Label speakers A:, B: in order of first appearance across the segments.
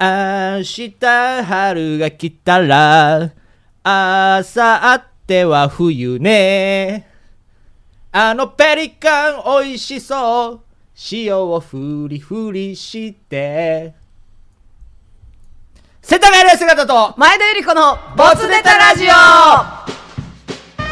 A: 明日春が来たら、あさっては冬ね。あのペリカン美味しそう。塩をふりふりして。世田谷の姿と、
B: 前田ゆり子の
A: ボツネタラジオ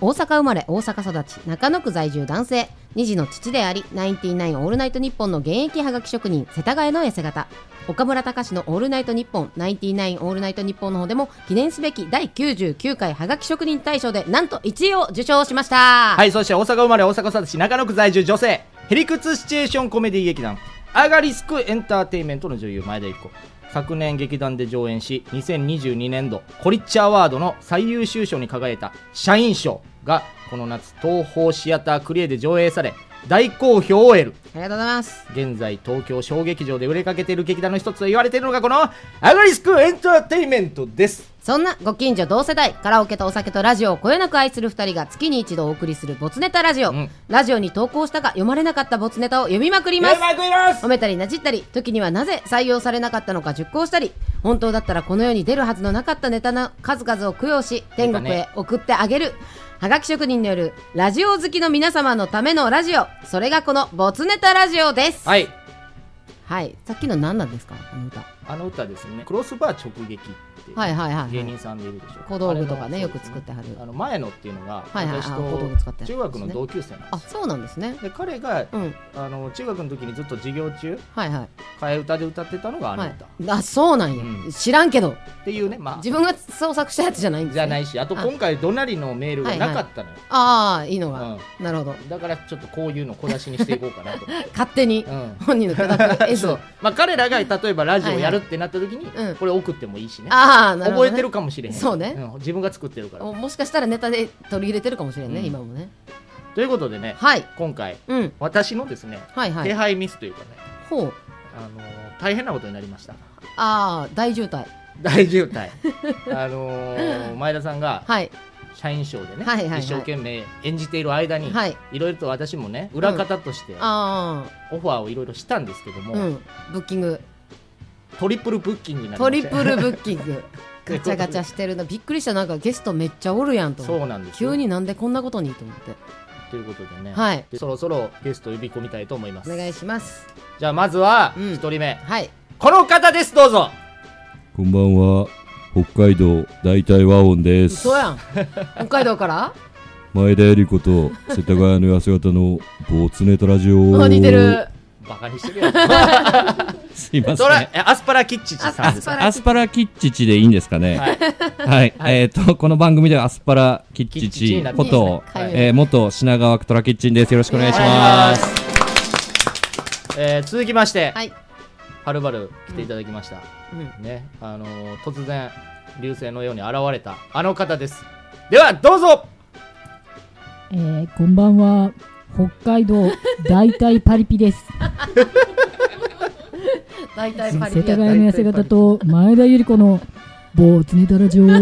B: 大阪生まれ大阪育ち中野区在住男性2児の父でありナインティナインオールナイトニッポンの現役はがき職人世田谷の痩せ方岡村隆史の「オールナイトニッポン」ナインティナインオールナイトニッポンの方でも記念すべき第99回はがき職人大賞でなんと1位を受賞しました、
A: はい、そして大阪生まれ大阪育ち中野区在住女性、ヘリクツシチュエーションコメディ劇団、アガリスクエンターテインメントの女優、前田由紀子。昨年劇団で上演し、2022年度、コリッチアワードの最優秀賞に輝いた社員賞が、この夏、東宝シアタークリエで上映され、大好評を得る。
B: ありがとうございます
A: 現在、東京小劇場で売れかけている劇団の一つと言われているのが、この、アガリスクエンターテインメントです。
B: そんなご近所同世代カラオケとお酒とラジオをこよなく愛する2人が月に一度お送りするボツネタラジオ、
A: うん
B: ラジオに投稿したが読まれなかったボツネタを読みまくります
A: うまくいます
B: 褒めたりなじったり時にはなぜ採用されなかったのか熟考したり本当だったらこの世に出るはずのなかったネタの数々を供養し天国
A: 出
B: へ送ってあげる、はがき職人によるラジオ好きの皆様のためのラジオそれがこのボツネタラジオですはい、
A: はい、
B: さっきの何なんですかあの歌
A: あの歌ですね、クロスバー直撃っていう
B: はいはいはいはい
A: 芸人さんでいるでしょ。
B: 小道具と
A: あ
B: かね
A: れの
B: よく作ってはる
A: あの前のっていうのが、
B: はいはいはい
A: 私
B: あ小道具使
A: と
B: ってる
A: 中学の同級生なん
B: あ
A: ですよ。
B: そうなんですね
A: で彼が
B: うん
A: あの中学の時にずっと授業中
B: はいはい
A: 替え歌で歌ってたのがあの
B: は
A: 歌、
B: い、あそうなんや、
A: うん
B: 知らんけど
A: っていうね、ま
B: 自
A: あ
B: 分が創作したやつじゃないんです、ね、
A: じゃないし、あと
B: あ
A: 今回どなりのメールがなかったのよ。
B: ああいいのが、なるほど
A: うん、だからちょっとこういうの小出しにしていこうかなと。
B: 勝手に
A: うん
B: 本人の許諾 S を
A: まあ彼らが例えばラジオやるってなった時に、
B: はいはいうん
A: これ送ってもいいしね。
B: ああなるほど、
A: 覚
B: ね、
A: えてるかもしれへん。
B: そうね
A: ん自分が作ってるから。
B: おもしかしたらネタで取り入れてるかもしれんね、
A: うん
B: 今もね
A: ということでね、
B: はい
A: 今回
B: うん
A: 私のですね、
B: はいは
A: 手
B: い
A: 配ミスというかね、
B: ほ
A: あ
B: う
A: のー大変なことになりました
B: ああ大渋滞
A: 大渋滞あの ー前田さんが
B: はい
A: 社員賞でね、
B: はいはいはい
A: 一生懸命演じている間に、
B: はいい
A: ろいろと私もね裏方として
B: あ
A: オファーをいろいろしたんですけど
B: あ
A: も、
B: うんブッキング
A: トリプルブッキングになりま
B: ト
A: し
B: リ
A: た
B: プルブッキン グガチャガチャしてるのびっくりしたなんかゲストめっちゃおるやんと思って
A: そうなんですよ
B: 急になんでこんなことにと思って
A: ということでね、
B: はい
A: でそろそろゲストを呼び込みたいと思います
B: お願いします
A: じゃあまずは
B: うん
A: 1人目、
B: はい
A: この方ですどうぞ
C: こんばんは。北海道大体和音です。
B: 嘘やん北海 道から
C: 前田恵理子と世田谷の痩せ方のボツネタラジオ。
B: あ似て。る
A: バカにしてるやん
C: すいませ
A: そら
C: ん。
A: えアスパラキッチチさんです
B: アスパラ
C: アスパラキッチチでいいんですかね。
A: は
C: はいい。えっ、と、この番組ではアスパラキッチチこ
A: ちょ
C: と、
A: っとはい
C: えー元品川区トラキッチンです。よろしくお願いし
A: は
C: ま
A: い
C: す。
A: えー続きまして、
B: はい、
A: はるばる来ていただきました、
B: うん、
A: ねあのー突然流星のように現れたあの方ですではどうぞ
D: えー、こんばんは北海 道大体パリピです
B: 大体パリピ
D: 世
B: やった
D: 田谷の痩せ方と前田由里子の某ツネ タラジオは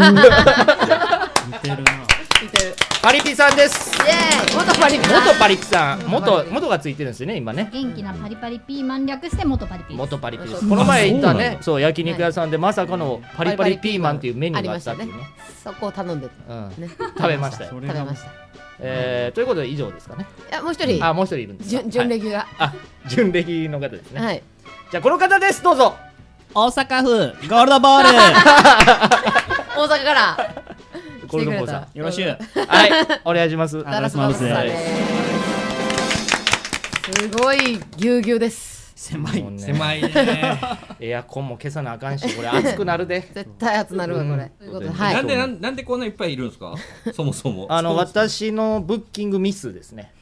B: 似てる
A: パリピさんです
B: イエーイ元パリピだ
A: 元パリピさん元元がついてるんですよね今ね
E: 元気なパリパリピーマン略して元パリピー
A: 元パリピで
B: あ
A: す
B: そう
A: この前行った
C: そうなん
A: ね
C: だ
A: そう焼肉屋さんでまさかのパリパリピーマンっていうメニューがあったっていうね
B: ありそこを頼んで
A: うん
B: ね
A: 食べましたよ、
B: 食べましたい
A: えー、ということで以上ですかね
B: やもう一人
A: あもう一人いるんです
B: じ
A: か
B: ゅ準
A: はい
B: レギュラ
A: あ純レギの方です
B: ー
A: ね、
B: はい
A: じゃあこの方ですどうぞ
F: 大阪府ゴールドボー ル
B: 大阪から
A: ゴールドボーイさん
B: 来てくれた
F: よろしゅう
A: はいお願いし ます
F: あ
B: ダラスマウスさんですすごいぎゅうぎゅうです
F: 狭
A: もうね
F: い狭い ね
A: エアコンも消さなあかんしこれ暑くなるで
B: 絶対熱なるわこ
A: うん
B: れということでは
A: ないんでなん
C: でこんないっぱいいるんですかそもそも
A: あの私のブッキングミスですね。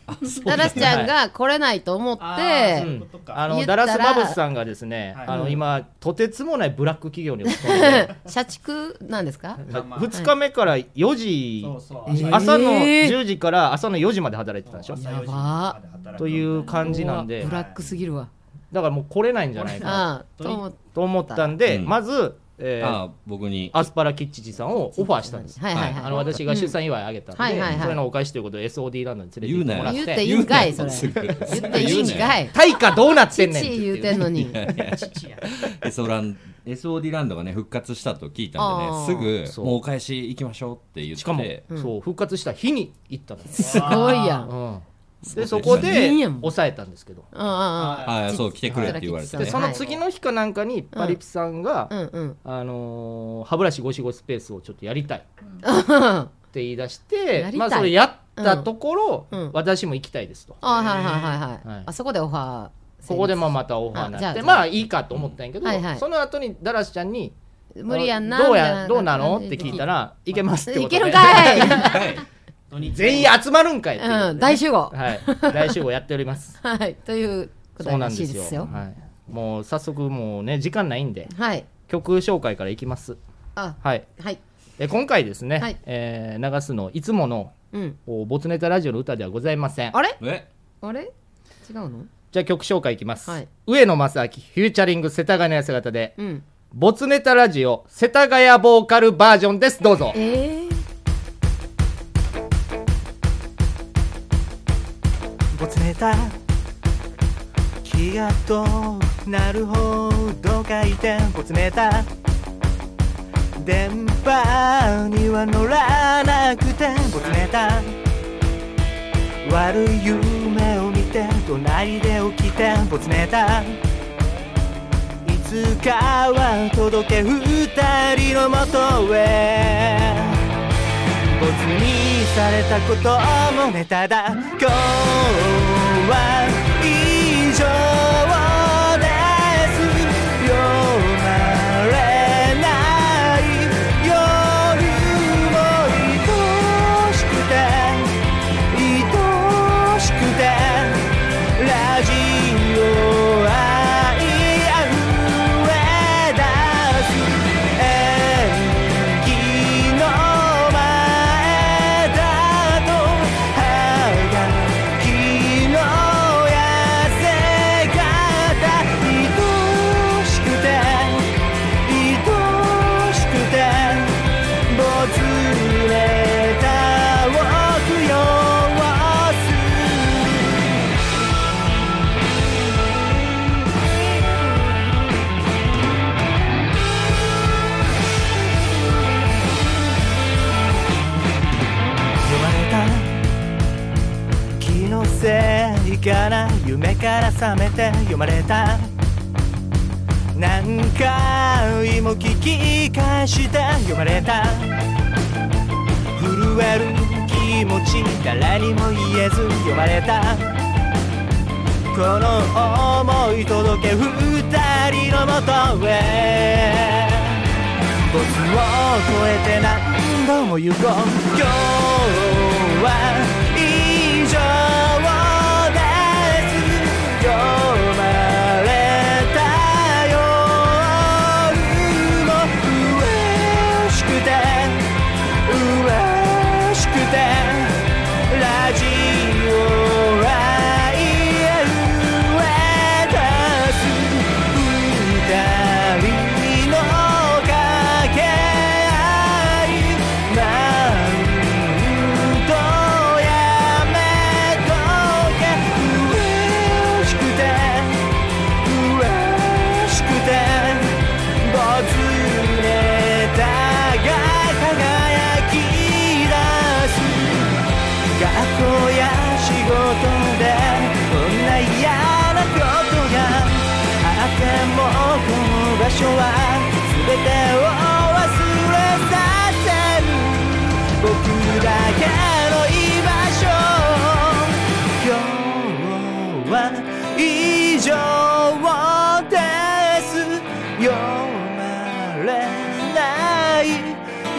B: ダラスちゃんが来れないと思って、
A: う
F: あー
A: んあの
B: 言っ
A: ダ
B: た
A: ラ
B: ら
A: ス・マブスさんがですね、
F: はい
A: あの今とてつもないブラック企業に落ち込ん で
B: 社畜なんですか
F: まあまあ
A: 2日目から4時、
F: そうそう
B: えー
A: 朝の10時から朝の4時まで働いてたんでしょ、
B: やば
A: という感じなんで
B: ブラックすぎるわ。
A: だからもう来れないんじゃないかな
B: ああ、と思っ
A: と思ったんで、
C: うん
A: まず、えー
C: ああ、僕に。
A: アスパラキッチチさんをオファーしたんです。
B: はいはいはい。
A: あの私が出産祝いあげたんで、
B: うんはいはいはい
A: それのお返しということで SOD ランドに連れて行ってもらって
B: 言うていいんかい、それ。
C: す
B: 言
C: ぐ
B: っていいんかい。
A: 対価どうなって
B: 父
A: んねんって
B: 言
A: いう
B: てんのに。
C: エソラン SOD ランドがね復活したと聞いたんで
B: あー
C: ねす
A: そ
C: ぐ
A: う
C: もうお返し行きましょうって言って
A: しかも、
B: うん
A: そう復活した日に行ったんです
B: すごいやん。う
A: よ、
B: ん
A: うん、
C: そう
A: で
C: で
A: そこで
B: いいやん
A: 抑えたんですけど
B: うんうん
C: ああそう来てくれって言われて
A: で
B: はい
C: ね
A: その次の日かなんかにパリピさんが、
B: うんうん。
A: あのー歯ブラシゴシゴシスペースをちょっとやりたいっ
B: あ
A: て言い出して
B: やりたい
A: まあそれやったところ、
B: うんうん
A: 私も行きたいですと、
B: あ、はいはいはいはい
A: はい
B: あそこでオファー。
A: ここでまあまたオファーに
B: あじ
A: な
B: ゃ
A: っ
B: あ
A: て
B: じゃあ
A: まあいいかと思ったんやけど、
B: はいはい
A: その後にダラスちゃんに
B: 無理やんな。
A: どう
B: みたい
A: や
B: 感じで
A: どうなのって聞いた。らいけますって
B: い
A: こと
B: け
A: で
B: るか い
A: 全員集まるんかいっていうことで
B: う
A: ね
B: ん、大集合。
A: はい大集合やっております
B: はい、というこ
A: そ
B: と
A: う
B: ら
A: なん
B: し
A: で
B: い
A: す
B: で
A: よ
B: すよ。
A: はい、もう早速もうね時間ないんで
B: はい。
A: 曲紹介からいきます
B: あ、
A: はい
B: はい。
A: で今回ですね、
B: はい
A: えー流すのいつもの
B: うん。
A: おボツネタラジオの歌ではございません
B: あれ
C: え
B: あれ違うの
A: じゃあ曲紹介いきます、
B: はい
A: 上野正明フューチャリング世田谷のや姿で
B: うん。
A: ボツネタラジオ世田谷ボーカルバージョンですどうぞ
B: ええ
G: ぼつれた気がとなるほど回転ぼつれた電波には乗らなくてぼつれた悪い夢を見て隣で起きてぼつれたいつかは届け二人のもとへボツにされたこともネタだ今日は以上です読まれない夜も愛しくて愛しくてラジオ愛あふれ出す「駅の前だとはがきの痩せ方」「愛しくて愛しくて」「ぼつれたを供養する」呼ばれた気のせいかな夢から覚めて読まれた何回も聞き返して読まれた震える気持ち誰にも言えず読まれたこの想い届け二人のもとへボスを超えて何度も行こう今日は以上です読まれた夜も嬉しくて嬉しくてラジオ愛あふれ出す「二人の掛け合い」「なんとやめとけ」「嬉しくて嬉しくて」「ぼつれたが輝き出す」学校や仕事でこんな嫌なことがあってもこの場所は全てを忘れさせる僕だけの居場所今日は以上です読まれない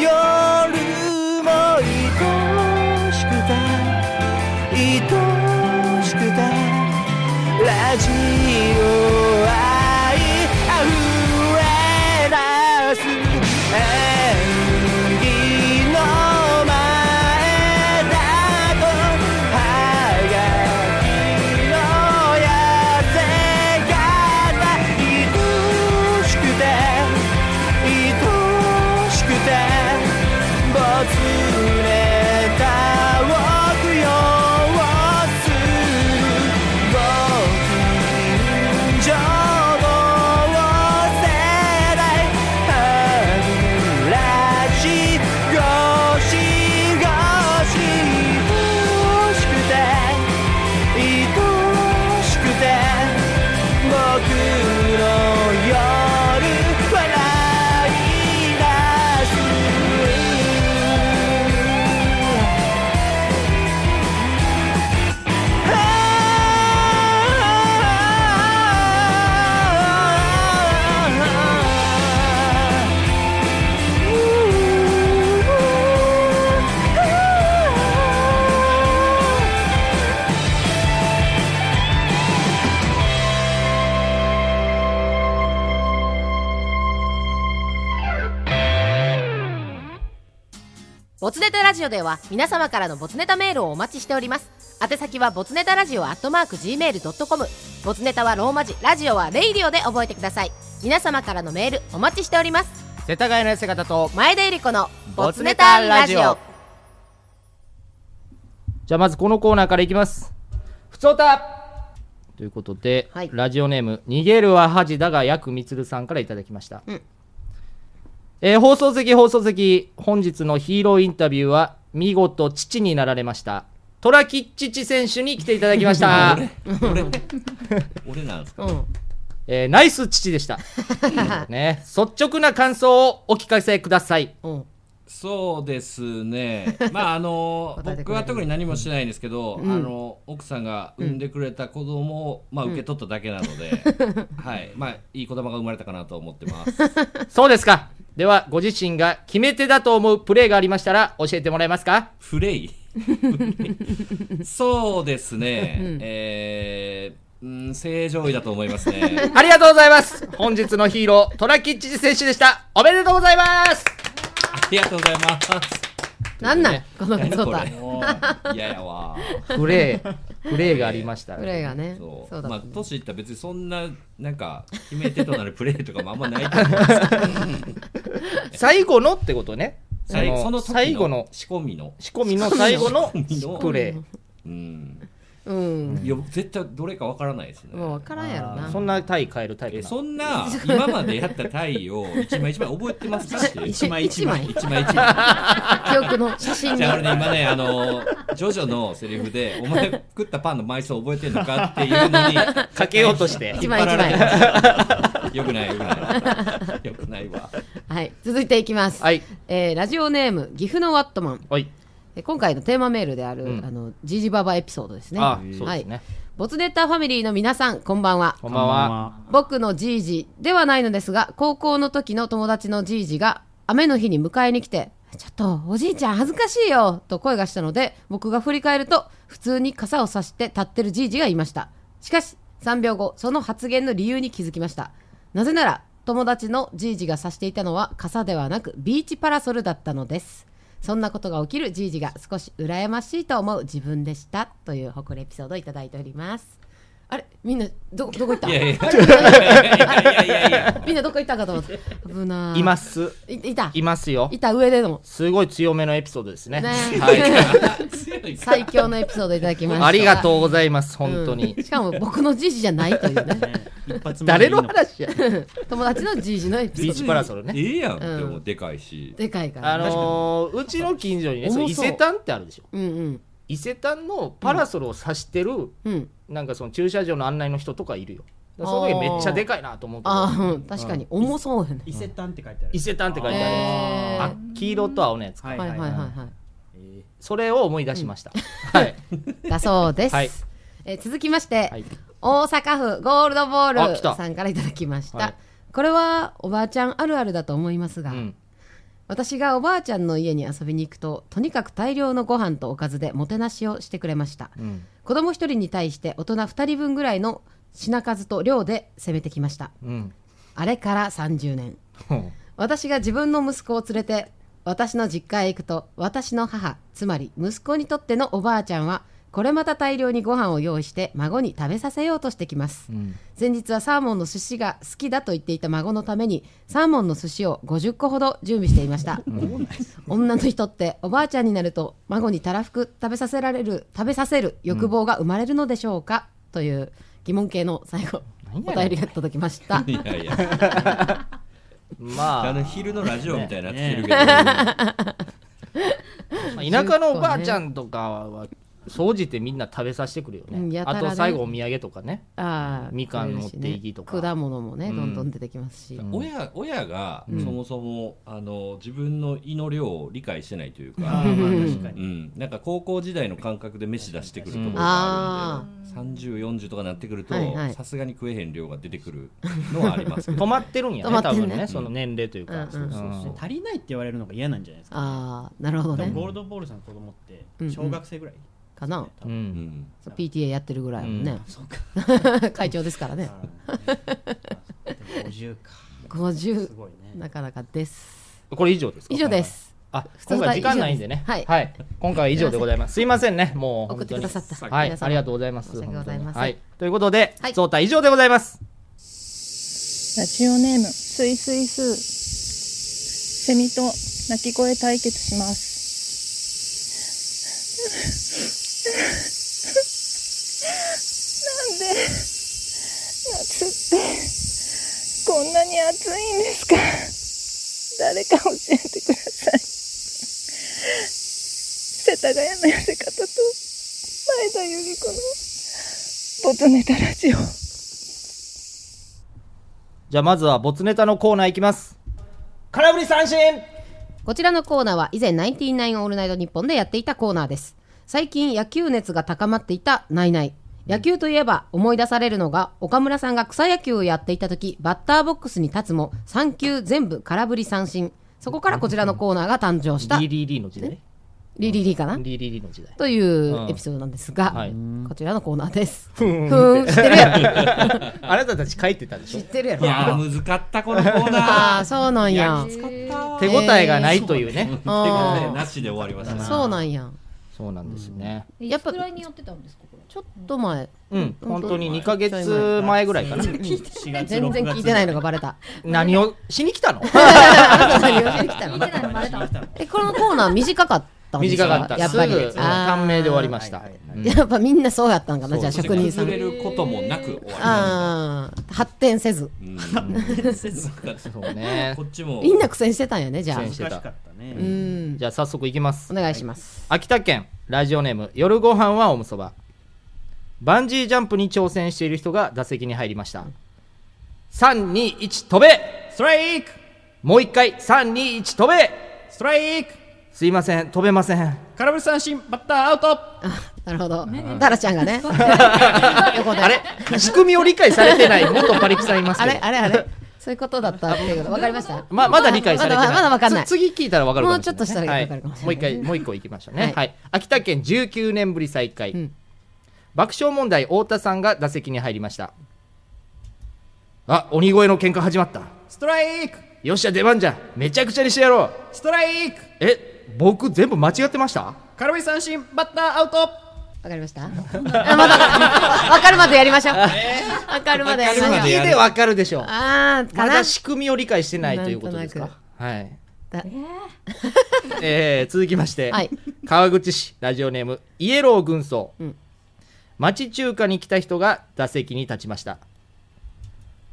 G: 夜も愛しくて愛しくてラジオ愛あふれ出す演技の前だとはがきのやせ方愛しくて愛しくて没ネタを供養するご近所同世代歯ブラシゴシゴシ愛しくて愛しくて僕の夜笑い出す
B: ボツネタラジオでは皆様からのボツネタメールをお待ちしております。宛先はボツネタラジオアットマーク Gmail.com。ボツネタはローマ字、ラジオはレイディオで覚えてください。皆様からのメールお待ちしております。
A: 世田谷の痩せ方と
B: 前田ゆり子のボツネタラジオ。
A: じゃあまずこのコーナーからいきますふつおたということで、
B: はい
A: ラジオネーム「逃げるは恥だがやくみつるさんからいただきました、
B: うん
A: えー放送席放送席本日のヒーローインタビューは見事父になられましたトラキッチチ選手に来ていただきました
F: 俺俺なんですか
B: うん。
A: えーナイス父で した、ね、率直な感想をお聞かせください
B: うん。
F: そうです ね。まああの
B: 答えて
F: 僕
B: くれる
F: は特に何もしてないんですけど、あの奥さんが産んでくれた子供をまあ受け取っただけなので、 はい。まあいい子供が生まれたかなと思ってます。
A: そうですかではご自身が決め手だと思うプレーがありましたら教えてもらえますか
F: プレイそうですね。えー、うん正常位だと思います ね。
A: ありがとうございます。本日のヒーロー、トラキッチ選手でした。おめでとうございます。
F: ありがとうございます。
B: なんなんこのふつお
F: こ
B: た。
F: れもう嫌やわ。
A: プレー、プレーがありました。
B: プレイがね。
F: そう
B: そうだ
F: ま
B: っ
F: あ
B: たね。
F: 年いったら別にそんななんか決め手となるプレーとかもあんまないと思うんですけど
A: 最後のってことね。
F: さいその時の
A: 最後の
F: 仕込みの、
A: 仕込みの最後の
F: 仕込みの
A: プレ
F: うん、
B: うん。
F: いや絶対どれかわからないですね。
B: もう分からんやろ
A: ー。
B: な。
A: そんなタイ変えるタイプ
F: え
A: なの
F: そんな今までやった体を一枚一枚覚えてますかっていう
B: 一枚一枚
F: 一枚一枚
B: 記憶の写真に
F: じゃあ俺ね今ねあのジョジョのセリフで「お前食ったパンの枚数覚えてんのか?」っていうのに
A: かけようとして。
B: 一枚一枚。
F: よくないよくないよくないわ
B: はい。続いていきます。
A: はい。
B: えーラジオネーム、岐阜のワットマン。
A: はい。
B: えー今回のテーマメールである、
A: うん
B: あのジージババエピソードですね。
A: あ、そうです
B: はい。
A: ね。
B: ボツネッターファミリーの皆さん、こんばんは。
A: こんばんは。
B: 僕のジージではないのですが、高校の時の友達のジージが雨の日に迎えに来て、ちょっとおじいちゃん恥ずかしいよと声がしたので、僕が振り返ると、普通に傘を差して立ってるジージがいました。しかし、3秒後、その発言の理由に気づきました。なぜなら、友達のジージが差していたのは傘ではなくビーチパラソルだったのです。そんなことが起きるジージが少し羨ましいと思う自分でしたという誇るエピソードをいただいております。あれみんなどどこ行った
F: いやいやいやいやいや
B: みんなどこ行ったかと思って。危ない。
A: います。
B: い。いた。
A: いますよ。
B: いた上での。
A: すごい強めのエピソードですね。
B: ね
A: はい。
F: 強いか
B: 最強のエピソードいただきました。
A: ありが
B: う
A: とうございます。
B: ん。
A: 本当に。
B: しかも僕のじいじじゃないというね。
H: 一発目
A: 誰の話や。
B: 友達のじいじのエピ
A: ビー
B: ソー
A: チパラソルね
F: え。えやん、
B: うん
F: でもでかいし
B: ド。でかいから。
A: あのーうちの近所にね、そう
B: 重
A: 伊
B: そう
A: 勢丹ってあるでしょ。
B: うん
A: 伊勢丹のパラソルを差してる、
B: うん。うん。
A: なんかその駐車場の案内の人とかいるよだからその時めっちゃでかいなと思うけ
B: ああ、
A: ど
B: うん確かに重そうやね。
H: 伊勢丹って書いてある
A: 伊勢丹って書いてある、
B: え
A: あ黄色と青のやつか
H: は
B: ーはいはいはいは
A: それを思い出しました、はい
B: い。 だそうで
A: はい
B: す。えー続きまして
A: はい、
B: 大阪府ゴールドボ
A: あ来
B: ー
A: た
B: ルさんからいただきまし
A: は
B: た
A: い。
B: これはおばあちゃんあるあるだと思いますが
A: う、ん、
B: 私がおばあちゃんの家に遊びに行くととにかく大量のご飯とおかずでもてなしをしてくれました、
A: うん
B: 子供一人に対して大人二人分ぐらいの品数と量で攻めてきました
A: うん
B: あれから30年
A: ほう
B: 私が自分の息子を連れて私の実家へ行くと私の母つまり息子にとってのおばあちゃんはこれまた大量にご飯を用意して孫に食べさせようとしてきます、
A: ん
B: 前日はサーモンの寿司が好きだと言っていた孫のためにサーモンの寿司を50個ほど準備していました女の人っておばあちゃんになると孫にたらふく食べさせられる食べさせる欲望が生まれるのでしょうか、という疑問系の最後お
A: 何やねん
B: 便りが届きました
F: いやいや、
A: ま
F: あ
A: あ
F: の昼のラジオみたいになってるけど、
A: まあ田舎のおばあちゃんとかは総じてみんな食べさせてくるよ
B: うん
A: ね
B: やた
A: あ
B: らね
A: と最後お土産とかね
B: ああ
A: みかん持っていきとか
B: くれるしね果物もね、
A: うん
B: どんどん出てきますし、
A: うん
F: 親親がそもそも、あの自分の胃の量を理解してないという
A: あ
F: か、
A: ーまあ
B: うん
A: 確か
F: う
A: に
F: ん、なんか高校時代の感覚で飯出してくるところがあ
B: あ
F: るんで、3040とかなってくると
B: はいはい
F: さすがに食えへん量が出てくるのはありますけ
A: 止
F: ど、
A: まってるんや
B: 止ま
A: ね
B: って
A: 多
B: んね
A: 分ねその年齢という
B: う
A: か
B: ん
A: そうそうそう
G: そう足りないって言われるのが嫌なんじゃないですか
B: ああなるほど
G: 多分
B: ね
G: ゴールドボールさんの子供って
B: うん
G: 小学生ぐらい、
B: かな
G: 多
A: う
G: 分
A: ん
F: ん、
B: そう PTA やってるぐらいやもんね、
G: そうか
B: 会長ですからね
G: でも50かす
B: 50
G: ごいね
B: なかなかです
A: これ以上ですか
B: 以上です
A: あ
B: 普通
A: 今
B: の
A: 回時間ないんでね
B: はい
A: 今回は以上でございますすいませんねもう
B: 送
A: 本
B: って
A: 当
B: く
A: に
B: ださった
A: はい
B: 皆様
A: ありがとうございます
B: 申し訳ございません、
A: はいということで
B: はい
A: ゾータ以上でございます
H: ラジオネーム、すいすいすー。セミと鳴き声対決します。なんで、夏って、こんなに暑いんですか誰か教えてください。世田谷の痩せ方と、前田由里子の、ボツネタラジオ。
A: じゃあまずはボツネタのコーナーいきます空振り三振
B: こちらのコーナーは以前ナインティナインオールナイトニッポンでやっていたコーナーです。最近野球熱が高まっていたナイナイ。野球といえば思い出されるのが岡村さんが草野球をやっていた時バッターボックスに立つも3球全部空振り三振そこからこちらのコーナーが誕生したリ
A: DDD の時代
B: リリかな
A: DDD の時代
B: というエピソードなんですが、
A: はい
B: こちらのコーナーです。ふ
A: ーん
B: ーん知ってるやろ
A: あなたたち書いてたでし
B: 知
A: ょ
B: ってるや
F: い
B: ろ
F: やー難かったこのコー
B: あ
F: ナ
B: あ
F: ー
B: そうなんや。
A: 手応えがないというね
F: 手応えなしで終わりましたね
B: そうなんや。
A: そうなんですね
B: や
E: や
B: っ
E: っ
B: ぱ
E: ぱくらいにやってたんですかこれ
B: ちょっと前
A: うん本当に
B: 本
A: 2ヶ月前ぐらいかな
G: 4月
B: 全然聞いてないのがバレた。
A: 何をしに来たの
B: あなた何をしに来たの
E: 聞いてないのバレたわ
B: えこのコーナー短かったんです
A: 短
B: か
A: かった
B: やっぱり
A: すぐ短命で終わりました
B: あーやっぱみんなそうやったんかな
A: そう
B: じゃあ
F: そして
B: 職人さん
F: 崩れることもなく終わりました
B: あー発展せず
F: うん
A: そうね
F: こっちも
B: みんな苦戦してたんやねじゃあ
A: 苦戦して
G: 難しかったね、
B: うん
A: じゃあ早速いきます
B: お願いします
A: 秋田県ラジオネーム夜ご飯はおむそばバンジージャンプに挑戦している人が打席に入りました321飛べストライクもう一回321飛べストライクすいません飛べません
G: 空振り三振バッターアウト
B: あなるほどタラちゃんがね 横で
A: あれ仕組みを理解されてない元パリピさんいます
B: あ
A: け
B: れ
A: ど
B: あれあれそういうことだったっていうこと分かりました
A: ままだ理解されてない
B: まだまだわかんない
A: つ次聞いたらわかるかもしれない
B: もうちょっとしたら
A: はい
B: わかるかもしれない
A: もう一回もう一個いきましょうね、
B: は
A: はいい秋田県19年ぶり再開、
B: ん
A: 爆笑問題太田さんが打席に入りましたあ鬼越の喧嘩始まった
G: ストライク
A: よっしゃ出番じゃめちゃくちゃにしてやろう
G: ストライク
A: え僕全部間違ってました
G: 空振り三振バッターアウト
B: わかりましたあまだ分かるまでやりましょう分かるまでやりま
F: わかるま
B: しょう
F: やる
A: でわかるでしょう
B: ああか
A: ま
B: な
A: だ仕組みを理解してないということです
B: なんと
A: かはい
B: だ
A: えー続きまして、
B: はい
A: 川口市ラジオネームイエロー軍曹、
B: うん
A: 町中華に来た人が打席に立ちました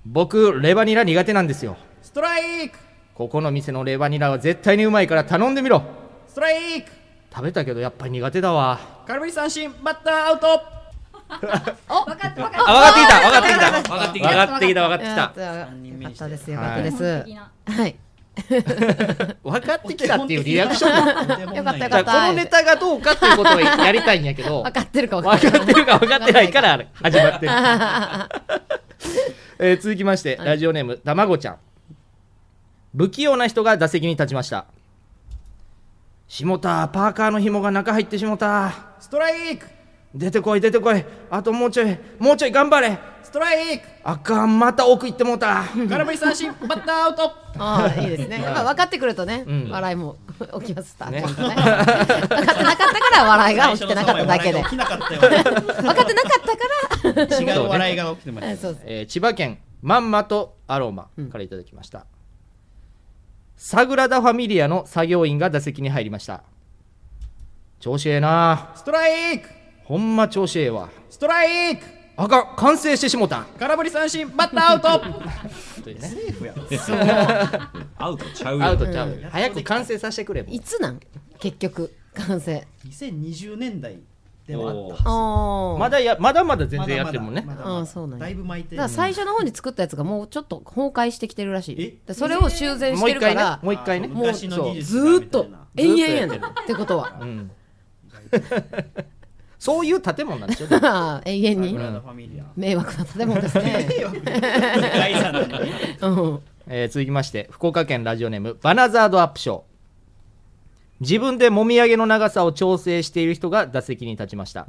A: 僕レバニラ苦手なんですよ
G: ストライク
A: ここの店のレバニラは絶対にうまいから頼んでみろ
G: ストライク
A: 食べたけどやっぱり苦手だわ
G: 空振り三振バッターアウト
E: お分かった分かっ
A: あ
E: た
A: 分かってきた分
F: 分
A: か
F: か
A: っ
F: って
A: き
F: てき
A: た
F: た
A: 分かってきた分かってき
B: や
A: た
B: ったよかったですよかった
A: はい
B: です
E: 的な
B: はい
A: 分かってきたっていうリアクションだ
B: よかったよ
A: だ
B: かっ
A: から
B: た
A: このネタがどうかっていうことをやりたいんやけど
B: 分かってるか分かって
A: 分
B: る
A: かってるか分かってないからあれ始ま ってる、えー続きまして、ラジオネームたまごちゃん不器用な人が打席に立ちましたしもたパーカーの紐が中入ってしもたストライク出てこい出てこいあともうちょいもうちょい頑張れ
F: ストライク
A: あかんまた奥行ってもうた
F: 空振り三振バッターアウト
B: ああいいですね。まあ分かってくるとね、笑いも 起きますた。ちゃんとね分かってなかったから笑いが起きてなかっただけで。
I: 起き
B: 分
I: なかったよ
B: かってなかったから
I: 違う笑いが起きてました
B: あ。 そうです。
A: えー千葉県まんまとアロマからいただきました、サグラダ・ファミリアの作業員が打席に入りました調子ええな
F: ストライク
A: ほんま調子ええわ
F: ストライク
A: あかん完成してしもた
F: 空振り三振バッターアウト
I: セーフや。
F: アウトちゃ う
A: アウ
F: よ
A: トちゃうよ、早く完成させてくれもう
B: いつなん結局完成。
I: 2020年代ではあったはず。
B: ああ。
A: ま
B: だ。
A: だやまだまだ全然やってるもんね
I: まだまだ
B: ああそうなんや
I: だいぶ巻いてる。
B: から最初の方に作ったやつがもうちょっと崩壊してきてるらしい。だ
I: え
B: からそれを修繕
A: も
B: し
A: う
B: て
A: 一
B: る
A: 回
B: か
A: ね
B: ら。
A: もう一回ね
I: あー昔の技術
B: ずーっと
A: ずーっ
B: 延
A: と
B: 々
A: やってる
B: やねんってこと は
A: うん、 そういう建物なんでしょ
B: 永遠に
I: ブラザーファミリア。
B: 迷惑な建物です ね。
I: 大差なんだね
B: うん
A: えー続きまして福岡県ラジオネームバナザードアップショー自分でもみあげの長さを調整している人が打席に立ちました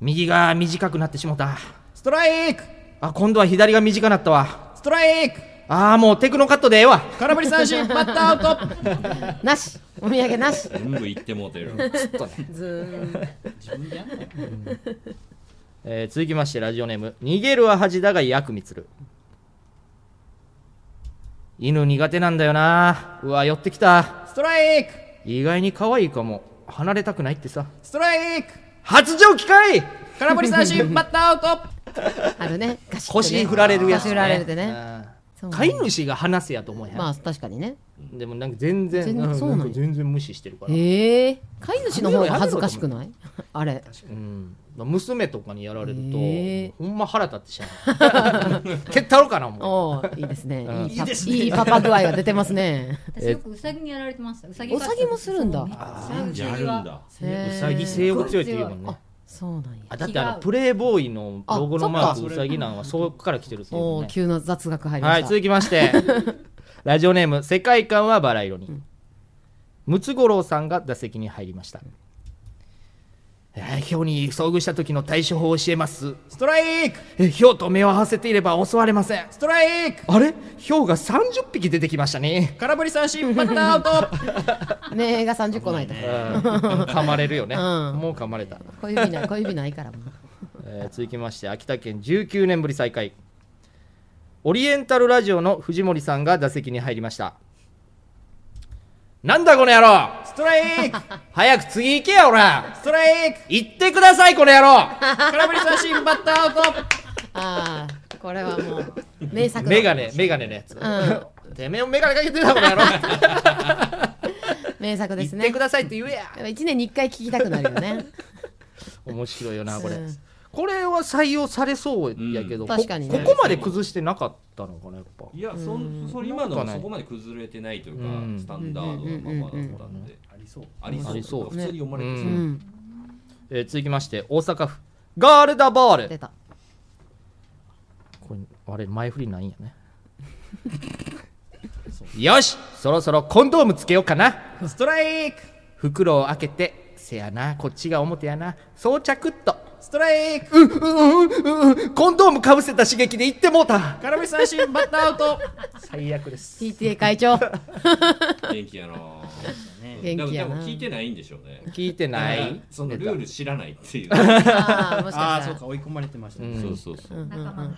A: 右が短くなってしもた
F: ストライク
A: あ今度は左が短くなったわ
F: ストライク
A: ああもうテクノカットでええ わ
F: 空振り三振バッターアウト
B: なしお土産なし
F: 全部言ってもうてる
B: ずーん
I: 自分でやんの
A: えー続きましてラジオネーム「逃げるは恥だが役みつる」犬苦手なんだよなうわ寄ってきた
F: ストライク
A: 意外に可愛いかも離れたくないってさ
F: ストライク
A: 発情機かい
F: 空振り 三 振バッターアウト
B: あるねガシッとね
A: 腰振られるやつ、ね、
B: 腰振られるでね
A: う
B: そ
A: ん
B: う
A: 飼い主が話すやと思うやん、
B: まあ確かにね
A: でもなんか全然
B: 全然
A: うん
B: そうなんや
A: か全然無視してるから、
B: へえ飼い主の方が恥ずかしくないあれ
A: うん、娘とかにやられると、
B: へえ
A: ほんま腹立ってしまう 蹴ったろかなもう
B: おーいいですねいいパ
I: いいですね
B: いいパパ具合が出てますね
E: 私よくウサギにやられてました。ウサギ
B: ウサギもするんだ
E: ウサ
F: やる
E: ギ
F: ん
E: は
F: だ
B: へ
A: う
B: ー
A: さぎ性欲強いって言うもんね
B: あそうなんや
A: あだってあのプレイボーイのロゴのマークうさぎなんはそこから来てるっていうも
B: お
A: ん
B: ー
A: ね
B: 急な雑学入りま
A: はい
B: した
A: 続きまして ラジオネーム「世界観はバラ色に」ムツゴロウさんが打席に入りました、えー、ヒョウに遭遇した時の対処法を教えます
F: ストライク
A: えーヒョウと目を合わせていれば襲われません
F: ストライク
A: あれヒョウが30匹出てきましたね
F: 空振り三振バッターアウト
B: 目が30個ないと
A: うん噛まれるよね、
B: うん
A: もう噛まれた、
B: 小指ない小指ないからもう
A: えー続きまして秋田県19年ぶり再開オリエンタルラジオの藤森さんが打席に入りましたなんだこの野郎
F: ストライク
A: 早く次行けよ、おら
F: ストライク
A: 行ってください、この野郎
F: 空振り三振バッターアウト
B: ああこれはもう名作だ
A: メガネ、メガネのやつ。てめえもメガネかけてた、この野 郎
B: 名作です
A: 行っ
B: ね
A: てくださいって言えや
B: やっぱ一年に一回聞きたくなるよね
A: 面白いよな、これ
B: うん。
A: これは採用されそうやけど、
B: うん
A: こ
B: 確かにね
A: ここまで崩してなかったのかな、やっぱ。
F: いやそんそれ今の
A: なんか
F: は
A: ね
F: そこまで崩れてないとい
A: う
F: う
A: ん
F: かスタンダードなままだったんで
I: ありそう。
F: ありそう
A: ありそう
F: 普通に読まれて
A: う
F: そ
B: うん
F: う、
B: うん
A: えー続きまして、大阪府、ガールダバー
B: 出
A: ル。
B: た
A: これ、あれ、前振りないんやね。 よしそろそろコンドームつけようかな
F: ストライク
A: 袋を開けてせやなこっちが表やな装着っと
F: ストライク
A: うううううコンドームかぶせた刺激で言ってもうた
F: 空振り三振バッターアウト
A: 最悪です
B: PTA 会長
F: 元気やなぁで
B: 元
F: も
B: 気
F: で
B: や
F: も
B: な
F: 聞いてないんでしょうね
A: 聞いてない
F: そのルール知らないって いう
B: ああもし
I: あ
B: か
I: あ、
B: し
I: そう
B: た
I: から追い込まれてましたね。
F: そうそうそう、
E: 仲間が。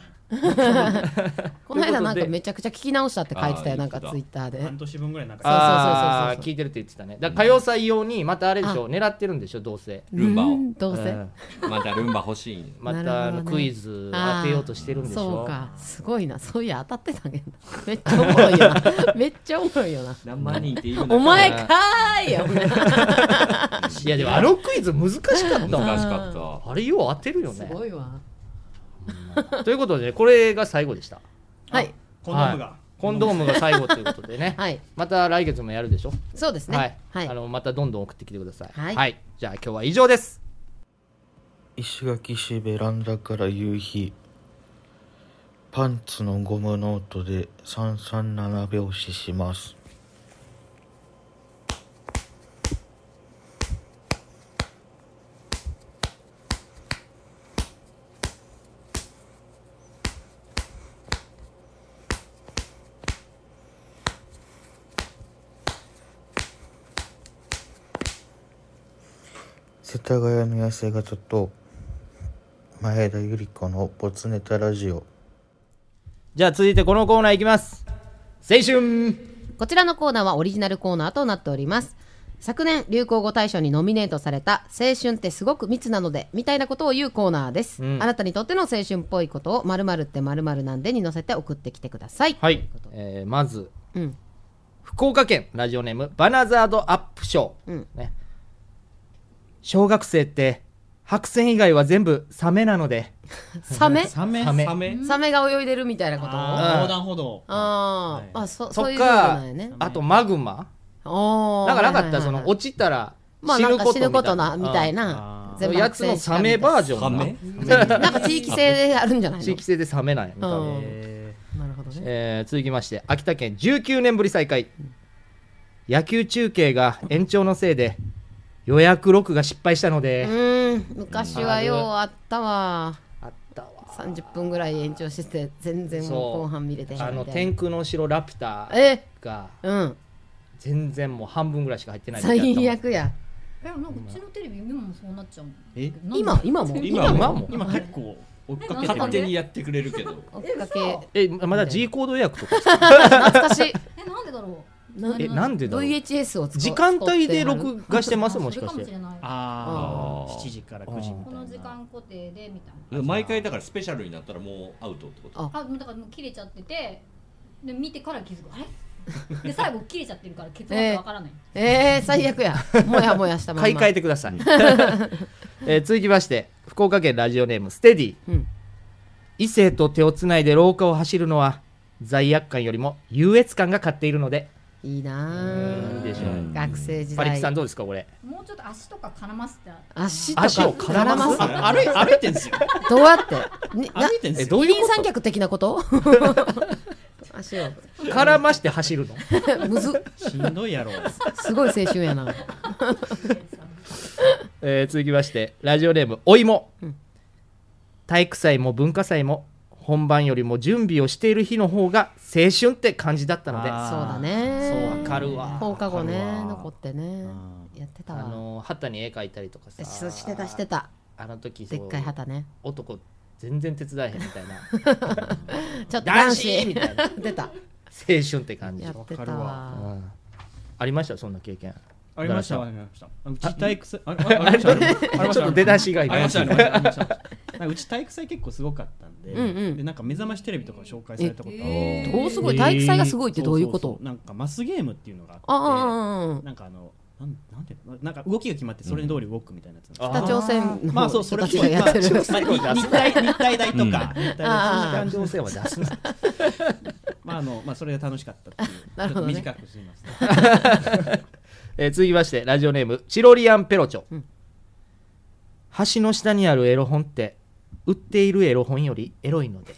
B: この間なん
A: ということで
B: かめちゃくちゃ聞き直したって書いてたよ
F: あー
B: なんか
F: 言っ
B: ツイ
F: て
B: ッターで
I: 半年分ぐらいなんか
A: あ
B: そうそうそうそうそう
A: ー聞いてるって言ってたねだから歌謡祭用にまたあれでしょ狙ってるんでしょどうせ
F: ルンバ
B: う
F: を
B: んどうせ
A: うん
F: またルンバ欲しいね
A: ま
B: なるほど
A: たあの
B: ね
A: クイズ当てようとしてるんでし
B: そう
A: ょ
B: かすごいなそういや当たってたけどめっちゃおもろいよな めっちゃおもろいよな
F: 何万人っている
B: お前かーいよ
A: いやでもあのクイズ難しかったもん
F: 難しかった
A: あれよう当てるよ
B: す
A: ね
B: ごいわ
A: ということでこれが最後でした
B: はい
I: コンドームが
A: はい。コンドームが最後ということでね
B: はい
A: また来月もやるでしょ
B: そうです
A: はい
B: ねはい
A: あのまたどんどん送ってきてください
B: はい
A: はいじゃあ今日は以上です
J: 石垣市ベランダから夕日パンツのゴムの音で337拍子します世田谷宮瀬型と前田由里子のボツネタラジオ
A: じゃあ続いてこのコーナーいきます青春
B: こちらのコーナーはオリジナルコーナーとなっております昨年流行語大賞にノミネートされた「青春ってすごく密なので」みたいなことを言うコーナーです、
A: うん
B: あなたにとっての青春っぽいことを「〇〇って〇〇なんで」に載せて送ってきてください
A: はい、えーまず、
B: うん
A: 福岡県ラジオネームバナザードアップ賞、
B: うん
A: ね、小学生って白線以外は全部サメなので
B: サメ
I: サメ
A: サメ
I: サメ
B: サメが泳いでるみたいなことあ
I: あー
A: うん
I: 横断歩道
B: あ、
I: はい
B: あそ
A: と
B: そういうこと
A: か
B: なんやね
A: あとマグマ
B: あ
A: だからなかった、
B: ら
A: その落ちたら
B: まあなんか死ぬことな
A: み
B: み
A: た
B: た
A: い
B: い
A: な
B: な
I: あー
A: うんやつのサメバージョン
F: サメ
B: ョンなんか地域性であるんじゃないの
A: 地域性でサメなんやみたいな、
B: うん
I: え
B: なるほどね
A: えー続きまして秋田県19年ぶり再開野球中継が延長のせいで予約録が失敗したの
B: う
A: で、
B: ーん昔はようあったわ
A: あったわ
B: 30分ぐらい延長してて全然もう
A: そう
B: 後半見れてへん
A: あの
B: みたいな
A: 天空の城ラピュタ
B: え
A: が
B: うん
A: 全然もう半分ぐらいしか入ってないみたいな
B: 最悪や
E: えなんかうちのテレビ今もそうなっちゃうもん
I: え
E: なんで
B: 今今も
F: 今も
A: 今も
I: 今結構追っかけて
F: 勝
I: る
F: 手にやってくれるけど
B: 追っかけ
A: えまだ G コード予約とか
B: 懐かしい
E: えなんでだろう
B: な
A: えなんでだろう
B: VHS を使う
A: 時間帯で
B: 使って
A: 録画してますもしか
E: あそ
A: し
E: れ
A: て
E: かもしれない
I: あ
F: あ
I: あ
F: ー
I: 7時から9時みた
E: こ
I: いな
E: の時間固定でみたいな
F: 毎回だからスペシャルになったらもうアウトってこと
B: あ
E: あもうだからもう切れちゃっててで見てから気づくあれ で最後切れちゃってるから結論がわからない、
B: るえー、最 悪やもやもやしたまんま
A: 買い替えてください、えー続きまして福岡県ラジオネームステディ、
B: うん
A: 異性と手をつないで廊下を走るのは罪悪感よりも優越感が勝っているので
B: いいなあ
A: いいでしょ
F: うん
B: 学生時
A: パリキさん
B: 代
A: どうですかこれ
E: もうちょっと足とか絡ませて
B: 足と
A: 足
B: か
A: を絡ます
B: す
I: あ歩い歩いてんすよ
B: どうやってにな
I: 歩いてんす
A: え
I: よ
A: どうい
B: 二
A: うこ
B: 人三脚的なこと 足を
A: と絡まして走るの
B: むず
I: しんどいやろ
B: すごい青春やな
A: えー続きましてラジオネームお芋、体育祭も文化祭も本番よりも準備をしている日の方が青春って感じだったので
I: あー
B: そうだね
A: そうわかるわ
B: 放課後
I: わかる
B: ね
I: わ
B: 残ってね
I: うん
B: やってた
A: あ
B: わ
A: の旗に絵描いたりとかさ
B: えそうしてたしてた
A: あの時そ
B: で
A: う
B: っかい旗ね
A: 男全然手伝えへんみたい な
B: ちょっと
A: 男
B: 男
A: 子み
B: 子
A: たいな青
B: 出た
A: 春って感じ
B: やって
I: わか
B: た
I: る
B: わ
A: うんありましたそんな経験
I: ありましたありましたうち体 育祭あありましたありましたありました
A: ちょっと出だしが
I: あ
A: 今
I: りましたありましたありましたなんかうち体育祭結構すごかったんで
B: うんうん
I: でなんか目覚ましテレビとか紹介されたことあ
E: え
I: って
E: ー
B: おすごい体育祭がすごいってどういうこ
I: そそ
B: と
I: そなんかマスゲームっていうのが
B: あ
I: あっ
B: あうんうんう
I: て
B: ん
I: なんかあのなんなんていうのなんか動きが決まってそれ通り動くみたいなやつなんです
B: 北朝鮮
I: まあそ
B: の
I: うそ
B: 人
I: れ
B: た
I: っぽ
B: ちが
I: い
B: やってる
A: 最後に出す
I: 日体日体大とか、日体大
B: ああ
A: 感情線は出すな
I: まああのまあそれが楽しかったっ ていう。
B: なるほどね
I: ちょっと短くすみません。
A: えー続きましてラジオネームチロリアンペロチョ、橋の下にあるエロ本って売っているエロ本よりエロいので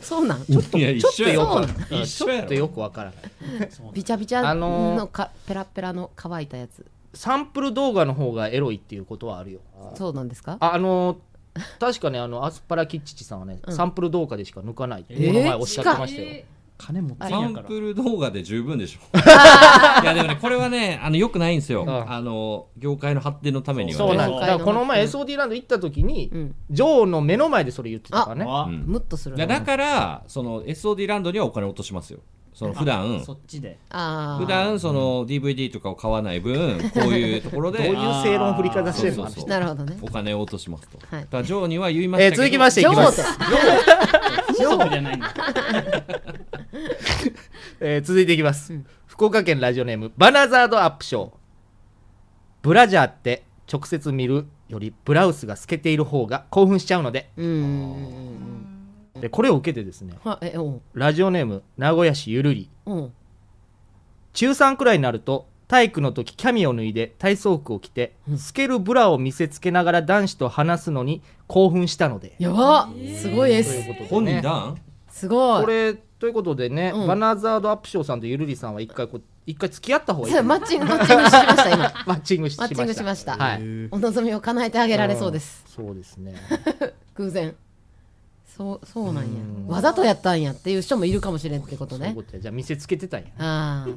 B: そうなん
F: ちょっと一緒やろ一
A: ち
F: 緒や
A: ょっと
F: ろ
A: よくわからない
B: びちゃびちゃ
A: あのー
B: のかペラペラの乾いたやつ
A: サンプル動画の方がエロいっていうことはあるよ
B: そうなんですか
A: ああのー確かねあのアスパラキッチチさんはね、
B: うん
A: サンプル動画でしか抜かないって、
I: えー
A: この前おっしゃってましたよ、
E: え
I: 金持ってんや
F: サン
I: から。
F: プル動画で十分でしょいやでもねこれはねあのよくないんですよ、
A: ん
F: あの業界の発展のためにはね
A: そうなん
B: そう
A: だからこの前 SOD ランド行った時に、
B: うん
A: 女王の目の前でそれ言ってたからね
I: あ
F: うん
B: ムッとする
F: い
B: な
F: やだからその SOD ランドにはお金落としますよその普段
I: そっちで。
B: ああ
F: 普段その DVD とかを買わない分こういうところ
A: どう
F: で
A: いう正論振りかざしてる
F: そ
A: の
F: うそうそう
B: なるほどね
F: お金を落としますと、
B: はい
F: だからジョーには言いまし
A: えー
F: たけど、
A: 続きましていきます、
I: そうじゃないんだ。
A: えー続いていきます、福岡県ラジオネームバナザードアップショーブラジャーって直接見るよりブラウスが透けている方が興奮しちゃうので
B: うんうんうん
A: でこれを受けてですね
B: うんはえおう
A: ラジオネーム名古屋市ゆるり
B: おう
A: 中3くらいになると体育の時キャミを脱いで体操服を着て透けるブラを見せつけながら男子と話すのに興奮したので
B: やばすごいで
A: とい
B: す
A: うこと
F: 本
A: で、ね、
F: 段
B: すごい
A: これということでね、
B: うん
A: バナザードアップショーさんとゆるりさんは一回こう一回付き合った方がいい
B: それマッチングマッチングしました今
A: マッチングし
B: マ
A: まし
B: ッ
A: た
B: チングしました
A: はい
B: お望みを叶えてあげられそうです
A: うんそうですね
B: 偶然そうそうなんやわざとやったんやっていう人もいるかもしれんってこと
A: そうい
B: ね
A: うことやじゃあ見せつけてたんや
B: あ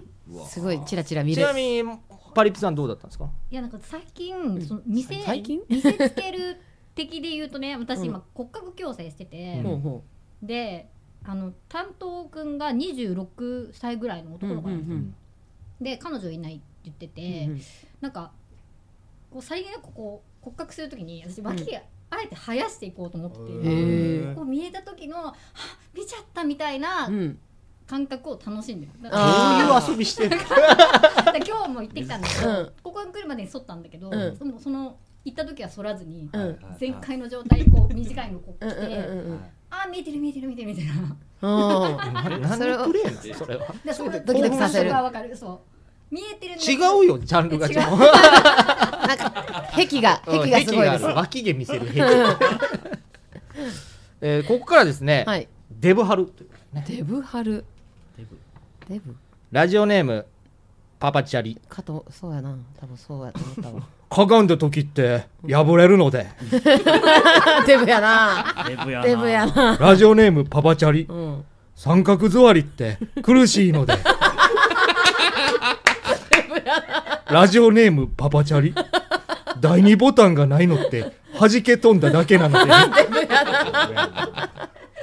B: あすごいチラチラ見
A: ち
B: れ
A: なみにパリピさんどうだったんですか
E: いやなんか最近その見せ
A: 最近
E: 見せつける的で言うとね私
A: う
E: 今骨格矯正してて、
A: ほう
E: であの担当くんが26歳ぐらいの男の子なんですよ、で彼女いないって言ってて、なんかこうさりげなくこう骨格するときに私脇があえて生やしていこうと思ってて、
B: へえ
E: こう見えた時のあ見ちゃったみたいな
B: うん
E: 感覚を楽しんでる、だから
A: あーどういう遊びしてる
E: だから今日も行ってきたんだけど、
A: うん
E: ここに来るまでに剃ったんだけど、
A: うん
E: そのその行った時は剃らずに、
A: うん
E: 全開の状態こう短いのこう来て、
B: うんうんうんうん
E: あー見えてる見えてる見えてるみたいな。
A: 何
E: それを
A: のプレイなのそれは
E: でその
B: ドキドキさせる
E: 興奮とかわかるそう見えてるんだ
A: 違
E: け
A: う
E: ど
A: よジャンルが違う
E: 違う
B: なんか癖が
A: うん
B: 癖がすごい
A: 癖
B: で
A: あ
B: す
A: る脇毛見せる癖 えーここからですね、デブハルという
B: デブハルデブ
A: ラジオネームパパチャリ
B: かとそうやな多 分そうやと思ったわ
A: かがんだ時って破れるので
B: デブやな
A: デブやな
B: デブやな
A: ラジオネームパパチャリ、
B: ん
A: 三角座りって苦しいのでラジオネームパパチャリ第二ボタンがないのって弾け飛んだだけなので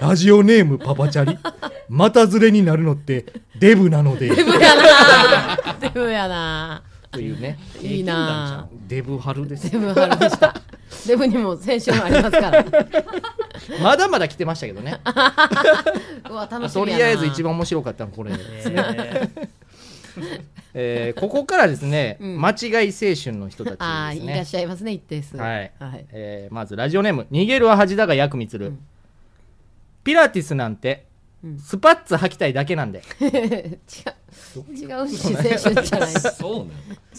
A: ラジオネームパパチ ャリ股ずれになるのってデブなので
B: デブや なデブやな
A: というね
B: いいな
A: デブ春です
B: デブハルでしたデブにも先週もありますから
A: まだまだ来てましたけどね
B: うわ楽し
A: と
B: みやな
A: りあえず一番面白かったのこれです ね、えーここからですね、
B: うん
A: 間違い青春の人たち
B: ああ
A: です
B: いらっ
A: ね
B: しゃいますね一定数
A: はい、
B: はい
A: えーまずラジオネーム「逃げるは恥だが役につる、ピラティスなんてスパッツ履きたいだけなんで
B: 違う違うし青春じゃない
A: そ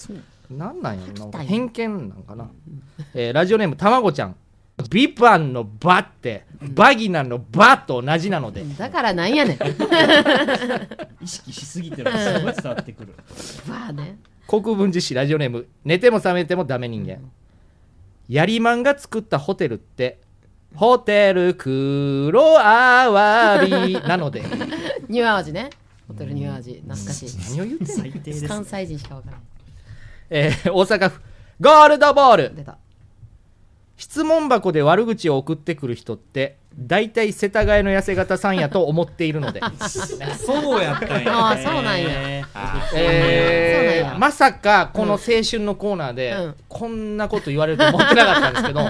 A: うなのなんなんやろな偏見なんかな、えーラジオネームたまごちゃんビバンのバってバギナのバと同じなので、
B: だからな んやねん
A: 意識し
B: すぎ
A: てるのがすごい伝わって
B: くるまあね
A: 国分寺市ラジオネーム寝ても覚めてもダメ人間、やりまんが作ったホテルってホテル黒あわ びなので
B: ニューアワジねホテルニューアワジ懐かしい
A: 何を言ってんの最低ですね
B: 関西人しかわからない
A: えー大阪府ゴールドボール質問箱で悪口を送ってくる人って大体世田谷の痩せ型さんやと思っているの で
G: そうやったんやああそうなんや
A: え
G: そうなん
A: ー
G: や
A: まさかこの青春のコーナーで、こんなこと言われると思ってなかったん ですけど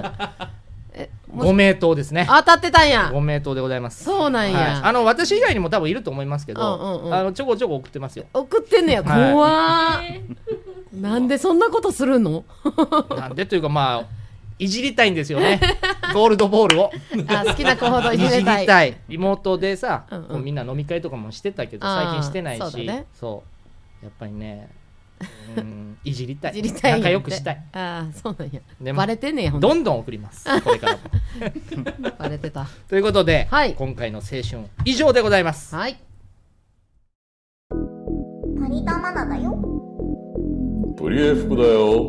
B: もし
A: ご名答ですね
B: 当たってたんや
A: ご名答でございます
B: そうなんや
A: はいあの私以外にも多分いると思いますけど、
B: うんうんうん
A: あのちょこちょこ送ってますよ
B: 送ってんねや
A: はい
B: 怖ーなんでそんなことするの
A: なんでというかまあいじりたいんですよ ねゴールドボールを
B: あ好きな子ほどいじりたい
A: りたいリモートでさ、こうみんな飲み会とかもしてたけど
B: あー
A: 最近してないし
B: そうだね
A: そうやっぱりねうんいじりたい
B: いじりたいんやって
A: 仲良くしたい
B: ああそうなんや
A: でも
B: バレてんねやほ
A: どん
B: ど
A: どん送り ますこれからも
B: んバレてた
A: ということで、今回の青春以上でございます
B: はい
K: 鳥玉菜だよ
L: プリエ服だよ。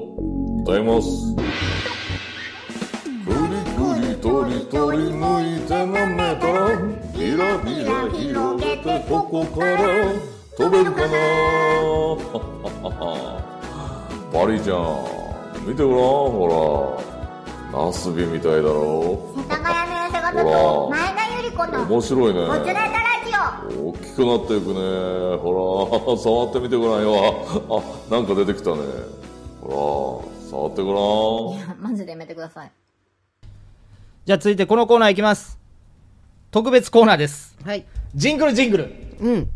L: 歌います。くりくりとりとり向いてなめたら、ビラビラ広げてここから飛べるかな。 パリちゃん、見てごらん、ほら。ナスビみたいだろ。
K: 世田谷の痩せ方と前田由里子の
L: 面白いね。
K: モチュレータラジオ
L: 大きくなっていくねほら 触ってみてごらんよ ああなんか出てきたねほら触ってごらん
K: マジでやめてください
A: じゃあ続いてこのコーナーいきます特別コーナーです
B: はい
A: ジングルジングル
B: うん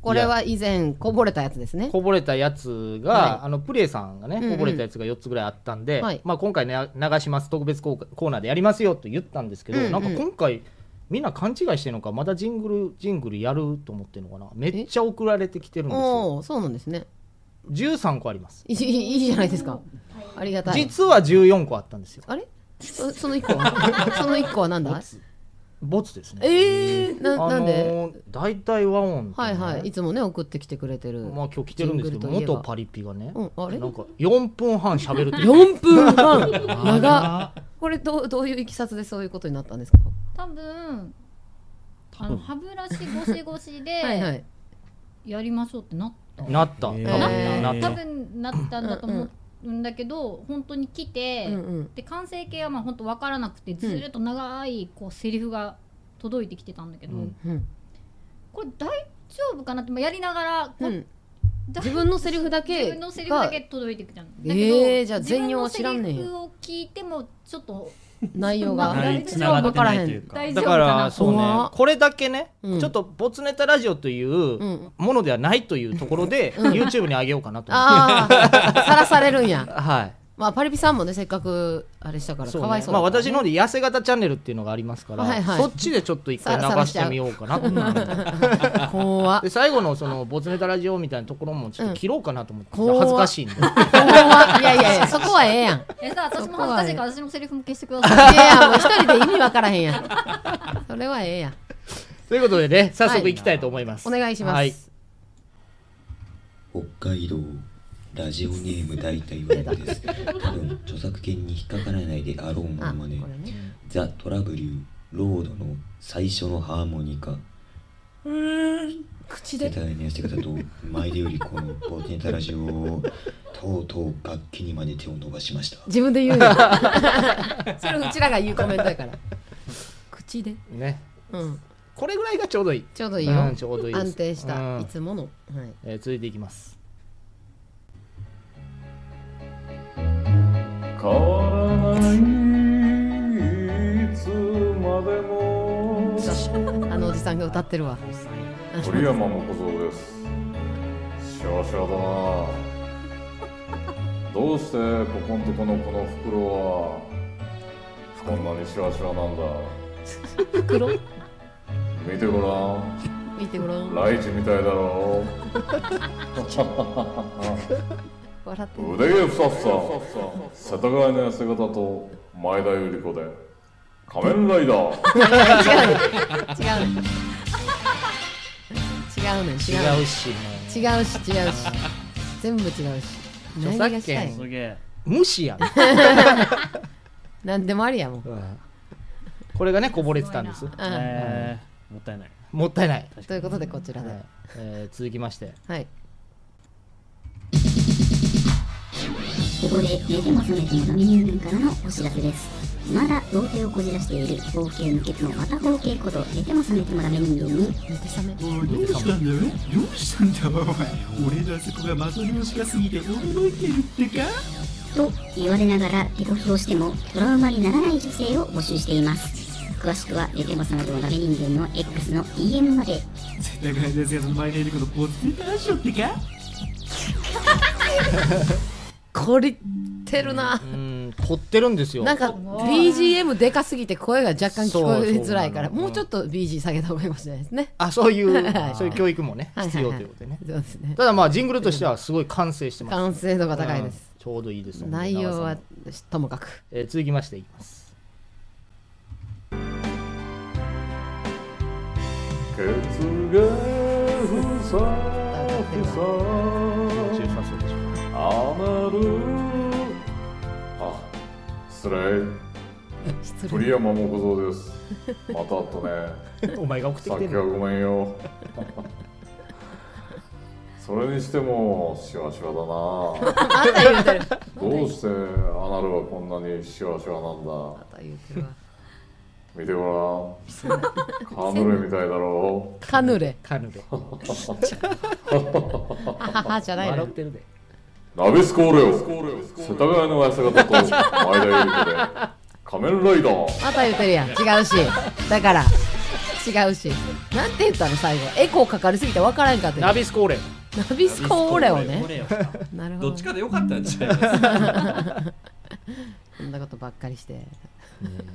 B: これは以前こぼれたやつですね
A: こぼれたやつが、
B: は
A: あのプレイさんがね、
B: うんうん
A: こぼれたやつが4つぐらいあったんで、
B: はい
A: まあ、今回、ね、流します特別コーコーナーでやりますよと言ったんですけど、
B: うんうん
A: なんか今回みんな勘違いしてるのかまだジングルジングルやると思ってるのかなめっちゃ送られてきてるんです
B: お
A: よ
B: おそうなんですね
A: 13個あります
B: いいいいじゃないですかありがたい
A: 実は14個あったんですよ
B: あれそその一個は その一個はなんだ
A: ボツですね
B: ええー、ななんで、
A: あのー大体和音って
B: はいはいいつもね送ってきてくれてる
A: まあ今日来てるんですけど
B: ジングルといえば
A: 元パリピがね、
B: うんあれ
A: なんか4分半喋 るって
B: 4分半
A: 長っ
B: 長っこれどうどういういきさつでそういうことになったんですか
E: 多分あ
A: 多分
E: の歯ブラシゴシゴシで
A: はいは
E: やりましょうってなった
A: なった、
E: えー
A: 多分
E: 多
A: なった
E: 分なったんだと思うんだけど本当に来て、
B: うんうん
E: で完成形はまあ本当分からなくてずーっと長いこうセリフが届いてきてたんだけど、これ大丈夫かなってまあやりながらこう
B: 自分のセリフだけ
E: 自分のセリフだけ届いてくじゃんだけど
B: えー、じゃあ全容は知らんねん
E: 自分
B: よ
E: のセリフを聞いてもちょっと
B: 内容が
A: 内容
E: 大丈夫
B: らへん
E: 大丈
A: だ
E: 夫か
A: か
E: な
A: らそうねこれだけね、
B: うん
A: ちょっとボツネタラジオというものではないというところで、
B: うん
A: YouTube に上げようかなと思って
B: ああさらされるんや
A: はい
B: まあパリピさんもねせっかくあれしたからか
A: そうね
B: わいそう
A: ま
B: だ
A: あ、
B: からね
A: 私の方で痩せ型チャンネルっていうのがありますから、
B: はいはい
A: そっちでちょっと一回流
B: さらさらし
A: し
B: ちゃ
A: て
B: う
A: みようかなと思って
B: 怖
A: で最後のそのボツネタラジオみたいなところもちょっと切ろうかなと思って、
B: うん
A: 恥ずかしいんで
B: 怖いやいやいやそこはええやん
E: えさ私も恥ずかしいから私のセリフも消してくだ
B: い
E: さ
B: や
E: い
B: いやもう一人で意味わからへんや んそれはええやん
A: ということでね早速いきたいと思います、
B: はいお願いします
A: はい
M: 北海道ラジオネーム大体ワンです多分著作権に引っかからないであろうものまねザ・トラブルロードの最初のハーモニカ
B: 口
M: 世帯の痩せ方と前でよりこのボツネタラジオをとうとう楽器にまで手を伸ばしました
B: 自分で言うよ それうちらが言うコメントやから口で
A: ね
B: うん
A: これぐらいがちょうどいい
B: ちょうどいいよ、
A: うんちょうどいいです
B: 安定した、
A: うん
B: いつもの、はい、
A: えー続いていきます
L: 変わらないいつまでも
B: あのおじさんが歌ってるわ
L: 鳥山も小僧です幸せだなどうしてここんとこのこの袋はこんなにシワシワなんだ
B: 袋
L: 見てごら
B: 見てごらん
L: んライチみたいだろ
B: 笑って
L: 腕毛ふさふさ世田谷の痩せ方と前田由里子で仮面ラ イダー
B: 違うね違うね違うね違う
A: 違うしも
B: 違うし違うし全部違うし
A: 著
B: 何が
A: 作
B: したい
A: 権
B: の
A: 無視やん
B: 何でもありやもん
A: これがねこぼれてたんです、
I: えーもったいない
A: うんもったいない
B: ということでこちらで
A: はいえー続きまして
B: はい
K: ここでメテマスメキの波郵便からのお知らせですまだ童貞をこじらしている包茎無血の片方形ことメテマスメキのダメ人間に
N: どうしたんだよどうしたんだお前俺のあそこがまともしかすぎて驚いてるってか
K: と言われながら手コキをしてもトラウマにならない女性を募集しています詳しくはメテマスメキのダメ人間の X の DM まで
N: だからですがその前にいることボツネタラジオってか
B: こりってるな
A: うん凝ってるんですよ
B: なんか BGM でかすぎて声が若干聞こえづらいからもうちょっと BG 下げた方がいいかもしれないですね
A: あそういう
B: は
A: そういう教育もね
B: はは
A: 必要ということでね
B: そうですね
A: ただまあジングルとしてはすごい完成してます
B: 完成度が高いです
A: うんちょうどいいですよね
B: 内容は
A: 長さも
B: ともかく
A: えー続きましていきます
L: ケツがふさふさあなるあ失
B: 礼
L: 鳥山も小僧 ですまたあったね
A: お前が送ってきて
L: さっ
A: ん
L: き
A: の
L: はごめんよそれにしてもシワシワだなどうしてアナルはこんなにシワシワなんだ見てごらんカヌレみたいだろう
B: カヌレ
A: カ ヌレ
B: ははじゃないの
A: 笑ってるで
L: ナビスコーレオ世田谷の痩せ方と前田由里子で仮面ライダー
B: また言ってるやん違うしだから違うしなんて言ったの最後エコーかかりすぎて分からんかった
A: ナビスコーレ
B: ナビスコオレオね
F: ナビスコ
B: なるほど
F: どっちかでよかったんちゃいます
B: そんなことばっかりして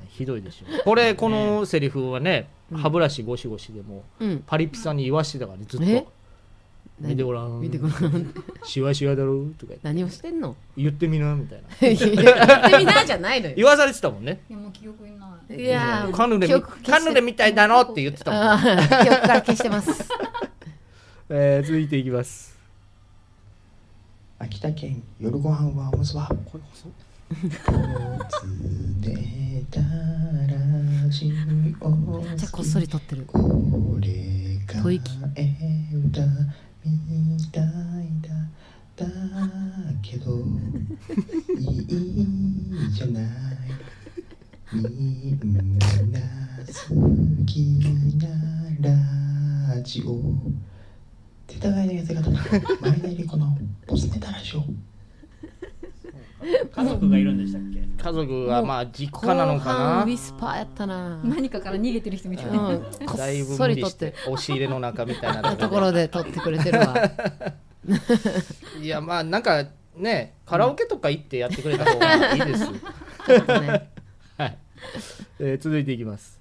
A: ひどいでしょこれこのセリフはね歯ブラシゴシゴシでも
B: うん
A: パリピさんに言わしてたからねずっ
B: え
A: と見てごらん
B: 見てごらん
A: シワシワだろうとか
B: 何をしてんの
A: 言ってみなみたい
B: 言ってみなじゃないのよ
A: 言わされてたもんね
E: いやもう記憶にない
B: いやー
A: カヌレ
B: 記
A: み
B: 憶消して
A: カヌレみたいだのって言ってたも
B: あ
A: ん
B: ー記憶から消してます
A: えー続いていきます
O: 秋田県夜ご飯はおむすばこれ細ボツネタラジ
B: じゃあこっそり撮ってる
O: 吐息歌みたいだだけどいいじゃないみんな好きなラジオ世田谷の痩せ方マイナリコのボスネタラジオ
I: 家族がいるんでしたっけ
A: 家族はまあ実家なのか
B: 後
A: な
B: 半ウィスパーやったな
E: 何かから逃げてる人みたいな、
B: うんこ
A: だいぶ
B: っそ
A: 無
B: り
A: 理
B: 撮っ
A: してて押し入れの中みたいな
B: ところで撮ってくれてるわ
A: いやまあなんかねカラオケとか行ってやってくれた方がいいです、 はい、えー続いていきます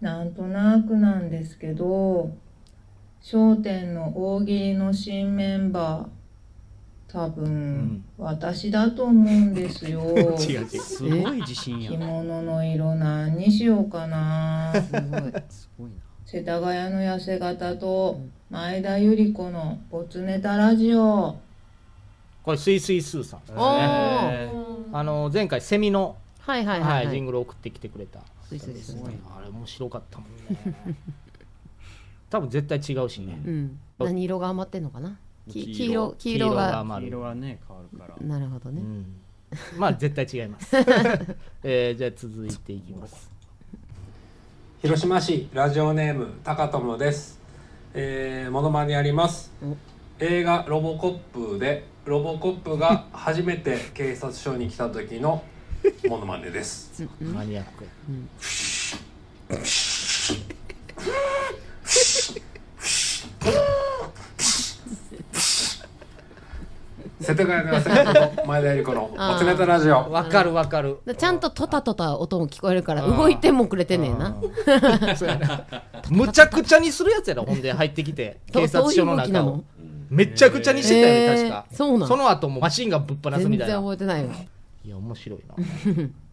P: なんとなくなんですけど『笑点』の大喜利の新メンバー多分私だと思うんですよ
I: 違う違うすごい自信やん
P: 着物の色何にしようかな世田谷の痩せ方と前田由里子のボツネタラジオ
A: これスイスイスーさんですね
P: おー
A: あの前回セミの
B: はいはい
A: は
B: はい
A: い
B: は
A: ジ
B: い
A: ングルを送ってきてくれた
B: スイスイスーさん
A: あれ面白かったもんね 多分絶対違うしね、
B: うん何色が余ってんのかなき黄色黄
A: 黄色
B: 色
A: が
B: が
A: 余る
I: 色はね変わるから
B: なるほどね
A: まあ絶対違い ます、えーじゃあ続いていきます
Q: 広島市ラジオネーム高友です、えー、モノマネあります映画「ロボコップ」でロボコップが初めて警察署に来た時 のモノマネです
A: マニアック
Q: 世田谷の安田と前田由里 子の「おつネタラジオ」
A: わかるわかる
B: ちゃんとトタトタ音も聞こえるから
A: あー
B: 動いてもくれてんねえな
A: そうやなむちゃくちゃにするやつやろほんで入ってきて
B: ど
A: 警察署の
B: どういう動きな
A: 中を
B: の
A: めちゃくちゃにしてたよね
B: へ
A: 確
B: ー
A: か
B: そうなん
A: の後もマシンがぶっ放す
B: 全
A: みたい
B: 然
A: な
B: 覚えてないわ
A: いや面白い な、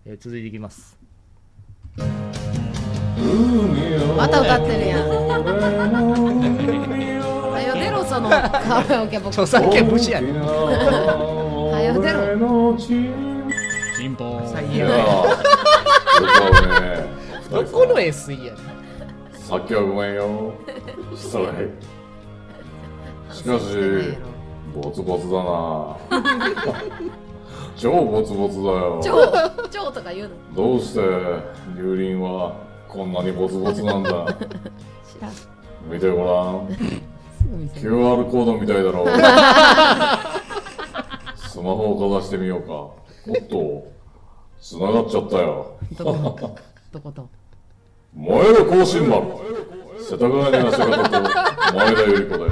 A: えー続いていきます
B: また歌ってるやんはよ出ろそのカラオケボックス
A: 著作権無視やね
B: はよ出ろ
A: チンポ最
L: い
A: 悪
L: やー歌う
A: ど
L: ね
A: この SE やね
L: さっきはごめんよ失礼しかしボツボツだな超ボツボツだよ
B: 超超とか言うの
L: どうして竜林はこんなにボツボツなんだ
B: 知らん
L: 見てごらん QR コードみた いだろスマホをかざしてみようかおっと繋がっちゃったよ
B: どこと
L: 燃える更新丸世田谷の痩せ方と前田由里子で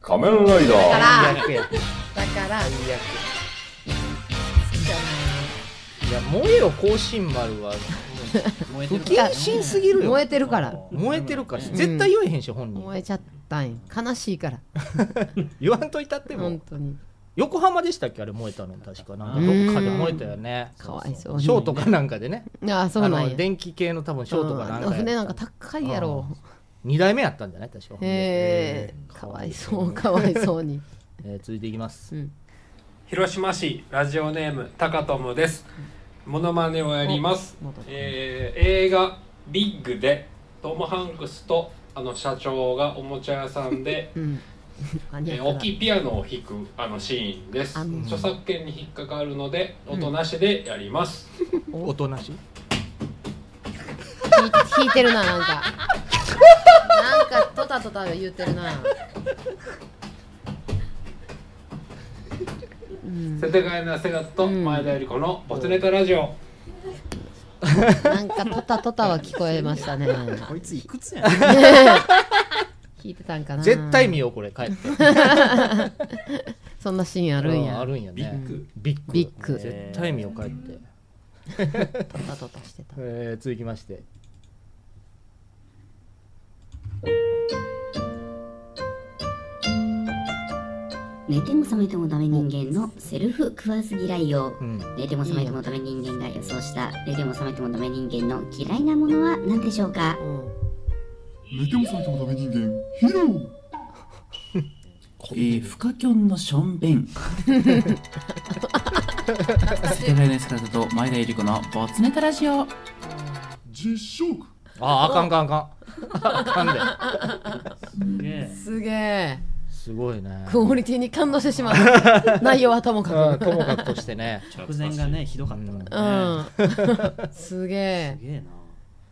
L: 仮面ライダー
B: だから
A: 最悪いや燃えよ甲信丸 はもう不謹慎すぎるよ
B: 燃えてるから
A: 燃えてるから絶対言えへんし本人
B: 燃えちゃったんや悲しいから
A: 言わんといたっても
B: 本当に
A: 横浜でしたっけあれ燃えたの確かなんかどっかで燃えたよね
B: かわいそうに
A: ショートかなんかでね
B: ああそうなんや
A: の電気系の多分ショートかなん
B: う
A: か
B: 船なんか高いやろ
A: 2代目やったんじゃない確か
B: へえかわいそうかわいそうに
A: えー続いていきます、
Q: 広島市ラジオネーム高友ですモノマネをやります、えー映画「ビッグ」でトム・ハンクスとあの社長がおもちゃ屋さん で、えー大きいピアノを弾くあのシーンです著作権に引っかかるので音なしでやります、
A: 音なし
B: ひ弾いてるななんかなんかトタトタ言ってるな
Q: 世田谷のセガと前田由里子のボツネタラジオ、
B: なんかトタトタは聞こえましたね
I: こいついくつやね
B: ね
I: ん
B: え 弾いてたんかな
A: 絶対見ようこれ帰って
B: そんなシーンあるん
A: う
B: や
A: あるんやねビッグ
B: ビッグ
A: 絶対見よう帰 って
B: トタトタしてた
A: えー続きまして
K: 寝ても覚めてもダメ人間のセルフ食わず嫌いを、寝ても覚めてもダメ人間が予想した寝ても覚めてもダメ人間の嫌いなものは何でしょうか、
N: 寝ても覚めてもダメ人間ヒロー
R: えー、フカキョンのションベ ン。世田谷の姿と前田ゆり子のボツネタラジオ。
N: 10勝負
A: ああかんかんかんあかん
B: すげえすげえ
A: ですごいね
B: クオリティに感動し てしまう内容はとも
A: う
B: か
A: ん
B: く
A: ともかくとしてね
I: 直前がねひどかったから
B: うんすげえ
A: すげえな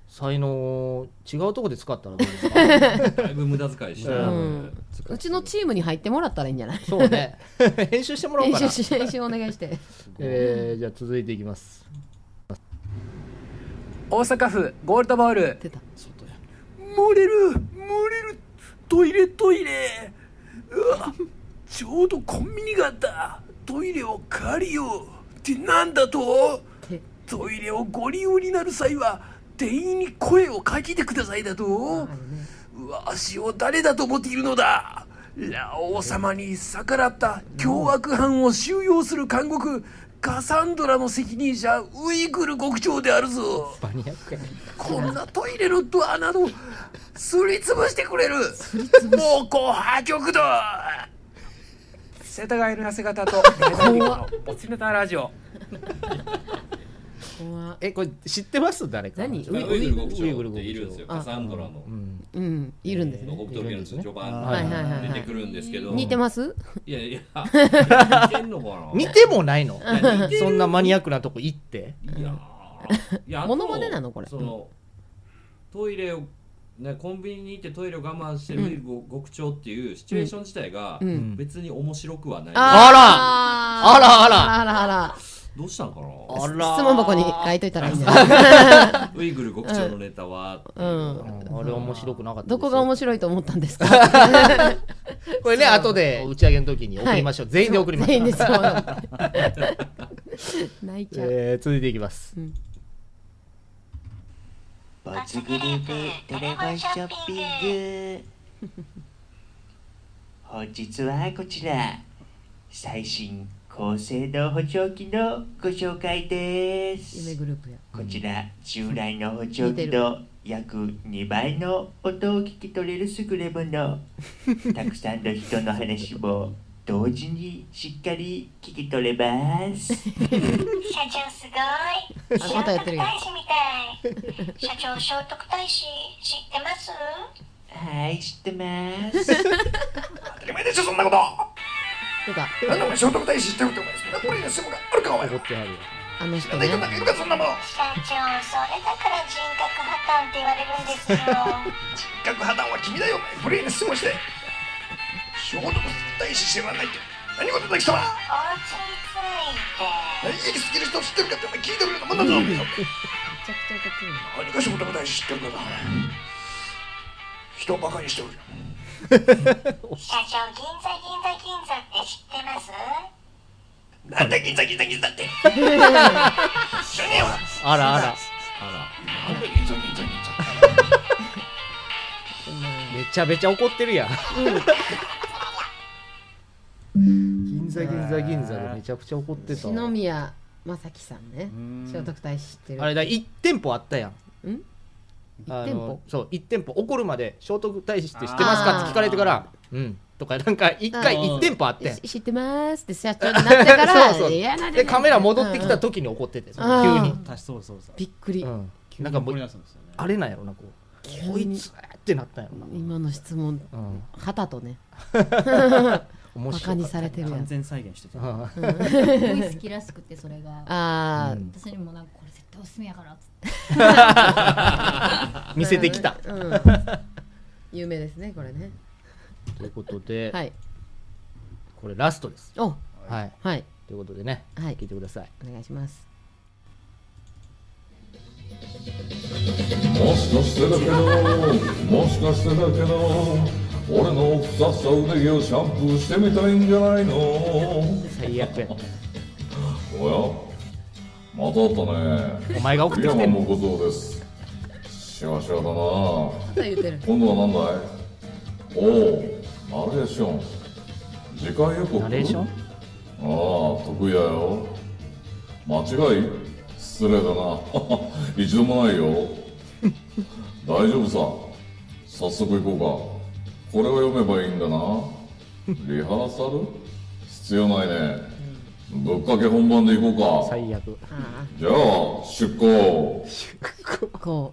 A: 才能違うとこで使ったらどうです か
F: だいぶ無駄遣いした
A: うん
B: うんうちのチームに入ってもらったらいいんじゃない
A: そうね編集してもらおうかな
B: 編集し編集お願いして
A: えー、じゃあ続いていきます
S: 大阪府ゴールドボール漏れる漏れるトイレトイレうわちょうどコンビニがあったトイレを借りようってなんだとトイレをご利用になる際は店員に声をかけてくださいだとうわ足を誰だと思っているのだラオウ様に逆らった凶悪犯を収容する監獄カサンドラの責任者ウイグル国長であるぞ
A: マニアックや
S: こんなトイレのドアなどすりつぶしてくれるもうこう破局だ世田谷の痩せ方 とメダリコのボツネタラジオ
A: えこれ知ってます誰か
B: 何
F: ウイグル国長っているんですよ。カサンドラの。
B: うんいるんですね
F: 北斗の序
B: はいはいはいは
F: 盤出
B: い
F: てくるんですけど。
B: 似てます
F: いやいや。似てんのか な。
A: 見てもないの
F: いや似てる
A: そんなマニアックなとこ行って
F: いやいやあと
B: モノマネなのこれ
F: そのトイレをねコンビニに行ってトイレを我慢してる極長っていうシチュエーション自体が
B: うん
F: 別に面白くはない。
B: あらあらあらあら
F: どうしたんかな。
B: 質問箱に書いといたらいいんじゃない
F: ウイグル極長のネタは。
B: うん
A: あれ面白くなかった
B: どこが面白いと思ったんです か
A: これね後で打ち上げの時に送りましょう、
B: はい
A: 全員で送りましょう
B: 全員でそう泣いちゃう
A: えー続いていきます、
G: バツ切りでテレフォンショッピング本日はこちら最新高性能補聴器のご紹介です
B: 夢グループや
G: こちら従来の補聴器の約2倍の音を聞き取れる優れも のたくさんの人の話も同時にしっかり聞き取れます
T: 社長すごい
G: あ
T: 聖
G: またやっ
T: 徳
G: てるよ
T: 太子みたい社長聖徳太子知ってます
G: はい知ってます当たり前でしょそんなこと
B: てか
G: なんでお前聖徳太子知ってるってお前そんなプレイの質問があるかお前
B: あの人
G: ね知らない人なんかいるかそんなもん
T: 社長それだから人格破綻って言われるんですよ
G: 人格破綻は君だよお前プレイの質問して聖徳太子知らないって何事だ貴様
T: お家について
G: 何息好きる人を知ってるかってお前聞いてくれるのもんだぞお
T: め
G: 前
T: ちゃくちゃ怒ってる
G: 何か聖徳太子知ってるかな人をバカにしておる
T: 社長銀座銀座銀座って知ってます
G: なんだ銀座銀座銀座って知らねえわ
A: あらあら
G: らなんだ銀座銀座銀座
A: めちゃめちゃ怒ってるやん、 銀座銀座銀座でめちゃくちゃ怒ってたわ
B: 篠宮正樹さんね聖徳太子知ってる
A: あれだ1店舗あったやん
B: ん
A: あの
B: 店舗
A: そう1店舗怒るまで聖徳太子って知ってますかって聞かれてからうんとかなんか1回
B: うん
A: 1店舗あってん
B: し知ってますって社長になってか ら
A: そうそう
B: いやなん
A: でカメラ戻ってきた時に怒っててその急に
B: うん
I: 確かそうそうそう
B: びっくり
A: うんなんかもうあれなんやろなこうこいつってなったんやろな
B: 今の質問旗とね
A: 面白かっ
B: バ
A: た
B: カにされてるや
I: 完
B: ん
I: 全再現してた
A: うん
I: す
E: すごい好きらしくてそれが
B: あー
E: 私にもなんかこれ絶対おすすめやからっつって
A: 見せてきた
B: うん有名ですねこれね
A: ということで、
B: はい
A: これラストです
B: お
A: はい、
B: はい、
A: ということでね、
B: はい
A: 聞いてください
B: お願い します
U: もしかしてだけどもしかしてだけど俺の臭さ腕毛をシャンプーしてみたいんじゃないの
A: 最悪や
U: おやまたあったね
A: お前が送ってきて
U: 山も小僧ですしわしわだな
B: 言ってる
U: 今度は何だいおおナレーション次回予告ナレーションああ得意だよ間違い失礼だな 一度もないよ 大丈夫さ早速行こうかこれを読めばいいんだなリハーサル必要ないねぶっかけ本番で行こうか
A: 最悪
U: じゃあ出航
B: こ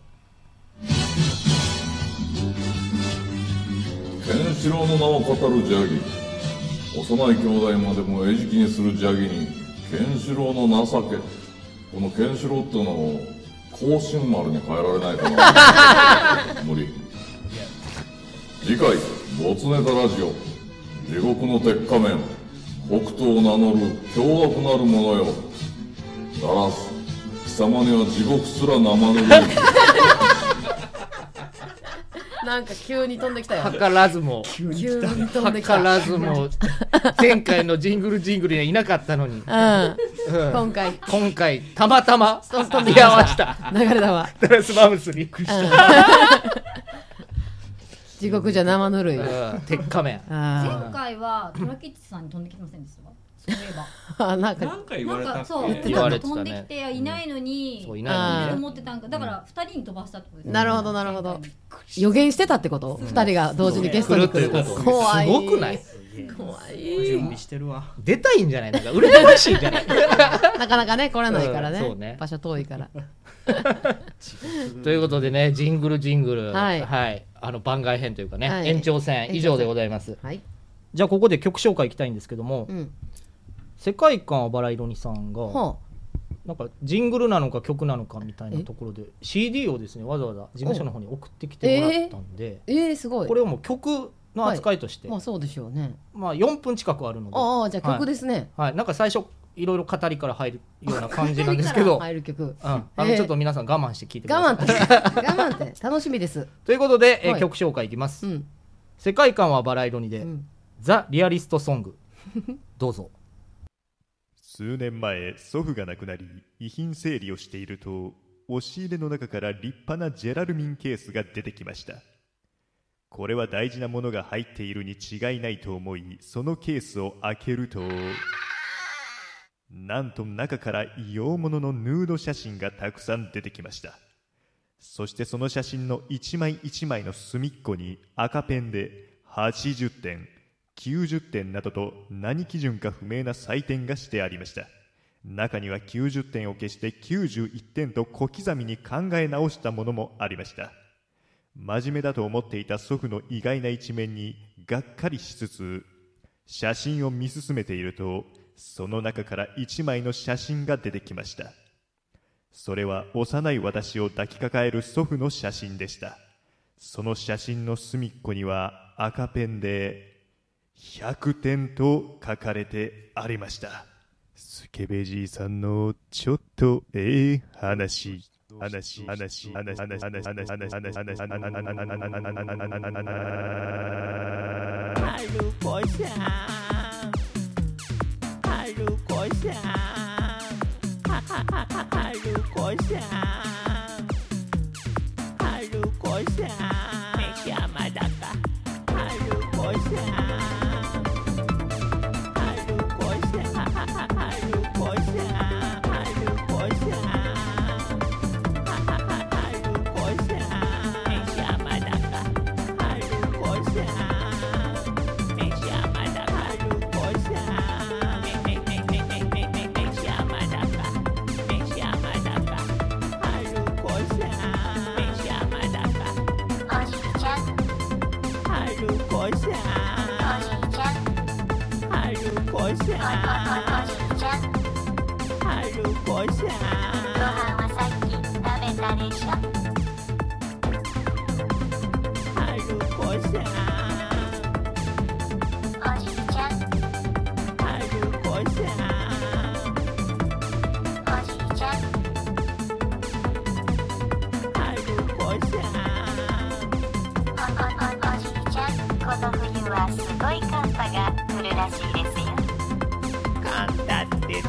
L: ケンシロウの名を語るジャギ幼い兄弟までも餌食にするジャギにケンシロウの情けこのケンシロウってのを甲信丸に変えられないかな無理次回「ボツネタラジオ」地獄の鉄仮面北斗を名乗る凶悪なる者よガラス貴様には地獄すら生ぬるいう
B: なんか急に飛んできたよ
A: 図らずも
B: 急に飛んできた
A: 図らずも前回のジングルジングルにはいなかったのに、
B: う
A: う
B: ん
A: ん
B: 今回
A: 今回たまたま
B: 飛んで
A: 出
B: きま
A: 会
B: した
A: わした
B: 流れ玉
A: ドレスマウスに
B: 地獄じゃ生ぬるい
A: うん鉄仮面
E: 前
B: あ
E: 回はトラキッチさんに飛んできませんでしたそういえば
B: ーあなんか
E: なん
F: か言われたっけ
E: そう
F: 言ってたね
E: 飛んできていないのに、
A: そう
B: いないのにね
E: と思ってたんかだから二人に飛ばしたってことですね
B: なるほどなるほど予言してたってこと二人が同時にゲストに来る
A: 来るということ
B: 怖い
A: すごくない
B: 怖い
I: 準備してるわ
A: 出たいんじゃないのか売れてほしいんじ ゃない
B: なかなかね来れないからね,、
A: うんそうね
B: 場所遠 いから
A: ということでねジングルジングル
B: はい
A: あの番外編というかね、
B: はい
A: 延長戦以上でございます、
B: はい
A: じゃあここで曲紹介いきたいんですけども、
B: うん
A: 世界観はバラ色にさんが、
B: は
A: なんかジングルなのか曲なのかみたいなところで CD をですねわざわざ事務所の方に送ってきてもらったんで、
B: えー、すごい
A: これをもう曲の扱いとして、
B: はいまあそうでしょうね
A: まあ4分近くあるので
B: ああじゃあ曲ですね
A: はい、はいなんか最初いろいろ語りから入るような感じなんですけど
B: 入る曲、
A: うん、あの
B: えー
A: ちょっと皆さん我慢して聞いてください
B: 我慢って我慢って楽しみです
A: ということで、えー
B: はい
A: 曲紹介いきます、世界観はバラ色にで、ザ・リアリストソングどうぞ
D: 数年前祖父が亡くなり遺品整理をしていると押し入れの中から立派なジェラルミンケースが出てきましたこれは大事なものが入っているに違いないと思いそのケースを開けるとなんと中から洋物のヌード写真がたくさん出てきましたそしてその写真の一枚一枚の隅っこに赤ペンで80点90点などと何基準か不明な採点がしてありました中には90点を消して91点と小刻みに考え直したものもありました真面目だと思っていた祖父の意外な一面にがっかりしつつ写真を見進めているとその中から1枚の写真が出てきましたそれは幼い私を抱きかかえる祖父の写真でしたその写真の隅っこには赤ペンで100点と書かれてありましたスケベじいさんのちょっとええ話話話話話話話話話話話話
G: アルコさんアルコさんアルコさんアルコさん山田かアルコさんアルコさんアルコさんアルコさんアルコさん山田かアルコさん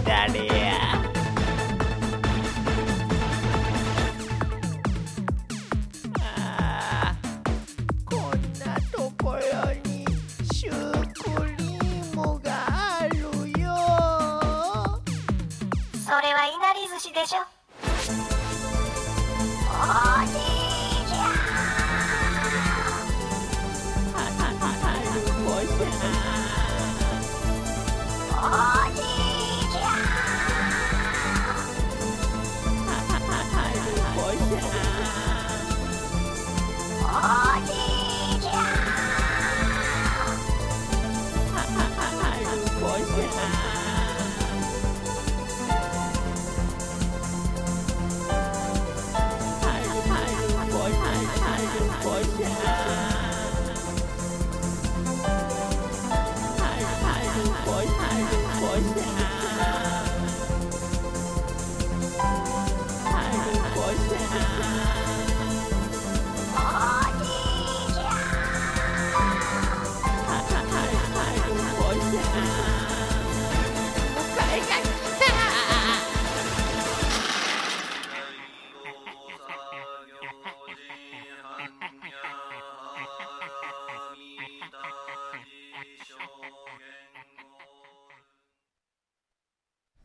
G: 誰やこんなところにシュークリームがあるよそれはいなり寿司でしょおじいちゃんおじいちゃん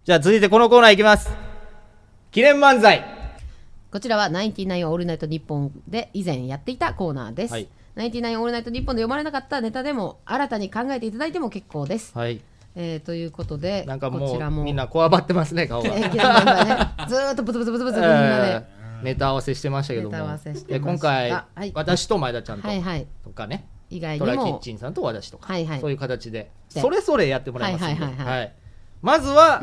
A: じゃあ続いてこのコーナーいきます。記念漫才。
B: こちらはナインティナインオールナイトニッポンで以前やっていたコーナーです。ナインティナインオールナイトニッポンで読まれなかったネタでも新たに考えていただいても結構です。
A: はい。
B: えーということで、
A: なんか
B: こ
A: も
B: ちら
A: う、
B: も
A: みんなこわばってますね、顔が。
B: えー記念漫才ねずーっとブツブツブツブツみんなで。
A: えーネタ合わせしてましたけども
B: ネタ合わせして
A: で
B: ま
A: 今
B: した
A: 回、
B: はい
A: 私と前田ちゃんと,、
B: はいはい
A: とかね
B: 以外に
A: ト
B: も
A: ラキッチンさんと私とか、
B: はいはい
A: そういう形で
B: で
A: それぞれやってもらいますので
B: はいはいはいはい
A: はいまずは、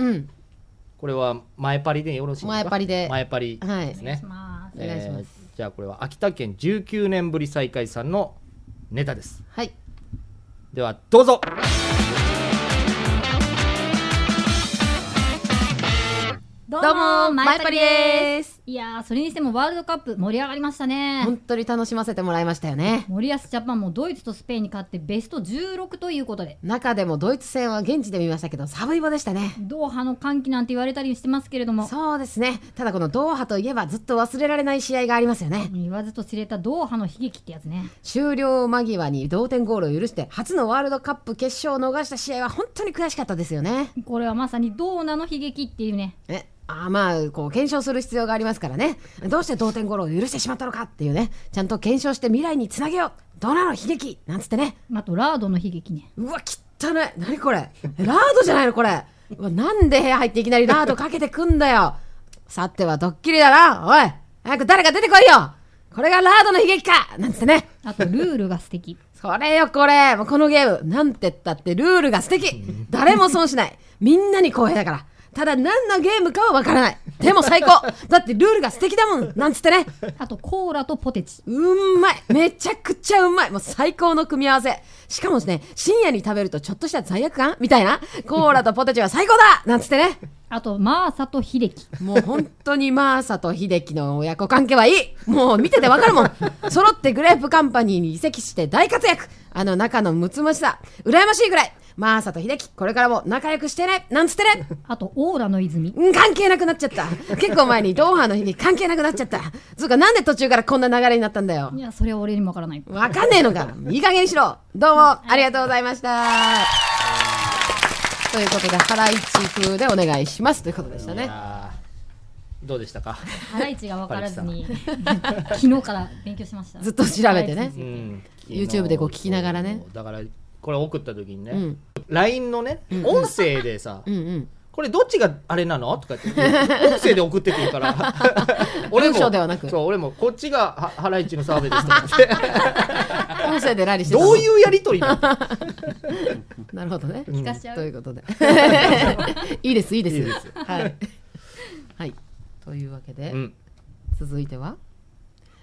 A: これは前パリでよろしいですか
B: 前パリで
A: 前パリですね、
B: お願いします
A: えーじゃあこれは秋田県19年ぶり再開さんのネタです
B: はい
A: ではどうぞ
E: どう
B: どうも
E: も
B: マ
E: マ
B: イ
E: イ
B: パ
E: パ
B: リ
E: リ
B: で
E: ですいやーそれにしてもワールドカップ盛り上がりましたね
B: 本当に楽しませてもらいましたよね。
E: 森保ジャパンもドイツとスペインに勝ってベスト16ということで
B: 中でもドイツ戦は現地で見ましたけどサブイボでしたね
E: ドーハの歓喜なんて言われたりしてますけれども
B: そうですねただこのドーハといえばずっと忘れられない試合がありますよね
E: 言わずと知れたドーハの悲劇ってやつね
B: 終了間際に同点ゴールを許して初のワールドカップ決勝を逃した試合は本当に悔しかったですよね
E: これはまさにドーナの悲劇っていうね
B: えあーまあこう検証する必要がありますからねどうして同点ゴールを許してしまったのかっていうねちゃんと検証して未来につなげようドナの悲劇なんつってね
E: あとラードの悲劇ね
B: うわ汚い何これえラードじゃないのこれうわなんで部屋入っていきなりラードかけてくんだよさてはドッキリだなおい早く誰か出てこいよこれがラードの悲劇かなんつってね
E: あとルールが素敵
B: それよこれもうこのゲームなんてったってルールが素敵誰も損しないみんなに公平だからただ何のゲームかはわからないでも最高だってルールが素敵だもんなんつってね
E: あとコーラとポテチ
B: うんまいめちゃくちゃうまいもう最高の組み合わせしかもですね深夜に食べるとちょっとした罪悪感みたいなコーラとポテチは最高だなんつってね
E: あとマーサと秀樹
B: もう本当にマーサと秀樹の親子関係はいいもう見ててわかるもん揃ってグレープカンパニーに移籍して大活躍あの仲のむつましさ羨ましいぐらいマーサと秀樹これからも仲良くしてねなんつってね
E: あとオーラの泉
B: 関係なくなっちゃった結構前にドーハの日に関係なくなっちゃったつうかなんで途中からこんな流れになったんだよ
E: いやそれは俺にもわからない
B: わかんねえのかいい加減にしろどうもありがとうございましたということでハライチ風でお願いしますということでしたね
A: どうでしたか
E: ハライチが分からずに
A: パリさん
E: 昨日から勉強しました
B: ずっと調べてね
A: うん
B: YouTube でこう聞きながらね
A: だからこれ送った時にね、
B: うん
A: LINE のね音声でさ、
B: うんうん
A: これどっちがあれなのとか言って音声で送ってくるから俺も
B: 文章ではなく
A: そう俺もこっちがはハライチの澤部ですとか言って
B: 音声でラリしてたの
A: どういうやりとりなの
B: なるほどね
A: 聞かしちゃう
B: とい うことでいいですいいです
A: いいです
B: はい、はい、というわけで、
A: うん
B: 続いては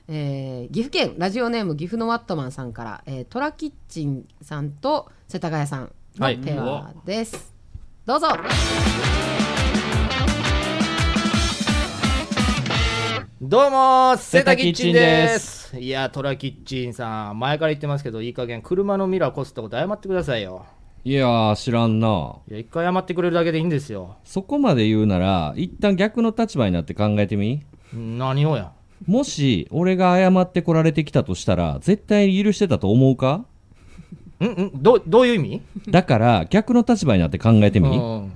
B: えー岐阜県ラジオネーム岐阜のワットマンさんから、えートラキッチンさんと世田谷さん
A: は
B: の
A: い
B: ペアです、どうぞ
A: どうもー瀬田キッチンで
R: 瀬
A: すいやトラキッチンさん前から言ってますけどいい加減車のミラーこすったこと謝ってくださいよ
F: いやー知らんない
A: や一回謝ってくれるだけでいいんですよ
F: そこまで言うなら一旦逆の立場になって考えてみ
A: 何をや
F: もし俺が謝ってこられてきたとしたら絶対に許してたと思うか
A: うんうんどうどういう意味
F: だから逆の立場になって考えてみ、
A: うん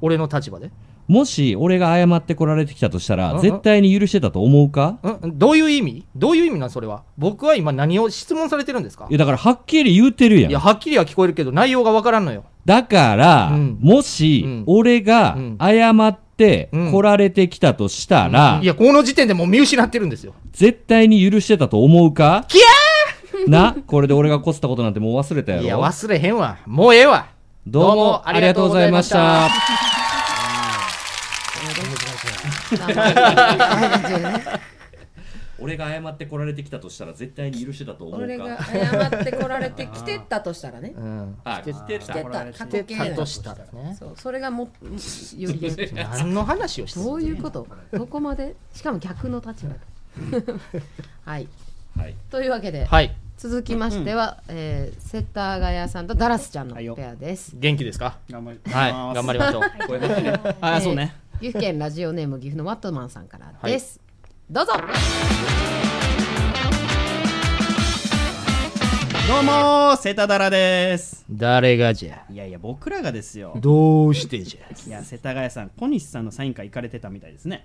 A: 俺の立場で
F: もし俺が謝ってこられてきたとした
A: うんう
F: ら
A: ん
F: 絶対に許してたと思うか
A: うんどういう意味どういう意味なんそれは僕は今何を質問されてるんですか
F: いやだからはっきり言うてるやん
A: いやはっきりは聞こえるけど内容がわからんのよ
F: だから、もし俺が謝ってこられてきたとしたら、
A: いやこの時点でもう見失ってるんですよ
F: 絶対に許してたと思うか
A: きゃ ー
F: なこれで俺がこすったことなんてもう忘れたやろ
A: いや忘れへんわもうええわ
F: どうもありがとうございました 俺が謝ってこられてきたとしたら絶対に許してたと思うか
B: 俺が謝ってこられてきてたとしたらね、
A: うん
F: あ来てた
B: 来てた過去形
A: 来てたとしたらね
B: そうそれが もうより
A: 何の話をしてんの
B: どういうことどこまでしかも逆の立場 はい、
F: はい、
B: というわけで、
A: はい
B: 続きましては、えー世田谷さんとダラスちゃんのペアです
A: 元気ですか
I: 頑張り
A: はい
I: ます
A: 頑張りましょう
I: これねあーそうね
B: えー岐阜県ラジオネーム岐阜のワットマンさんからです、どうぞ
I: どうもーセタダラです
A: 誰がじゃ
I: いやいや僕らがですよ
A: どうしてじゃ
I: いや世田谷さん小西さんのサイン会行かれてたみたいですね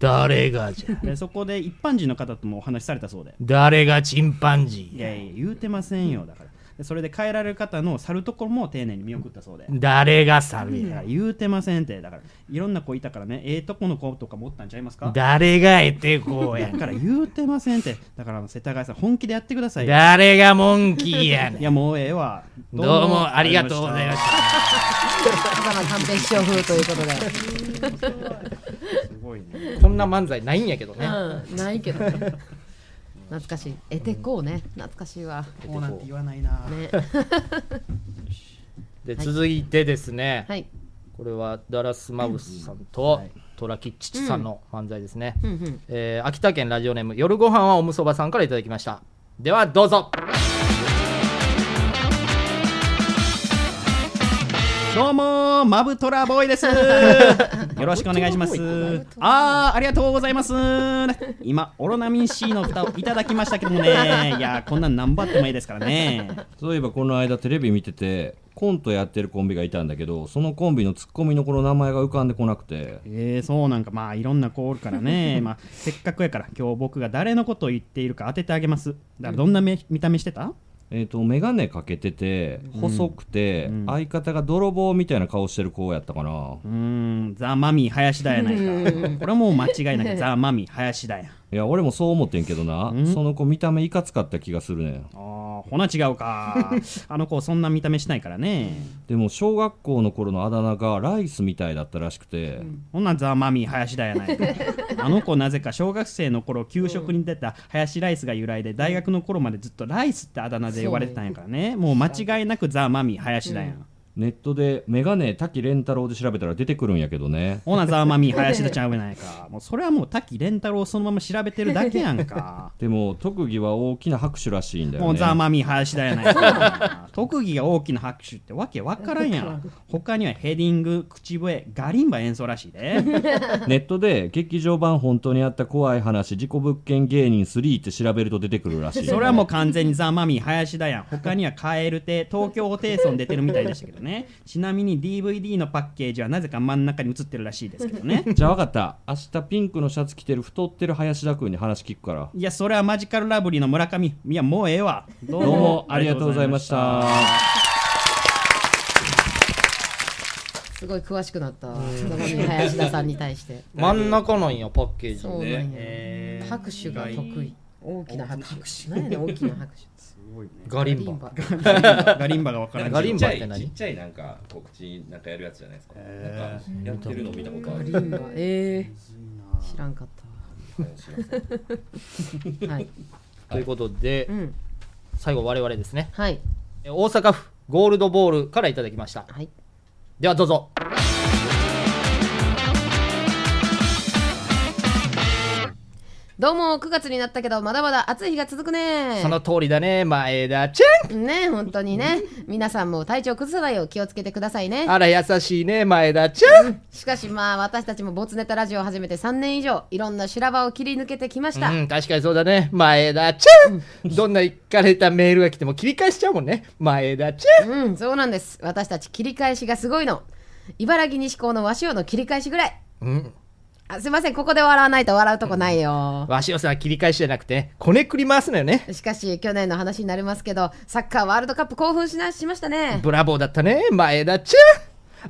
A: 誰がじゃ
I: でそこで一般人の方ともお話しされたそうで
A: 誰がチンパンジ
I: いやいや言うてませんよだからでそれで帰られる方の去るところも丁寧に見送ったそうで
A: ー誰がサ
I: いや
A: ル
I: 言うてませんってだからいろんな子いたからねええとこの子とか持ったんちゃいますか
A: 誰がえてこうや
I: だから言うてませんってだからあの世田谷さん本気でやってくださいよ
A: 誰がモンキーやねん
I: いやもうええわ
A: どうもありがとうございました
B: だから寛平師匠風ということで。
A: こんな漫才ないんやけどね、
B: うん、ないけどね懐かしいえてこうね懐かしいわ
I: こうなんて言わないな
B: ね
A: で
B: はい
A: 続いてですね、
B: はい
A: これはダラスマウスさんとトラキッチチさんの漫才ですね、
B: うんうん
A: えー秋田県ラジオネーム夜ご飯はおむそばさんからいただきましたではどうぞ
I: どうもーマブトラボーイです よろしくお願いしますあーありがとうございます今オロナミン C の蓋をいただきましたけどもねいやーこんなん何張ってもいいですからね
F: 例えばこの間テレビ見ててコントやってるコンビがいたんだけどそのコンビのツッコミのこの名前が浮かんでこなくて
I: えー、そうなんかまあいろんな子おるから ねまあせっかくやから今日僕が誰のことを言っているか当ててあげますだからどんなめ見た目してた
F: えっ、と眼鏡かけてて
I: うん
F: 細くて、相方が泥棒みたいな顔してる子やったかな
I: うーんザ・マミー林田やない
F: うん
I: かこれはもう間違いなくザ・マミー林田や
F: いや俺もそう思ってんけどなその子見た目いかつかった気がするねん
I: あほな違うか あの子そんな見た目しないからね
F: でも小学校の頃のあだ名がライスみたいだったらしくて、
I: ほんなんザ・マミー林田やない かあの子なぜか小学生の頃給食に出た林ライスが由来で大学の頃までずっとライスってあだ名で呼ばれてたんやからねもう間違いなくザ・マミー林田やん、
F: ネットでメガネ滝蓮太郎で調べたら出てくるんやけどね
I: ほなザーマミー林田ちゃうやないかもうそれはもう滝蓮太郎をそのまま調べてるだけやんか
F: でも特技は大きな拍手らしいんだよね
I: もうザーマミー林田やない か特技が大きな拍手ってわけわからんやん他にはヘディング口笛ガリンバ演奏らしいで
F: ネットで劇場版本当にあった怖い話事故物件芸人3って調べると出てくるらしい
I: それはもう完全にザ・マミー林田やん他にはカエル亭東京ホテイソン出てるみたいでしたけどねちなみに DVD のパッケージはなぜか真ん中に映ってるらしいですけどね
F: じゃあ分かった明日ピンクのシャツ着てる太ってる林田君に話聞くから
I: いやそれはマジカルラブリーの村上いやもうええわど
F: どうもありがとうございました
B: すごい詳しくなった坂上 林田さんに対して
A: 真ん中なんやパッケージ
B: そうなんや、拍手が得意大きな拍手何やねん大きな拍手すごいね
A: ガリンバ
I: ガリンバがわからん
A: ガリンバって何
C: ちっちゃいなんか告知なんかやるやつじゃないですか。
I: えー
C: なんかやってるの見たことあ
B: ガ
C: る。
B: リンバえー、知らんかったはい
A: ということで、最後我々ですね、
B: はい、
A: 大阪府ゴールドボールからいただきました、ではどうぞ
B: どうも9月になったけどまだまだ暑い日が続くね
A: その通りだね前田ちゃん
B: ね本当にね皆さんも体調崩さないよう気をつけてくださいね
A: あら優しいね前田ちゃん
B: しかしまあ私たちもボツネタラジオを始めて3年以上いろんな修羅場を切り抜けてきました、
A: うん、確かにそうだね。前田ちゃん、どんな行かれたメールが来ても切り返しちゃうもんね。前田ちゃん
B: うん、そうなんです。私たち切り返しがすごいの。茨城西高の和塩の切り返しぐらい。
A: うん。
B: あすいません、ここで笑わないと笑うとこないよ。
A: わしおさんは切り返しじゃなくて、ね、こねくり回すのよね。
B: しかし、去年の話になりますけど、サッカーワールドカップ興奮しなしましたね。
A: ブラボーだったね、前田ちゃん。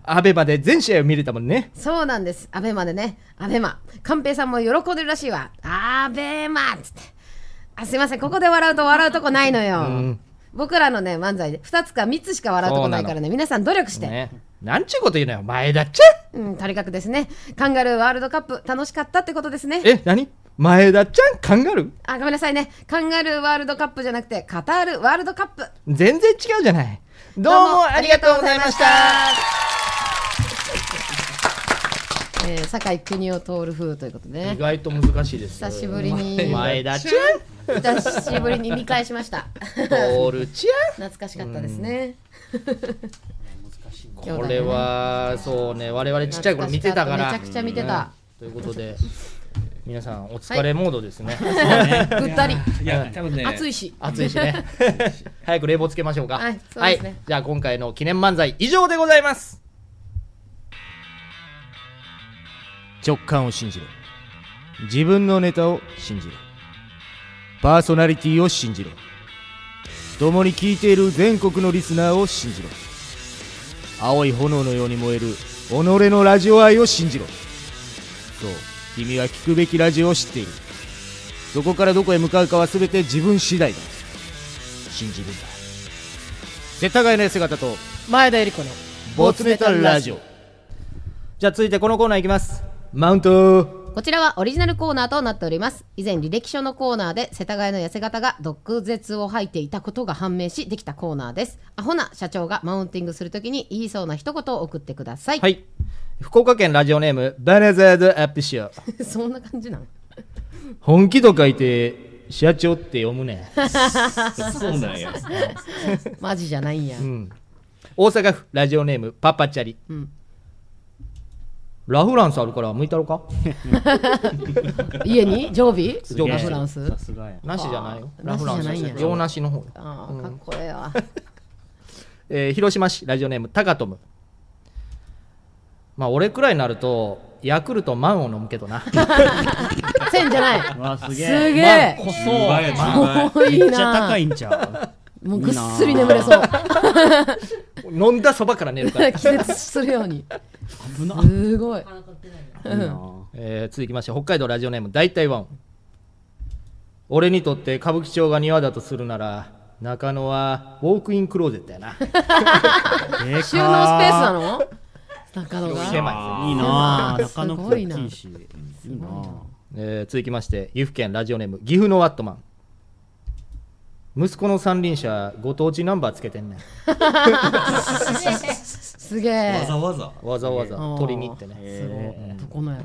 A: アベマで全試合を見れたもんね。
B: そうなんです。アベマでね。アベマ。寛平さんも喜んでるらしいわ。アベマっつって。あ、すいません、ここで笑うと笑うとこないのよ。
A: うん
B: 僕らのね、漫才で2つか3つしか笑うとこないから
A: そう
B: ね、皆さん努力して。
A: ね。なんちゅうこと言うのよ、前田ちゃ
B: うん、とにかくですね、カンガルーワールドカップ楽しかったってことですね。
A: ん。え、何前田ちゃん、カンガルー
B: あ、ごめんなさいね。カンガルーワールドカップじゃなくて、カタールワールドカップ。
A: 全然違うじゃない。どうもありがとうございました。
B: えー、酒井国を通る風ということでね
A: 意。外と難しいですよ。
B: 久しぶりに。
A: 前田ちゃん。
B: 久しぶりに見返しました。
A: ボールちゃん。
B: 懐かしかったですね。
A: これはそうね我々ちっちゃい頃見てたから
B: 懐かしかっためちゃくちゃ見てた
A: うんということで皆さんお疲れモードですね。
B: はいそうねぐったり
A: うん
B: いや多分ね暑いし
A: 暑いし ね。早く冷房つけましょうか。
B: はいそうですね
A: じゃあ今回の記念漫才以上でございます。直感を信じろ。自分のネタを信じろ。パーソナリティを信じろ。共に聞いている全国のリスナーを信じろ。青い炎のように燃える己のラジオ愛を信じろそう君は聞くべきラジオを知っているそこからどこへ向かうかは全て自分次第だ信じるんだ世田谷の痩せ方と
B: 前田恵理子の
A: ボツネタラ ジオじゃあ続いてこのコーナーいきますマウント
B: こちらはオリジナルコーナーとなっております。以前履歴書のコーナーで世田谷の痩せ方が毒舌を吐いていたことが判明しできたコーナーです。アホな社長がマウンティングするときに言いそうな一言を送ってください。
A: はい福岡県ラジオネームバネザードアップショー
B: そんな感じなの
A: 本気と書いて社長って読むね
B: そうなんやマジじゃないんや。
A: うん大阪府ラジオネームパパチャリ、
B: うん
A: ラフランスあるから向いたろか
B: 家に常備
A: すげえ
B: ラフランス
A: さすがやなしじゃないよ
B: あー
A: ラフランス
B: なしじゃないんや
A: 洋梨の方
B: ああ、かっこええわ。
A: えー広島市ラジオネームタカトムまあ俺くらいになるとヤクルトマンを飲むけどな
B: 千じゃない。
A: すげえ
B: すげえ。
A: まあこそう10倍や10倍
B: 多いな。
A: めっちゃ高いんちゃ
B: う。もうぐっすり眠れそう。
A: 飲んだそばから寝るから
B: 気絶するように。すごい。うん
A: えー続きまして北海道ラジオネーム大体ワン俺にとって歌舞伎町が庭だとするなら中野はウォークインクローゼットやな
B: 収納スペースなの中野が。
A: 狭い
B: すごいな。
A: いいな、えー続きまして岐阜県ラジオネーム岐阜のワットマン息子の三輪車ご当地ナンバーつけてんねん
B: すげえ。
A: ざわざわざ取りに行ってね
B: すごい
A: うん
B: どこのや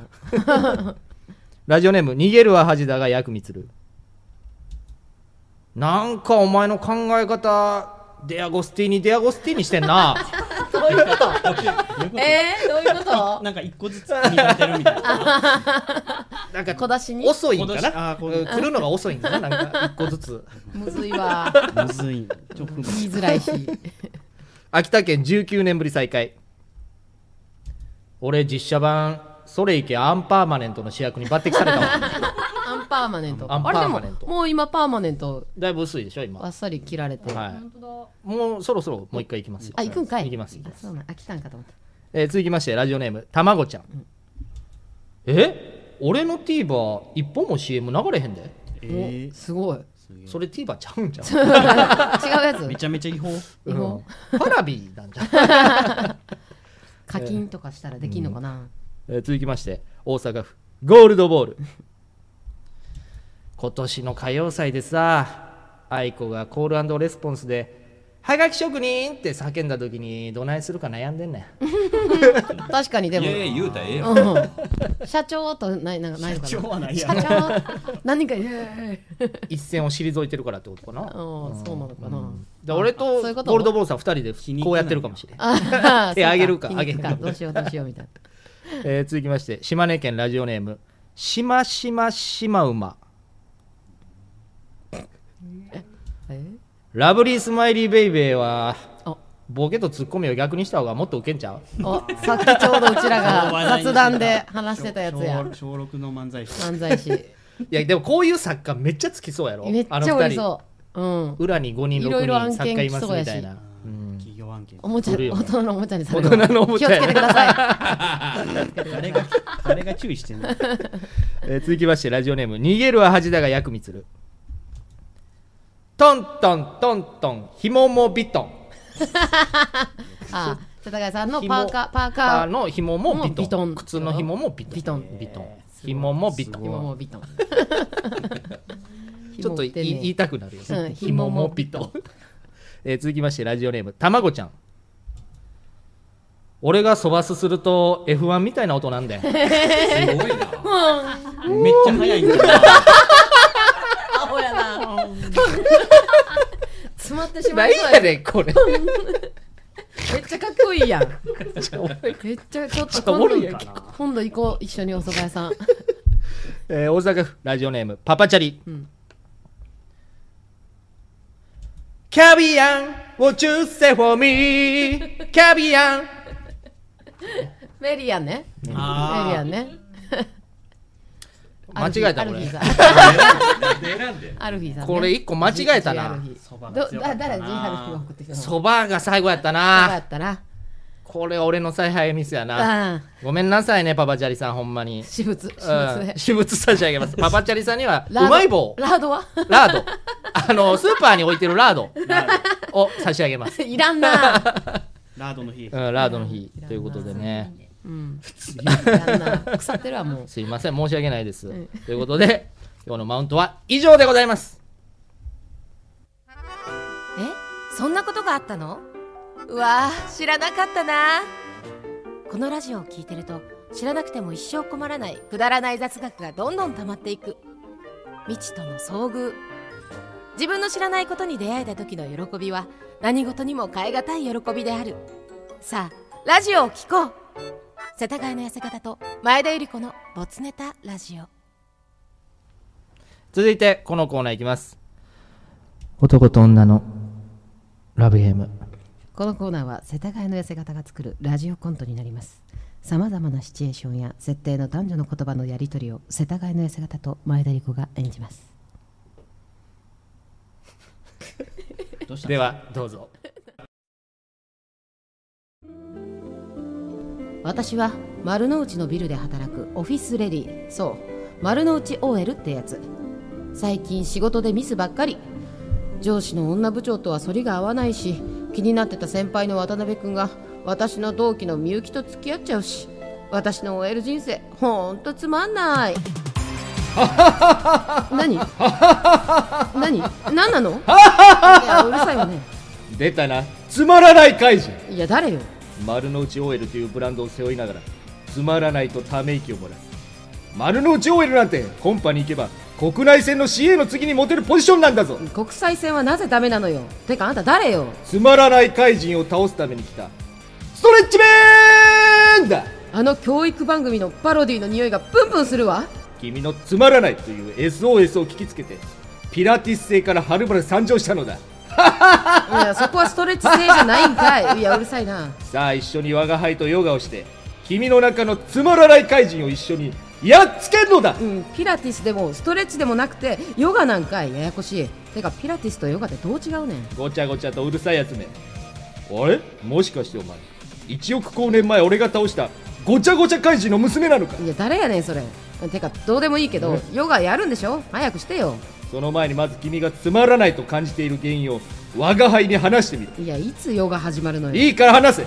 B: ろ。
A: ラジオネーム逃げるは恥だが役につるなんかお前の考え方デアゴスティーニデアゴスティーニしてんな
B: どういうこと？えー、どういうこと？
I: なんか一個ずつ組み立てるみたい
A: なんか
B: 小出しに
A: 遅いんかな
I: 小出しあー小出し
A: 来るのが遅いんかななんか一個ずつ
B: むずいわ。
I: な。むずい。ちょっと
B: 言いづらいし。
A: 秋田県19年ぶり再開俺実写版それいけアンパーマネントの主役に抜擢されたわ
B: アンパーマネント。
A: アンパ
B: あれで
A: ーマ
B: も
A: ネント
B: もう今パーマネント
A: だいぶ薄いでしょ今
B: あっさり切られて。
A: はいもうそろそろもう一回いきますよ
B: あ行くんかい。
A: 行きます
B: あそうなん。飽きたんかと思った。
A: えー続きましてラジオネームたまごちゃん、え俺の TVer 一本も CM 流れへんで
B: おすごい
A: それ TVer ちゃうんちゃ
B: 違うやつめち
I: ゃめちゃ違法
B: 違法
A: パラビなんじゃ
B: 課金とかしたらできんのかな、
A: えー続きまして大阪府ゴールドボール 今年の歌謡祭でさ愛子がコールレスポンスで「はがき職人!」って叫んだ時にどないするか悩んでんねん
B: 確かにでも
A: いやいや言うたらええやん
B: うん 社長とないなんかないのかな
A: 社長はないや
B: 社
A: ん
B: 長 何人かいる
A: 一線を退いてるからってことかな
B: うんそうなのかな、
A: で俺と
B: あそういうこと
A: ゴールドボールさん2人でこうやってるかもしれ
B: あ
A: な
B: ー
A: い 手あげるか
B: そう
A: あげへん
B: 皮肉
A: か
B: どうしようどうしようみたい
A: えー続きまして島根県ラジオネームしましましまうま
B: なえ
A: ラブリースマイリーベイベーはボケとツッコミを逆にした方がもっとウケんちゃう
B: おさっきちょうどうちらが雑談で話してたやつや
I: 小小六の漫才師。
B: 漫才 師。
A: いやでもこういう作家めっちゃつきそうやろ
B: めっちゃおりそう、うん、
A: 裏に5人
B: いろいろ
A: 6
B: 案
A: 人作
B: 件
A: 家い
B: 来
A: ます
B: そうや
A: み
B: した
A: いな
I: 企業案件
B: おもちゃ
A: 来るよ
B: 大人のおもちゃにされる
A: 大人のおもちゃ
B: 気をつけてください
I: 誰が誰が注意 してんの。
A: えー続きましてラジオネーム逃げるは恥だが役につるトントントントンひももビトン
B: ああ世田谷さんのパーカーパーカー
A: の紐もビトン靴の紐もビトンビトン紐もビトン
B: 紐もビトン
A: ちょっとい言い,、たくなるよね、
B: うん
A: 紐もビトンえー続きましてラジオネームたまごちゃん俺がそばすすると F1 みたいな音なん だよ
B: な
A: めっちゃ速いんだ よ
B: アホやな 詰まってしま
A: ないん
B: そう
A: やねんこれ
B: めっちゃかっこいいやんめっちゃちょっと
A: ちょっとおも
B: 今
A: ろ
B: 度
A: いやん
B: 今度行こう一緒にお蕎麦屋さん
C: えー大阪府ラジオネームパパチャリ、キャビアンをチューセフォミーキャビアン
B: メリアンね。メリ
C: あー
B: アンね。
C: 間違えたこれ
B: アルフィーさんアルフィーさんね。
C: これ一個間違えたな
B: どだ誰ジハルフィーが送ってきたの。
C: そばが最後やった
B: そばや
C: な
B: ったな。
C: これ俺の采配ミスや
B: う
C: なんごめんなさいねパパチャリさんほんまに
B: 私物私物
C: うん私物差し上げ ますパパチャリさんにはう
B: ラード
C: まい棒
B: ラードは？
C: ラードあのスーパーに置いてるラードを差し上げます
B: いらんな。
A: ラードの日
C: うん、ラードの日ということでね。
B: うん。いらんな。腐ってるわもう。
C: すいません、申し訳ないです
B: ん。
C: ということで、今日のマウントは以上でございます。
B: えそんなことがあったのうわー知らなかったなこのラジオを聞いてると知らなくても一生困らないくだらない雑学がどんどん溜まっていく未知との遭遇自分の知らないことに出会えた時の喜びは何事にも代え難い喜びであるさあラジオを聞こう世田谷の痩せ方と前田由里子のボツネタラジオ
C: 続いて、このコーナーいきます。
G: 男と女のラブゲーム
B: このコーナーは世田谷の痩せ方が作るラジオコントになりますさまざまなシチュエーションや設定の男女の言葉のやり取りを世田谷の痩せ方と前田理子が演じます
C: では、どうぞ。
B: 私は丸の内のビルで働くオフィスレディそう丸の内 OL ってやつ最近仕事でミスばっかり上司の女部長とは反りが合わないし気になってた先輩の渡辺君が私の同期のみゆきと付き合っちゃうし私の OL 人生ほんとつまんない何何何なのいやうるさいわね
C: 出たな。つまらない怪人
B: いや誰よ
C: 丸の内 OL というブランドを背負いながら、つまらないとため息をもらう。丸の内 OL なんて、コンパに行けば、国内線の CA の次にモテるポジションなんだぞ。
B: 国際線はなぜダメなのよてかあんた誰よ
C: つまらない怪人を倒すために来た。ストレッチメンだ
B: あの教育番組のパロディの匂いがプンプンするわ
C: 君のつまらないという SOS を聞きつけてピラティス星からはるばる参上したのだ
B: いやそこはストレッチ性じゃないんかいいやうるさいな
C: さあ一緒に我が輩とヨガをして君の中のつまらない怪人を一緒にやっつけるのだ、
B: ピラティスでもストレッチでもなくてヨガなんかいややこしいてかピラティスとヨガってどう違うねん
C: ごちゃごちゃとうるさいやつめあれもしかしてお前1億光年前俺が倒したごちゃごちゃ怪人の娘なのか
B: いや誰やねんそれてかどうでもいいけど
C: え
B: ヨガやるんでしょ早くしてよ
C: その前にまず君がつまらないと感じている原因を我が輩に話してみる
B: いやいつヨガ始まるのよ
C: いいから話せ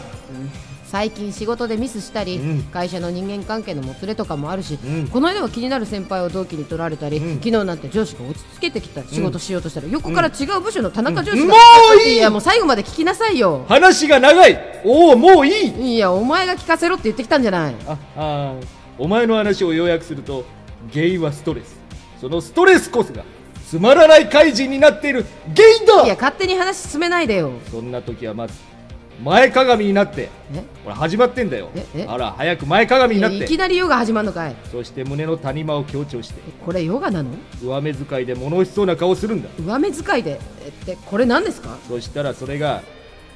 B: 最近仕事でミスしたり、
C: うん
B: 会社の人間関係のもつれとかもあるし、この間は気になる先輩を同期に取られたり、昨日なんて上司が落ち着けてきた仕事しようとしたら、横から違う部署の田中上司が、
C: うんもういい
B: やもう最後まで聞きなさいよ
C: 話が長いおおもういい
B: いやお前が聞かせろって言ってきたんじゃない
C: あーお前の話を要約すると原因はストレスそのストレスこそがつまらない怪人になっている原因だ
B: いや勝手に話進めないでよ
C: そんな時はまず前かがみになって
B: え
C: ほら始まってんだよあら早く前かがみになっ
B: い
C: て
B: やいきなりヨガ始まるのかい
C: そして胸の谷間を強調して
B: これヨガなの
C: 上目遣いで物欲しそうな顔をするんだ
B: 上目遣いでえってこれ何ですか
C: そしたらそれが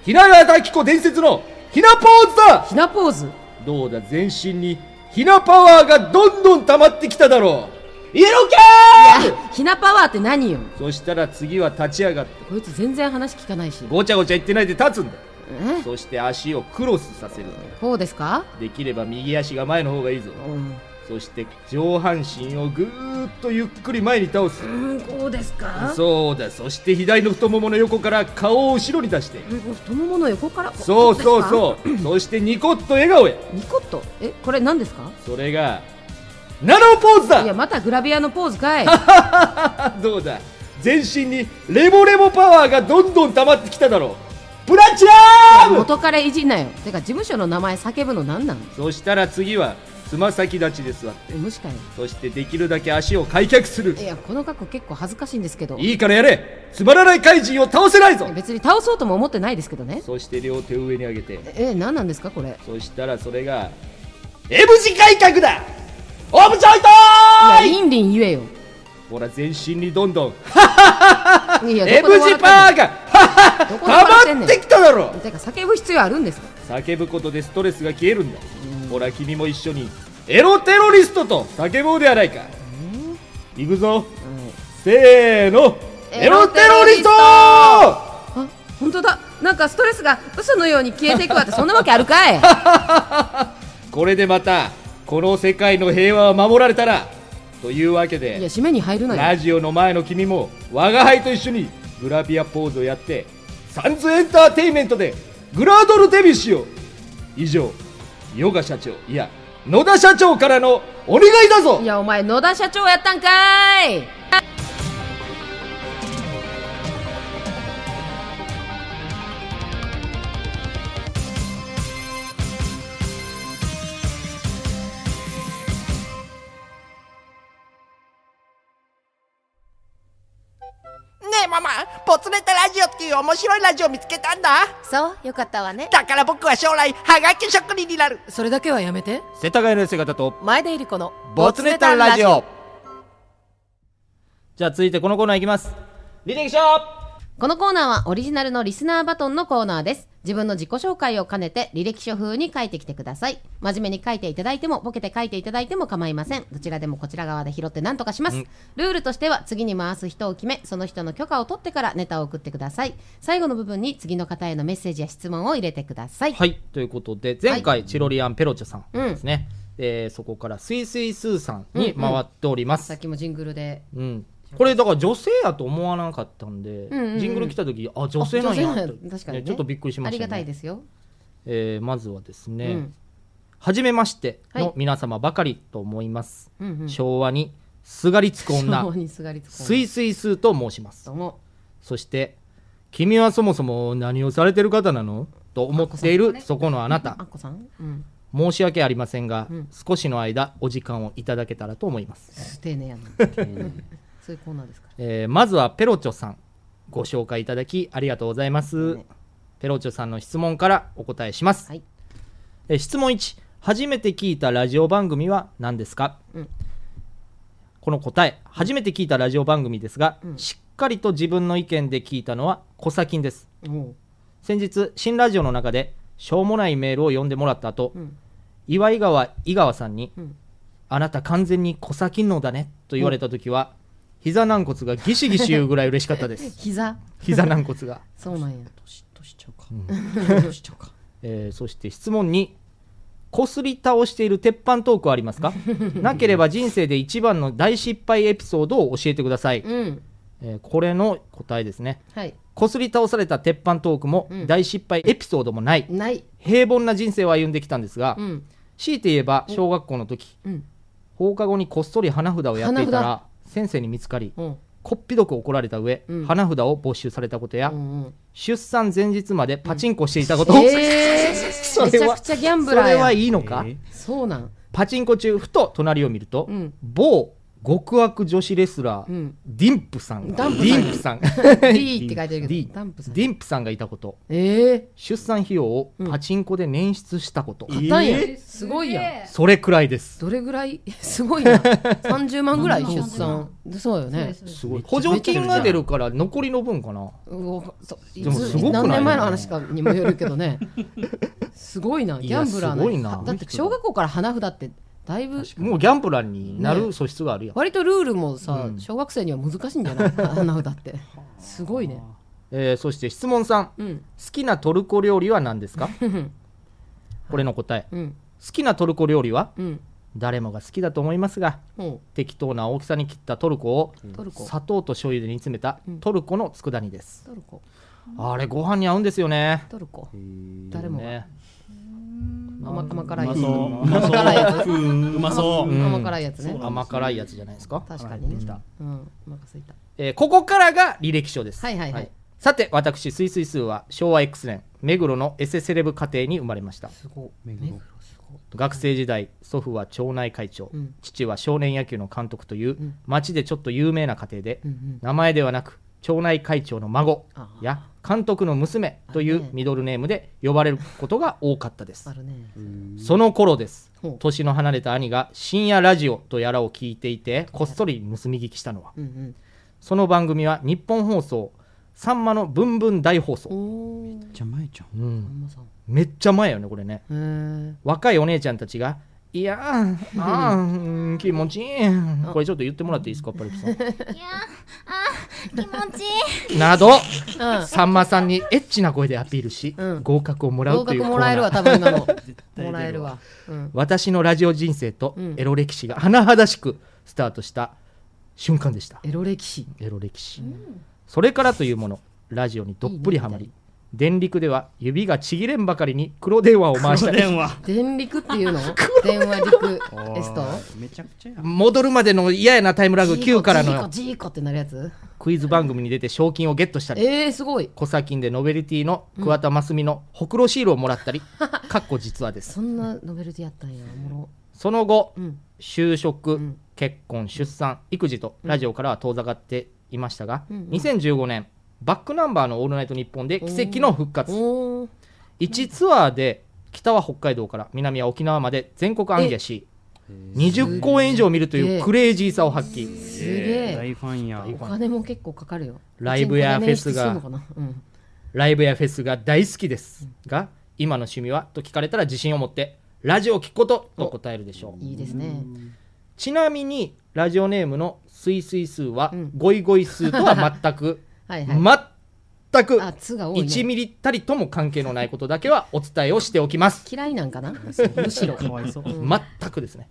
C: 平川大子伝説のひなポーズだ
B: ひなポーズ
C: どうだ全身にひなパワーがどんどん溜まってきただろうイエローキャー
B: ひなパワーって何よ
C: そしたら次は立ち上がって
B: こいつ全然話聞かないし
C: ごちゃごちゃ言ってないで立つんだ
B: え
C: そして足をクロスさせるんだ
B: こうですか
C: できれば右足が前の方がいいぞ、そして上半身をぐーっとゆっくり前に倒す、
B: こうですか
C: そうだそして左の太ももの横から顔を後ろに出して、
B: うん太ももの横から
C: そうそう
B: う
C: そう そしてニコッと笑顔や
B: ニコッとえこれ何ですか
C: それがナノポーズだ
B: いやまたグラビアのポーズ かい
C: あどうだ全身にレボレボパワーがどんどん溜まってきただろうプラチナーム
B: 元からいじんなよてか事務所の名前叫ぶの何なん
C: そしたら次はつま先立ちで座って
B: 無視かよ
C: そしてできるだけ足を開脚する
B: いやこの格好結構恥ずかしいんですけど
C: いいからやれつまらない怪人を倒せないぞ
B: 別に倒そうとも思ってないですけどね
C: そして両手を上に上げて
B: え何なんですかこれ
C: そしたらそれが M 字開脚だ
A: オブジョイト
B: いやリンリン言えよ
A: ほら全身にどんどん
B: いや
A: エブジパーが
B: どこで
A: 溜
B: 笑ん
A: ま
B: ね
A: っ
B: ん
A: てきただろ
B: てか叫ぶ必要あるんですか
A: 叫ぶことでストレスが消えるんだほら君も一緒にエロテロリストと叫ぼうではないか行くぞせーのエロテロリスト
B: 本当だなんかストレスが嘘のように消えていくわってそんなわけある かい
A: これでまたこの世界の平和を守られたらというわけ
B: い
A: で
B: や締めに入るな
A: ラ
B: よ
A: ジオの前の君も我輩と一緒にグラビアポーズをやってサンズエンターテインメントでグラドルデビューしよう以上ヨガ社長いや野田社長からのお願いだぞ
B: いやお前野田社長やったんかい
J: えママポツネタラジオっていう面白いラジオ見つけたんだ
B: そうよかったわね
J: だから僕は将来ハガキ職人になる
V: それだけはやめて
A: 世田谷の姿と
V: 前田ゆり子の
A: じゃあ続いてこのコーナーいきます履歴書
B: このコーナーはオリジナルのリスナーバトンのコーナーです自分の自己紹介を兼ねて履歴書風に書いてきてください真面目に書いていただいてもボケて書いていただいても構いませんどちらでもこちら側で拾って何とかします、ルールとしては次に回す人を決めその人の許可を取ってからネタを送ってください最後の部分に次の方へのメッセージや質問を入れてください
A: はいということで前回チロリアンペロチョさん
B: うん
A: ですね、えーそこからスイスイスーさんに
B: うんうん
A: 回っております、
B: さっきもジングルで
A: うん、これだから女性やと思わなかったんで、
B: うんうんうん
A: ジングル来た時あ女性なんや
B: あ女性
A: と
B: なんや確かにね
A: ちょっとびっくりしま
B: あ
A: し
B: り
A: た
B: が
A: ね
B: たいですよ
A: えーまずはですね、
B: うん
A: はじめまして
B: はい
A: の皆様ばかりと思います、
B: うんうん
A: 昭和にすがりつく女
B: 昭和にすがりつく女
A: スイスイスーと申しますそして君はそもそも何をされてる方なのと思っているそこのあなた
B: あっこさんうん
A: 申し訳ありませんが、少しの間お時間をいただけたらと思います
B: 丁寧やなそういうコーナーですか
A: えーまずはペロチョさんご紹介いただきありがとうございます、ペロチョさんの質問からお答えします、えー質問1初めて聞いたラジオ番組は何ですか、
B: うん
A: この答え初めて聞いたラジオ番組ですが、しっかりと自分の意見で聞いたのはコサキンです先日新ラジオの中でしょうもないメールを読んでもらった後、岩井川井川さんに、あなた完全にコサキンのだね」と言われた時は、膝軟骨がギシギシ言うぐらい嬉しかったです
B: 膝
A: 膝軟骨が
B: そうなんや
A: うん えーそして質問にこすり倒している鉄板トークはあり ますかなければ人生で一番の大失敗エピソードを教えてください、
B: うん
A: えーこれの答えですね
B: はい
A: こすり倒された鉄板トークも大失敗エピソードもない,、平凡な人生を歩んできたんですが、
B: うん
A: 強いて言えば小学校の時、
B: うん
A: 放課後にこっそり花札をやっていた
B: 花
A: ら先生に見つかり、こっぴどく怒られた上、
B: うん
A: 花札を没収されたことや、出産前日までパチンコしていたこと、
B: え
A: そ
B: ー、め
A: れ
B: ちゃ
A: は
B: くちゃギャンブラー
A: そ
B: や
A: れはいいのか、
B: そうなん
A: パチンコ中ふと隣を見ると、
B: うん
A: 某極悪女子レスラー、
B: うん
A: ディンプさんが
B: ダンプ
A: デ
B: さ
A: ィ
B: ん
A: ンプさん
B: D って書いてるけ
A: D
B: どダンプさん
A: ディンプさんがいたこと、出産費用をパチンコで捻出したこと、
B: 買ったんや、
A: えー
B: すごいやん
A: それくらいです
B: どれぐらい すごいな30万ぐらい出産そうよね
A: すごい補助金が出るから残りの分かな
B: うおそ
A: でもすごくない
B: 何年前の話かにもよるけど ねすごいなギャンブ
A: いや
B: ラー
A: すごいな
B: だって小学校から花札ってだいぶ
A: もうギャンブラーにな
B: ね
A: る素質があるやん、
B: 割とルールもさ、小学生には難しいんじゃない花札ってすごいね
A: えーそして質問さん、
B: うん
A: 好きなトルコ料理は何ですかこれの答え、好きなトルコ料理は、
B: うん
A: 誰もが好きだと思いますが、
B: ほ
A: 適当な大きさに切ったトルコを、
B: トルコ
A: 砂糖と醤油で煮詰めたトルコの佃煮です、
B: トルコ
A: あれご飯に合うんですよね
B: トルコ
A: 誰もね
B: 甘甘辛いや
A: う
B: つ
A: まそう
B: 甘辛いやつ
A: うんうまそう
B: 甘甘辛いやつね
A: うん甘辛いやつじゃないですか
B: 確かにね
A: できた
B: うんお腹すいた
A: えーここからが履歴書です。
B: はいはいはい
A: さて、私、スイスイスーは昭和 X 年、目黒のエセセレブ家庭に生まれました。学生時代、祖父は町内会長、
B: うん
A: 父は少年野球の監督という、町でちょっと有名な家庭で、
B: うんうん
A: 名前ではなく、町内会長の孫や監督の娘というミドルネームで呼ばれることが多かったです、その頃です年の離れた兄が深夜ラジオとやらを聞いていてこっそり盗み聞きしたのは
B: うんうん
A: その番組は日本放送さんまのブンブン大放送めっ
I: ちゃ前じ
A: ゃん、めっちゃ前よねこれね若いお姉ちゃんたちが「いやー あーうん気持ちいい」これちょっと言ってもらっていいですかパリプさん
T: 気持ちいい
A: など、
T: うん
A: さんまさんにエッチな声でアピールし、合格をもらう
B: 合
A: という
B: 格
A: コーナー
B: もらえるわ多分今 の
A: 対出るわ
B: もらえるわうん
A: 私のラジオ人生と
B: うん
A: エロ歴史が甚だしくスタートした瞬間でした
B: エロ歴史
A: エロ歴史、それからというものラジオにどっぷりはまり電力では指がちぎれんばかりに黒電話を回したり
I: 黒電話
B: 電力っていうの電話陸エスト
I: めちゃくちゃや
A: 戻るまでの嫌やなタイムラグ9から
B: ジーコ
A: の
B: ジーコってなるやつ
A: クイズ番組に出て賞金をゲットしたり
B: えー、すごい
A: 小砂金でノベルティの桑田真澄のほくろシールをもらった りかっこ実はです
B: そんなノベルティやったんやおもろ
A: その後、就職、結婚出産育児とラジオからは遠ざかっていましたが、
B: うんうん
A: 2015年バックナンバーの「オールナイトニッポン」で奇跡の復活1ツアーで北は北海道から南は沖縄まで全国アンギャし20公演以上見るというクレイジーさを発揮
B: すげえ
I: 大ファンや
B: お金も結構かかるよ
A: ライブやフェス
B: 一
A: が
B: 年五年必要なのかな
A: ライブやフェスが大好きですが今の趣味はと聞かれたら自信を持ってラジオを聞くことと答えるでしょう
B: うんいいですね
A: ちなみにラジオネームのスイスイスーはゴイゴイスーとは全く
B: はい
A: 全く
B: つが多いね
A: 1ミリたりとも関係のないことだけはお伝えをしておきます
B: 嫌いなん かな
A: むしろ
B: かわいそう
A: 全くですね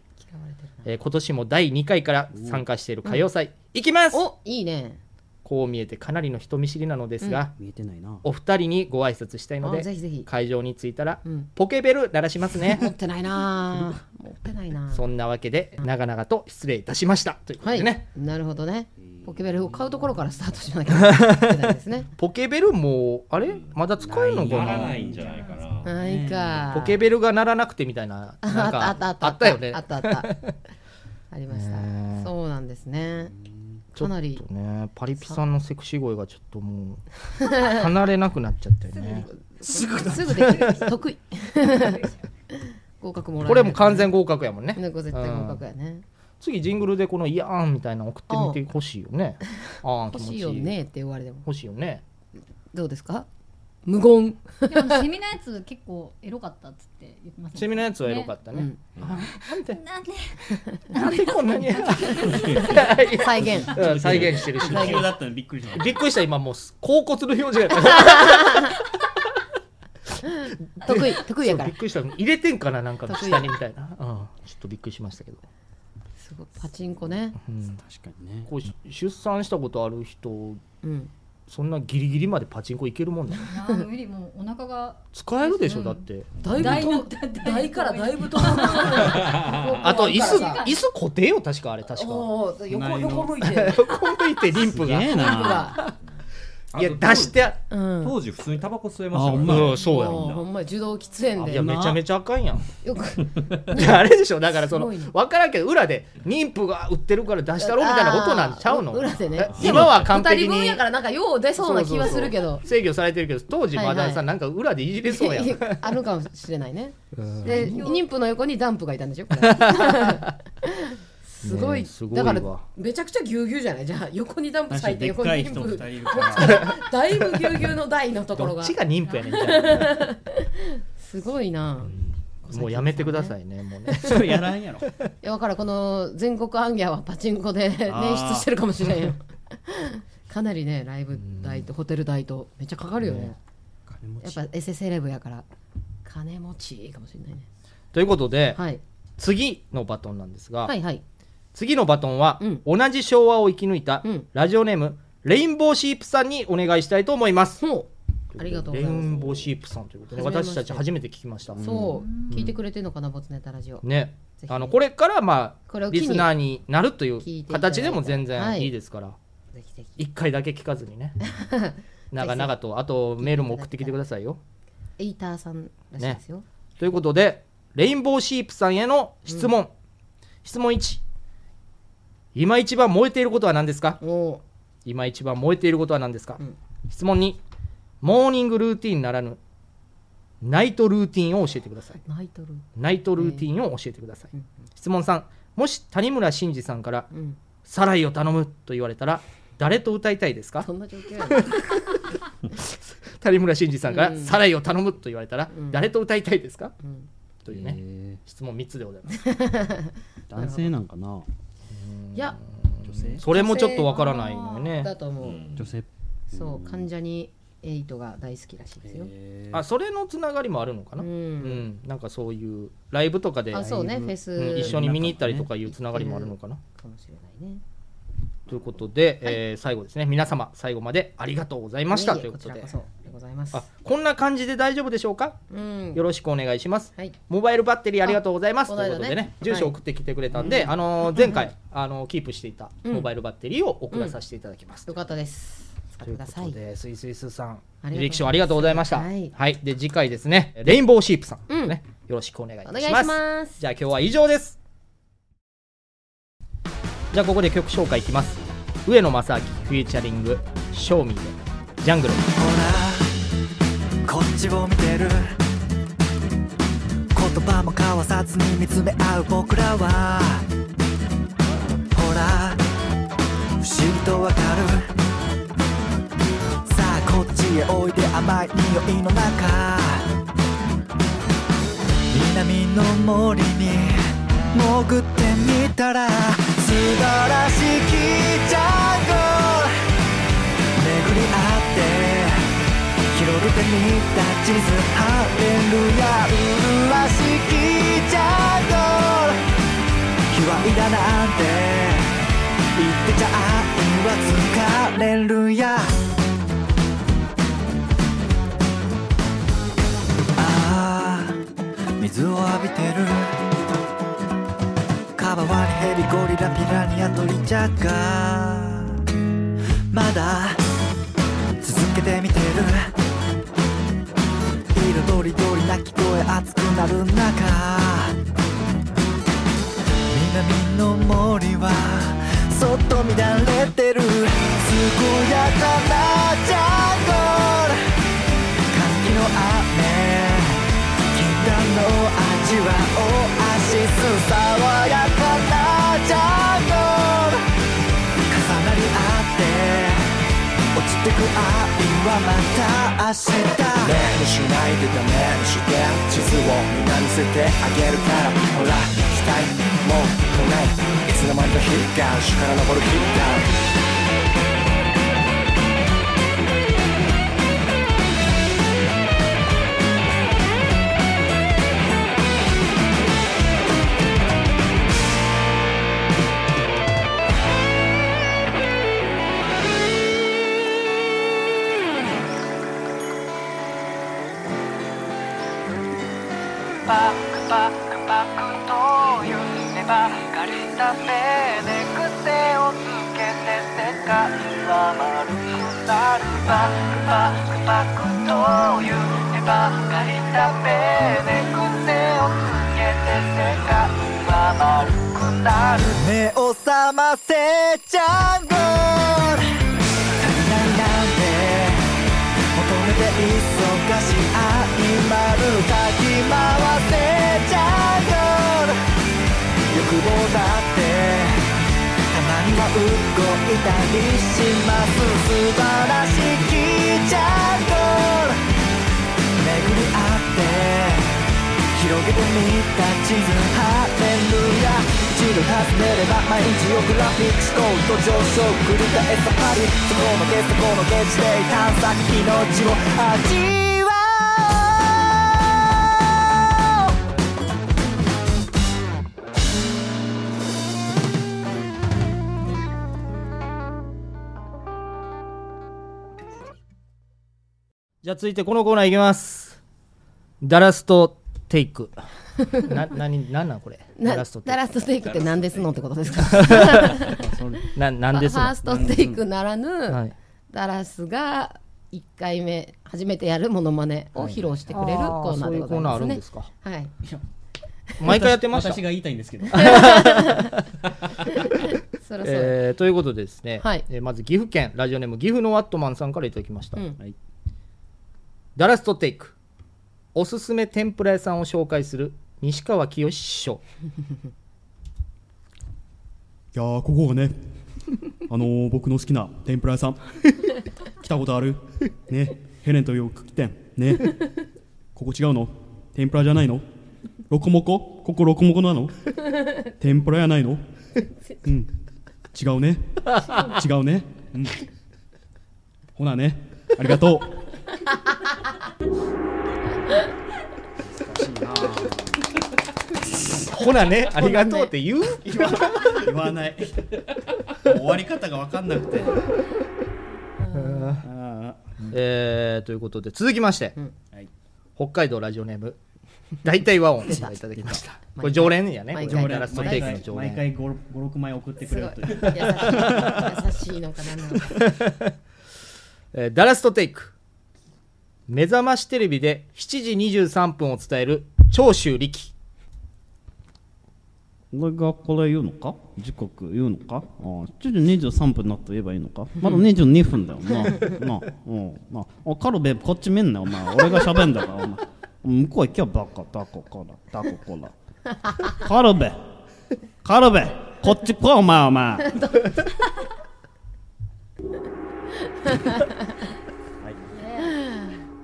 A: えー今年も第2回から参加している歌謡祭、いきます
B: おいいね
A: こう見えてかなりの人見知りなのですが、
I: 見えてないな
A: お二人にご挨拶したいの
B: あ
A: で
B: ぜひぜひ
A: 会場に着いたら、ポケベル鳴らしますね
B: 持ってないなあ持ってないなあ
A: そんなわけで長々と失礼いたしましたということでね、
B: なるほどねポケベルを買うところからスタートしなきゃいけないです ね
A: ポケベルもあれまだ使えるのかな
F: ならないんじゃないかな
B: ないか
A: ポケベルが鳴らなくてみたいな
B: あ
A: なんか
B: あったあった
A: あったよね
B: あったあったありましたそうなんですねかなり
A: ちょっとねパリピさんのセクシー声がちょっとも う離れなくなっちゃったよね
B: すぐすぐできる 得意合格もらえる
A: これも完全合格やもんね
B: ねこれ絶対合格やね
A: うん次ジングルでこの「いやーん」みたいなの送ってみてほしいよねああ
B: 欲しいよねって言われても
A: 欲しいよね
B: どうですか無言
E: でもセミのやつ結構エロかったっつって言ってます
A: セミのやつはエロかったね
E: なんでなんで
A: なんでこんなに
B: 再現
A: うん再現してるし
I: 急だったのびっくりした
A: びっくりした今もう 高骨の表情やった
B: 得意得意やから
A: そうびっくりした入れてんかななんかの
B: 得意
A: 下にみたいな、うん、ちょっとびっくりしましたけど、
B: すごいパチンコね
A: 確かにねこうし出産したことある人、そんなギリギリまでパチンコいけるもんだ
E: あー無理もうお腹が
A: 使えるでしょだって
E: だいぶ遠く台からだいぶ遠く
A: あと椅子椅子固定よ確かあれ確か
B: おー横
A: 隣の
B: 横向 いて
A: 横向いてリンプが
I: すげえ
A: いや出してあ
F: 当時普通にタバコ吸えました
A: あほんまやうんそうやん
B: ほんまや受動喫煙で
A: いやめちゃめちゃあかんやん
B: よく
A: いやあれでしょだからその
B: すごいね
A: 分からんけど裏で妊婦が売ってるから出したろみたいなことなんちゃうの
B: あー裏でね
A: え 今は完璧
B: 二人分
A: に
B: やからなんかよう出そうな気はするけ
A: そ
B: ど
A: うそうそう制御されてるけど当時まださ、
B: はいはい
A: なんか裏でいじれそう やん
B: あるかもしれないね
A: うん
B: で妊婦の横にダンプがいたんでしょ すご
A: ね
B: い,、
A: えすごい
B: だ
A: わ
B: からめちゃくちゃぎゅうぎゅうじゃないじゃあ横にダンプ咲いて
I: 確
B: 横
I: かに
B: に
I: でっ
B: 妊
I: かい人
B: 婦
I: 二人いる
B: だいぶぎゅうぎゅうの台のところ
A: ど
B: が
A: っちが妊 婦やねんみたいな
B: すごいな
A: もうやめてくださいね もうね
I: それやらんやろ
B: いやだからこの全国アンギャはパチンコで捻出してるかもしれ んよかなりねライブ代とホテル代とめっちゃかかるよねやっぱエセセレブやから金持ちかもしれないね
A: ということで、
B: はい
A: 次のバトンなんですが、
B: はいはい
A: 次のバトンは、同じ昭和を生き抜いた、ラジオネームレインボーシープさんにお願いしたいと思います
B: ありがとうご
A: レ
B: ざ
A: イ
B: います
A: ンボーシープさんということで
B: はじめまして
A: 私たち初めて聞きました
B: そう聞いてくれてんのかなボツネタラジオ
A: ね
B: ぜひ
A: あのこれからま
B: これ
A: あ
B: を機
A: リ
B: に
A: スナーになるとい
B: 聞いていうただい
A: 形
B: て
A: でも全
B: は
A: 然
B: い
A: いいですから
B: ぜひぜひ
A: 一回だけ聞かずに ね長々とあとメールも送ってきてくださいよ
B: エイターさんらしいですよ、
A: ということでレインボーシープさんへの質問、質問1今一番燃えていることは何ですか今一番燃えていることは何ですか、質問にモーニングルーティンならぬナイトルーティンを教えてください
B: ナイトルー
A: ナイトルーティンを教えてください、質問3もし谷村新司さんから、サライを頼むと言われたら誰と歌いたいですか
B: そんな状況
A: 谷村新司さんから、
B: うん
A: サライを頼むと言われたら、
B: うん
A: 誰と歌いたいですか、
B: うん
A: というね質問3つでございます
I: 男性なんかな。
B: いや
I: 女性
A: それもちょっとわからないのよね
B: だと思う、
I: 女性。
B: そう患者にエイトが大好きらしいですよ、
A: あそれのつながりもあるのかな、うんなんかそういうライブとかで
B: あそうねフェス
A: うん一緒に見に行ったりとかいうつながりもあるのかな、
B: かもしれないね
A: ということで、えー最後ですね皆様最後までありがとうございました
B: いえいえ
A: ということで
B: こちらこそでございます
A: あこんな感じで大丈夫でしょうか、
B: うん
A: よろしくお願いします、モバイルバッテリーありがとうございます
B: あ
A: ということでね
B: この間ね
A: 住所送ってきてくれたんで、
B: はい
A: あのー前回、あのーキープしていた
B: うん
A: モバイルバッテリーを送らさせていただきます、
B: よかったです使ってください
A: ということでスイスイスーさん
B: ありがとうございます
A: 履歴書ありがとうございましたはい、で次回ですねレインボーシープさん、ねよろしくお願いいたします
B: お願いします
A: じゃあ今日は以上ですじゃあここで曲紹介いきます上野正明フューチャリング「ショーミーでジャングル
G: こっちを見てる言葉も交わさずに見つめ合う僕らはほら不思議とわかるさあこっちへおいで甘い匂いの中南の森に潜ってみたら素晴らしきジャングル巡り合って広げてみた地図ハレルヤ麗しきジャンゴル卑猥だなんて言ってちゃ愛は疲れるやああ水を浴びてる川にヘビゴリラピラニア鳥ジャガーまだ続けてみてる色とりどりなき声熱くなる中南の森はそっと乱れてる健やかなジャンゴル歓喜の雨禁断の味はオアシス爽やかなジャンゴル重なり合って落ちてく愛はまた明日メールしないでダメにして地図をみんな見せてあげるからほら期待もう来ないいつの間にかヒッガン主から登るヒッガン
M: バックバックバックという夢ばかりだめで癖をつけて世界は丸くなるバックバックバックという夢ばかりだめで癖をつけて世界は丸くなる
G: 目を覚ませジャングル足りないなんて求めて忙しい愛丸かき回せジャングル欲望だってたまには動いたりします素晴らしきジャングル巡り合って広げてみた地図ハレルヤ一度尋ねれば毎日をグラフィック思考と上昇繰り返すパリそこのゲストこのゲジで探索命を味わ
A: じゃあ続いてこのコーナーいきますダラストテイク な何何なんこれ
B: な
A: ダラストテイ
B: ダ
A: ク
B: ラストテイクって何ですのってことです か
A: ななんですの
B: ファーストテイクならぬ、
A: はい
B: ダラスが1回目初めてやるモノマネを披露してくれる
A: はい
B: コーナーでござい
A: あーそういうコーナー
B: ま
A: あ
B: す
A: るん
B: ね
A: ですか
B: はい
A: 毎回やってました
I: 私私が言いたいんですけど
B: そろそろ
A: ええー ということでですね、
B: はい
A: えーまず岐阜県ラジオネーム岐阜のワットマンさんからいただきました、
B: うん
A: ダラストテイクおすすめ天ぷら屋さんを紹介する西川きよし師匠
O: いやーここがねあのー僕の好きな天ぷら屋さん来たことあるねヘレンというクッキ店ねここ違うの天ぷらじゃないのロコモコここロコモコなの天ぷらやないのうん違うね違うねうんほなねありがとう
A: ほなねありがとうって言う
I: 言わない終わり方が分かんなくて
A: えーということで続きまして、北海道ラジオネーム大体和音さんいただきましたこれ常連やねこれ
I: 常連
A: ダラストテイクの常
I: 毎
A: 連
I: 回56枚送ってくれるという
B: すごい優しい優しいのかななんか
A: えーダラストテイク目覚ましテレビで7時23分を伝える長州 力
I: 俺がこれ言うのか時刻言うのかああ7時23分になって言えばいいのかまだ22分だよ ななあ、うん、なああカルベこっち見んなよお前俺が喋んだからお前向こう行けよバカタココラタココラカルベカルベこっち来いお前お前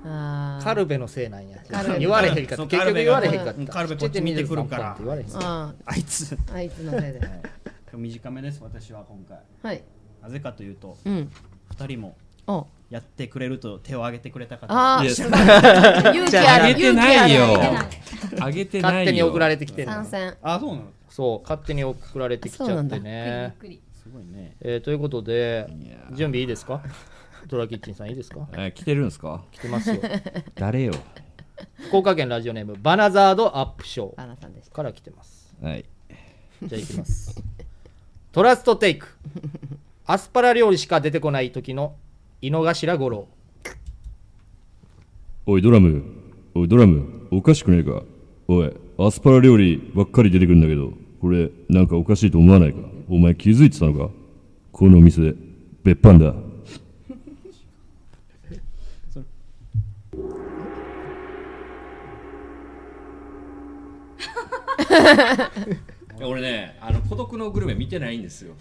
A: カルベのせいなんや
B: カルベ
A: 言われへんかった
B: そう
A: 結局言われへん
B: カ
A: かっ
B: ルベがうん
A: た
B: カルベこっち見てくるから
A: 7時23分って言われへんかった
B: あ
I: あいつ
B: あいつの せいで
I: 短めです私は今回
B: はい
I: なぜかというと、
B: う
I: 二
B: ん
I: 2人も
B: お
I: やってくれると手を挙げてくれた方
B: あーいや勇気ある勇気ある
F: あげてな
A: 勝
F: いよ
A: 手に送られてきてんの
B: 参戦
I: あそうなの
A: そう勝手に送られてきち
B: そう
A: ゃ
B: な
A: っ
B: んだ
A: てね
B: びっくり
I: すごいね
A: えーということで準備いいですかドラキッチンさんいいですか
F: えー来てるんですか
A: 来てます よ
F: 誰よ
A: 福岡県ラジオネームバナザードアップショ
B: ー
A: から来てます
F: はい
A: じゃあいきますトラストテイクアスパラ料理しか出てこない時の井の頭五郎
V: おいドラムおいドラムおかしくねえかおいアスパラ料理ばっかり出てくるんだけどこれなんかおかしいと思わないかお前気づいてたのかこのお店別班だ
F: 俺ねあの孤独のグルメ見てないんですよ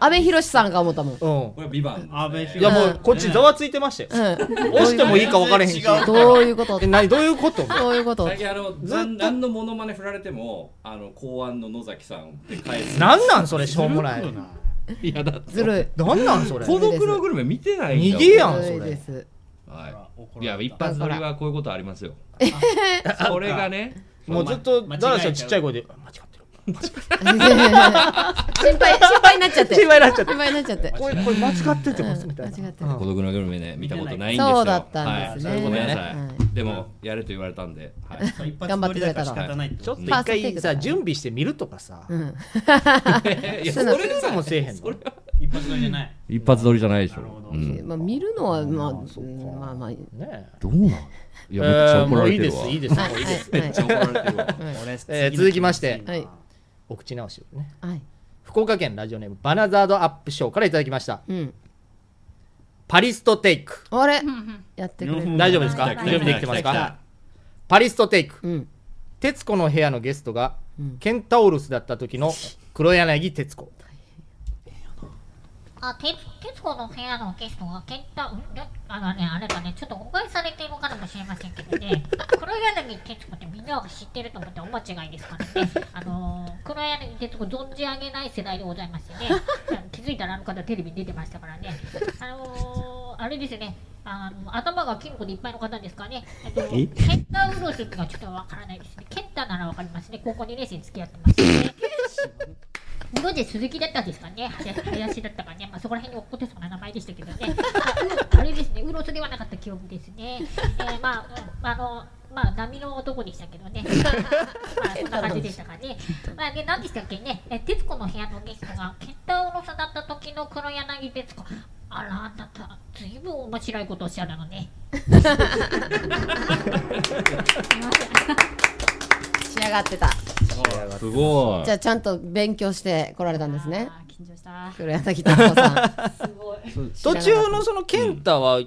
B: 阿部寛さんが思ったもん
A: こ
F: れビバン
I: 安倍
A: いやもうこっちざわついてましたよ、
B: うん
A: 押してもいいか分からへんし
B: どういうこと
A: え何どういうこと
B: どういうこと
F: 最近あのなん何のモノマネ振られてもあの公安の野崎さんって返す
A: なんなんそれしょうもない
F: いやだ
A: ずるいなんなんそれ
F: 孤独のグルメ見てないん
A: 逃
F: だ
A: げやんそれ
F: はいいや一発撮りはこういうことありますよ
A: あ
F: それがね
A: もうずっとダラシはちっちゃい声で
B: 心配心配になっちゃって
A: 心配になっちゃって
B: 心配になっちゃって
A: これこれ間違っててますみたいな
B: 間違って
F: 孤独のグルメね見たことないんですよ
B: そうだったんですね
F: はいごめんなさ
B: はい
F: でもやれと言われたんではい
B: 頑張ってくれたら
A: ちょっと一回さ準備してみるとかさ、
B: うん
A: いやそれさもせえへんの
I: 一発撮りじゃない
F: 一発撮りじゃないでしょうん
B: まあ見るのはまあうんまあまあね
F: どうなんいやめっちゃ怒ら
A: えーもう
F: れてるわ
A: いいですいいです
B: はい
A: もういいです
B: はい
A: めっちゃ怒られてるわ
B: はい
A: 俺えー続きましてお口直しをね福岡県ラジオネームバナザードアップショーからいただきました、パリストテイク
B: あれやってくれる
A: 大丈夫ですか
B: はい
A: 準備できてます
B: はい
A: かパリストテイク、徹子の部屋のゲストが、ケンタウルスだった 時の黒柳徹子
W: あ、て徹子の部屋のゲストがケンタウル、あのね、あれだね、ちょっと誤解されているかもしれませんけどね、黒柳徹子ってみんなが知ってると思ってお間違いですからね、あのー、黒柳徹子存じ上げない世代でございましてね、気づいたらあの方テレビに出てましたからね、あのー、あれですね、あの頭が金庫でいっぱいの方ですからね、えっと、
V: え
W: ケンタウルスってのはちょっとわからないですね、ケンタならわかりますね、高校2年生に付き合ってましたね。室で鈴木だったんですかね、林林だったかね、まあ、そこら辺に落っこってそうな名前でしたけどね、ああれですね、ウロスではなかった記憶ですね、えーまあ、うんあの、まあ、波の男でしたけどね、まあ、そんな感じでしたかね、まあ、ね、何でしたっけね、え徹子の部屋のゲストが、ケンタウロスだった時の黒柳徹子、あら、あなた、ずいぶん面白いことをおっしゃるのね。
B: 仕上がってた
F: すごい
B: じゃあちゃんと勉強して来られたんですね
W: 緊張した
B: 黒柳徹子さん
W: すごい
A: そう途中のその健太は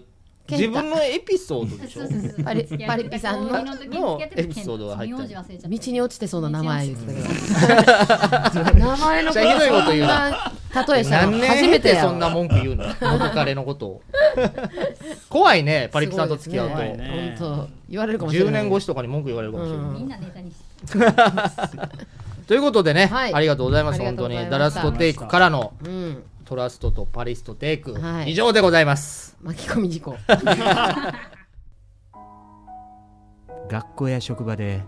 A: 自分のエピソードでしょ
B: そうそうそうパリパリピさんの
A: のエピソードが入ってる
B: 道に落ちてそうな名前言ってたけど名前の
A: めっちゃひどいこと言うな
B: そんな例えしたの
A: 何年
B: 初
A: 経
B: め
A: て
B: て
A: そんな文句言うの元彼のことを 怖いねパリピさんと付き合うと、
B: すごいですね本当言われるかもしれな
A: 10
B: い
A: 年越しとかに文句言われるかもしれない、
B: うん
E: みんなネタにして
A: ということでね、
B: はい
A: ありがとうございます
B: ありが
A: 本
B: と
A: 当
B: うございま
A: に
B: した
A: ダラストテイクからの
B: うん
A: トラストとパリストテイク、
B: はい
A: 以上でございます
B: 巻き込み事 故
K: 学校や職場で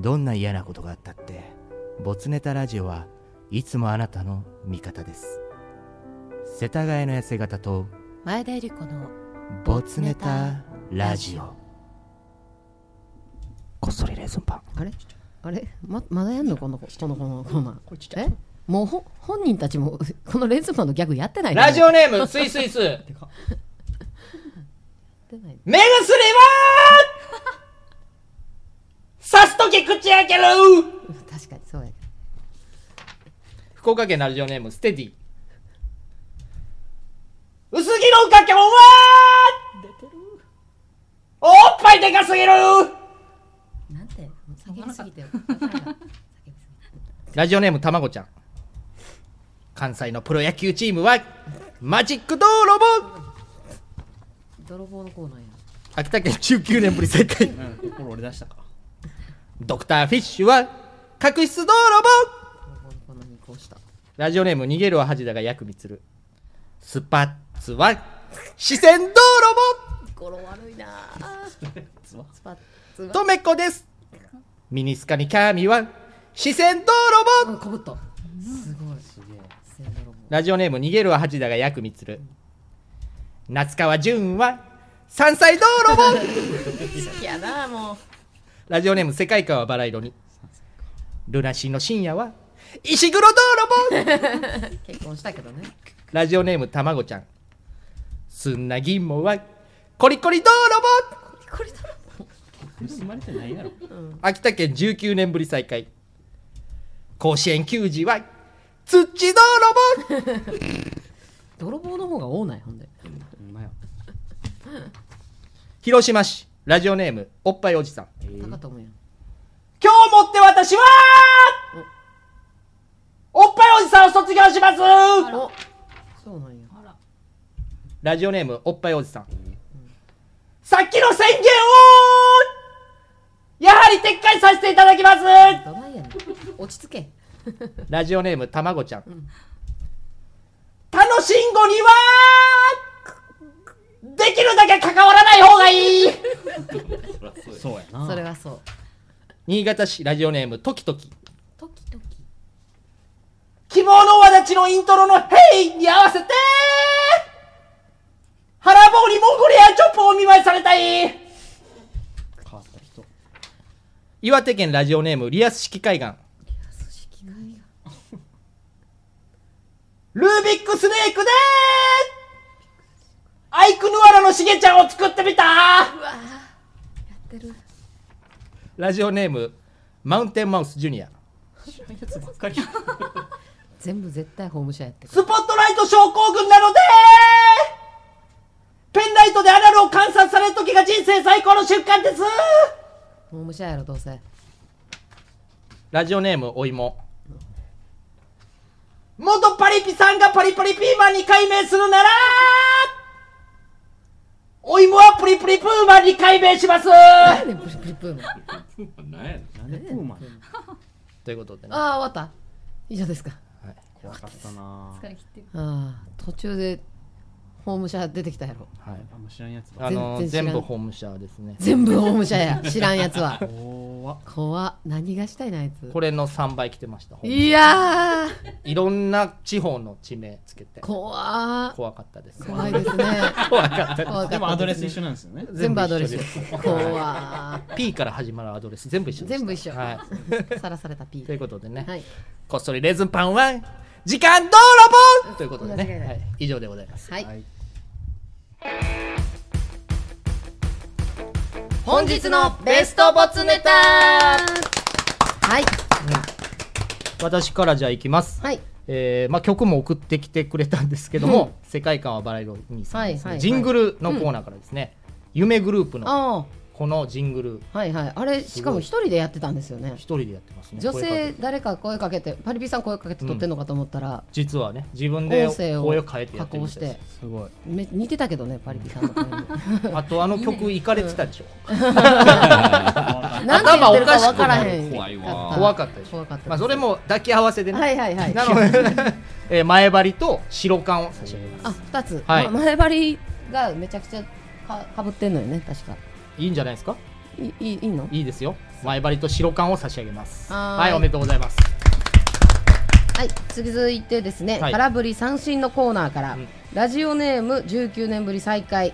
K: どんな嫌なことがあったってボツネタラジオはいつもあなたの味方です世田谷の痩せ方と
B: 前田由里子の
K: ボツネタラジオこっそりレーズンパン
B: あれあれままだやんのこのこのこのコーナーえもうほ本人たちもこのレンズマンのギャグやってないの
A: ラジオネー ムスイスイス目薬は刺すとき口開ける
B: 確かにそうや
A: 福岡県ラジオネームステディ薄着のかけもんはおっぱいでかすぎる
B: なんて叫びすぎて
A: ラジオネームたまごちゃん関西のプロ野球チームはマジック泥棒
B: 泥棒のコーナーや
A: 秋田県19年ぶり再開、
I: 心折れ出したか
A: ドクターフィッシュは角質泥棒
B: こんなにこうした
A: ラジオネーム逃げるは恥だが薬味つるスパッツは視線泥
B: 心悪いなあスパッツ
A: 棒とめこですミニスカにキャミは視線泥棒
B: こぶったすごいすげえ
A: ラジオネーム逃げるは恥だが薬味つる夏川純は山菜泥棒
B: 好きやなもう
A: ラジオネーム世界観はバラ色にルナシーの深夜は石黒泥棒
B: 結婚したけどね
A: ラジオネームたまごちゃんすんな銀もはコリコリ泥棒
I: 盗まれてないやろ
A: 秋田県19年ぶり再開甲子園球児は土泥棒
B: 泥棒の方が多ないほんで
A: 広島市ラジオネームおっぱいおじさん
B: 高友やん
A: 今日もって私はおっぱいおじさんを卒業します
B: そうなんや
A: ラジオネームおっぱいおじさんさっきの宣言をやはり撤回させていただきます
B: どないやねん落ち着け
A: ラジオネームたまごちゃん、楽しんごにはできるだけ関わらない方がいいそうや
B: それはそう
A: 新潟市ラジオネームトキトキ
B: トキトキ
A: 希望の輪立ちのイントロの「ヘイ!」に合わせて腹棒にモンゴリアチョップをお見舞いされたい
I: 変わった人
A: 岩手県ラジオネームリアス式海岸ルービックスネークでアイクヌアラのしげちゃんを作ってみた
B: てる
A: ラジオネームマウンテンマウスジュニア
B: 知らんやつばっかり全部絶対法務者やって
A: スポットライト症候群なのでペンライトでアナルを観察される時が人生最高の瞬間です
B: 法務者やろどうせ
A: ラジオネームお芋元パリピさんがパリパリピーマンに改名するならお芋はプリプリプーマンに改名します
B: 何やねんプリプリプーマン
F: 何や
I: なんでプーマン
A: ということでね
B: ああ終わった以上ですか
I: 怖かったな
E: 疲れ切ってる
B: ああ途中で法務者出てきたやろ
A: はい
I: あんま知らんやつば
A: あ
I: っかり
A: の
B: 全然知らん
A: 全部ホームシャーですね
B: 全部法務 者や知らんやつは
I: 怖
B: 怖っ何がしたいなあいつ
A: これの3倍来てましたホームシャー
B: いやー
A: いろんな地方の地名つけて
B: 怖ー
A: 怖かったです
B: 怖いですね
A: 怖かった
B: 怖かったですねでもアドレス一緒なんですよね全部アドレス
A: 全部一緒です
B: 怖ー
A: P から始まるアドレス全部一緒です
B: 全部一緒
A: は
B: さらされた P
A: い、ということでね、
B: はい
A: こっそりレーズンパンは時間泥棒ということで
B: 間違い
A: ね、
B: ない
A: はい、以上でございます
B: はい、
A: 本日のベストボツネタ
B: はい、
A: 私からじゃあいきます、
B: はい
A: えーまあ、曲も送ってきてくれたんですけども、世界観はバラ色にさんですね、
B: はいはいはい
A: ジングルのコーナーからですね、夢グループ
B: ああ
A: のこのジングル
B: はいはいあれしかも一人でやってたんですよね
A: 一人でやってますね
B: 女
A: 声かけ
B: 性誰か声かけてパリピさん声かけて撮ってんのかと思ったら、
A: 実はね自分で
B: 音声を
A: 声を変えてやっ
B: 加
A: てる
B: 工
A: み
B: した
A: いで
B: て
A: すすごい
B: め似てたけどねパリピさんの 声に
A: あとあの曲いかれてたでしょ
B: なんて言ってるか分からへん
A: 怖い
B: かっ
A: わ
B: た
A: 怖かったでしょ
B: 怖かったです
A: まあそれも抱き合わせでね
B: はいはいはい
A: なのでえー前張りと白缶を差し上げます
B: あ二つ、
A: はい
B: ま前張りがめちゃくちゃかかぶってんのよね確か
A: いいんじゃないですか
B: いいいいの
A: いいですよ前張りと白缶を差し上げます
B: はーい
A: はいおめでとうございます
B: はい続いてですね、
A: はい
B: 空振り三振のコーナーから、ラジオネーム19年ぶり再開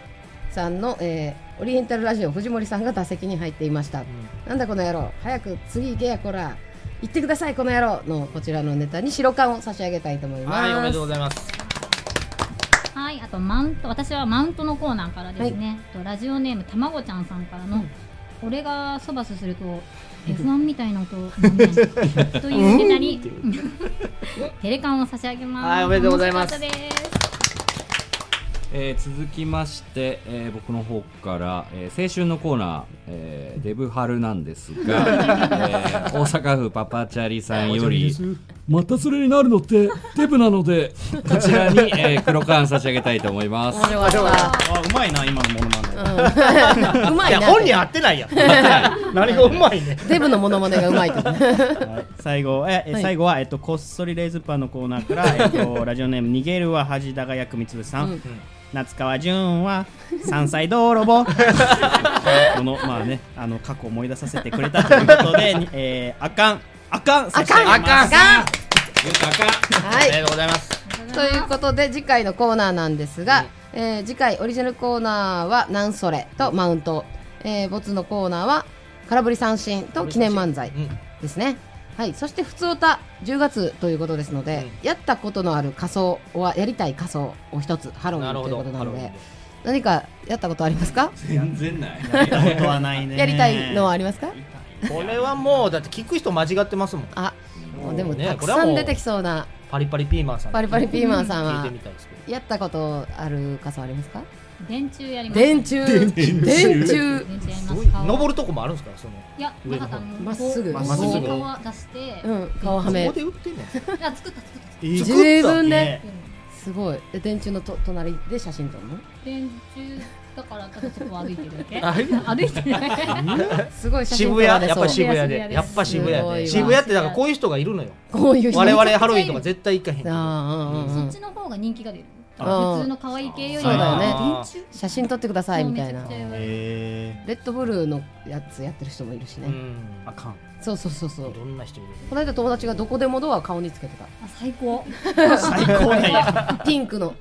B: さんの、えーオリエンタルラジオ藤森さんが打席に入っていました、なんだこの野郎早く次行けやこら行ってくださいこの野郎のこちらのネタに白缶を差し上げたいと思います
A: はいおめでとうございます
E: はい、あとマウント、私はマウントのコーナーからですね。とラジオネームたまごちゃんさんからの、俺がそばすすると F1 みたいな音をなん ねんというネタに、ヘレカンを差し上げます。
A: はいおめでとうございます
E: 楽しかったです
F: えー続きまして、えー僕の方から、えー青春のコーナー、えーデブ春なんですが、えー大阪府パパチャリさんより
N: またそれになるのってデブなので
F: こちらに、えー黒缶差し上げたいと思います
B: 面白かった
I: あうまいな今のもの
B: まね うまいない
A: や本人合ってない やん何がうまいね
B: デブのモノマネがうまいと
I: 最後え、え
B: はい
I: 最後は、えっと、こっそりレーズパンのコーナーから、 えっと、ラジオネーム「逃げるは恥だが薬味つぶさん」
B: うん
I: 夏川淳は山菜泥 棒このまあねあの過去を思い出させてくれたということで、にえー、あかんあかん差し上げます
B: あかんはい
A: ありがとうござい ます
B: ということで次回のコーナーなんですが、えー次回オリジナルコーナーは「なんそれ」とマウント、えーボツのコーナーは「空振り三振」と記念漫才ですね、はい、そして「ふつおた」10月ということですので、やったことのある仮装はやりたい仮装を一つハロウィンということなの
F: なるほどハロウィ
B: で
F: ンで
B: 何かやったことありますか
F: 全然ない
I: やったことはないね
B: やりたいのはありますか
A: これはもうだって聞く人間違ってますもん
B: あでも
A: ね
B: たく
A: これは
B: さ
A: も
B: ん
A: う
B: 出てきそうな
A: パリパリピーマンさん
B: パリパリピーマンさん
A: 聞い
B: は
A: てみたいですけど
B: やったことある仮装ありますか
E: 電柱やります。
B: 電柱
A: 電柱
B: 電
E: 電
B: 柱
E: 柱やります
A: すごい
E: 顔
A: 登るとこもあるんですかその
E: いや、
A: 上
E: な
A: の
E: かった
A: 方
E: あの
B: まっすぐ
E: こう
A: まっすぐ
E: こう皮出して、
B: うん皮はめ
A: そこで売ってんの
E: いや、作った、作った。
A: えー
B: 自分で、
A: ね
B: すごいで電柱のと隣で写真撮るの
E: 電柱だから、ただそこを歩いてるだけ。
A: あれ
E: 歩いてない。
B: すごい写真撮
A: 渋
B: ら
A: 谷
B: れ
A: やっ
B: そう
A: ぱ渋谷で
E: 渋谷です
A: やっぱ渋
B: すごい
A: 谷
B: わ
A: で渋谷ってだからこういう人がいるのよ
B: こういう人
A: 我々ハロウィンとか絶対行かへんけど
B: あーうんうんう
E: そ
B: ん
E: っちの方が人気が出る。
B: あー
E: 普通の可愛い系より
B: そうだよね
E: 電柱
B: 写真撮ってくださいみたいな
E: そうめちゃくちゃ
B: レッドブルーのやつやってる人もいるしね
A: あかん
B: そうそうそうそう
A: どんな人いる
B: この間友達がどこでもドア顔につけてた
E: あ最高
A: 最高なんや
B: ピンクの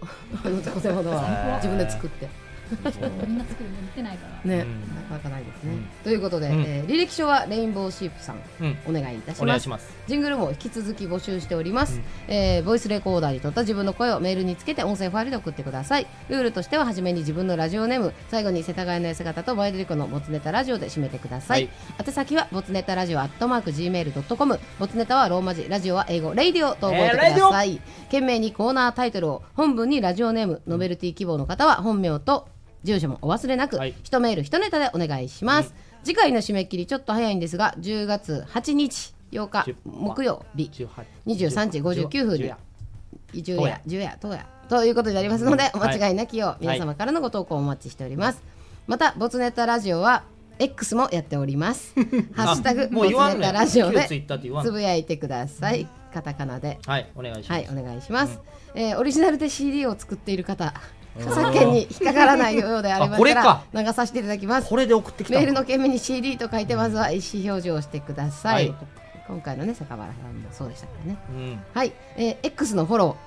B: あのどこでもドア
E: 最高
B: 自分で作って
E: みんな作るの売ってないから。
B: ね、なかなかないですね。
E: うん
B: ということで、
E: うん
B: えー履歴書はレインボーシープさん、
A: うん
B: お願いいたします。
A: お願いします
B: ジングルも引き続き募集しております、えーボイスレコーダーに撮った自分の声をメールにつけて音声ファイルで送ってください。ルールとしては、初めに自分のラジオネーム、最後に世田谷の痩せ方とバイデリコのボツネタラジオで締めてください。
P: はい
B: 宛先は、ボツネタラジオアットマーク Gmail.com、ボツネタはローマ字、ラジオは英語、レイディオと覚えてください。懸命にコーナータイトルを、本文にラジオネーム、ノベルティ希望の方は本名と住所もお忘れなく、一メール一ネタでお願いします。次回の締め切りちょっと早いんですが、10月8日8日木曜日23時59分に10夜10夜10夜ということになりますので、お間違いなきよう皆様からのご投稿をお待ちしております。また、ボツネタラジオは X もやっております。ハッシュタグボツネタラジオ
A: 旧
B: で
A: ツイッターって言わん
B: つ
A: の
B: ぶやいてください。カタカナで。
A: はいお願いします
B: はい、お願いします。えーオリジナルで CD を作っている方、
A: うん
B: 著作権に引っかからないようでありま
A: あこ
B: し
A: れ
B: たら
A: か
B: 流させていただきます。
A: これで送ってきた
B: メールの件名に CD と書いてまずは意思表示をしてください。
A: はい
B: 今回のね坂原さんもそうでしたからね。
A: うん
B: はい、えー X のフォロ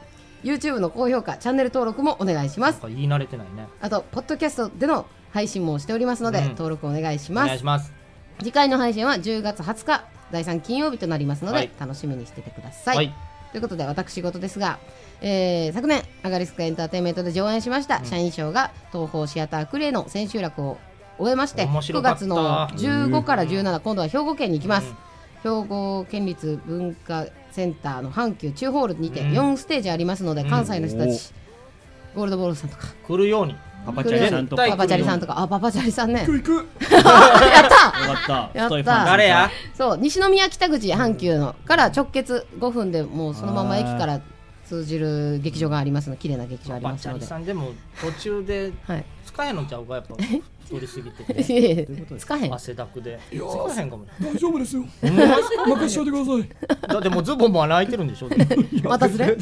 B: ー、YouTube の高評価、チャンネル登録もお願いします。
A: 言い慣れてないね
B: あとポッドキャストでの配信もしておりますので、
A: うん
B: 登録お願いし
A: お
B: ます。
A: 願いします
B: 次回の配信は10月20日第3金曜日となりますので、
A: はい
B: 楽しみにしててください、
A: はい
B: ということで私事ですが、えー昨年アガリスクエンターテインメントで上演しました、社員賞が東宝シアタークレイの千秋楽を終えまして
A: 面
B: 9
A: 白かった
B: 月の15から17今度は兵庫県に行きます、兵庫県立文化センターの阪急中ホールにて4ステージありますので、関西の人たち、ゴールドボールさんとか
A: 来るように
I: パパチャリさんとか
B: パパチャリさんとかあパパチャリさんね行く行く
I: よかった
B: や
I: 太い
B: っ
I: ファン
B: た
I: さん誰や
B: そう西宮北口阪急のから直結5分でもうそのまま駅から通じる劇場がありますので綺麗な劇場あり
A: パ
B: ま
A: ン
B: す
A: チャ
B: の
A: リ
B: で
A: さんでも途中で使えんのちゃうかやっ ぱ通り過ぎて
B: いやいや
A: 使えへん汗だくで
N: いや
A: 使えへんかも
N: 大丈夫ですよ
A: うん
N: 任せてください
A: だってもうズボンも穴開いてるんでしょ
B: またずれ
N: いや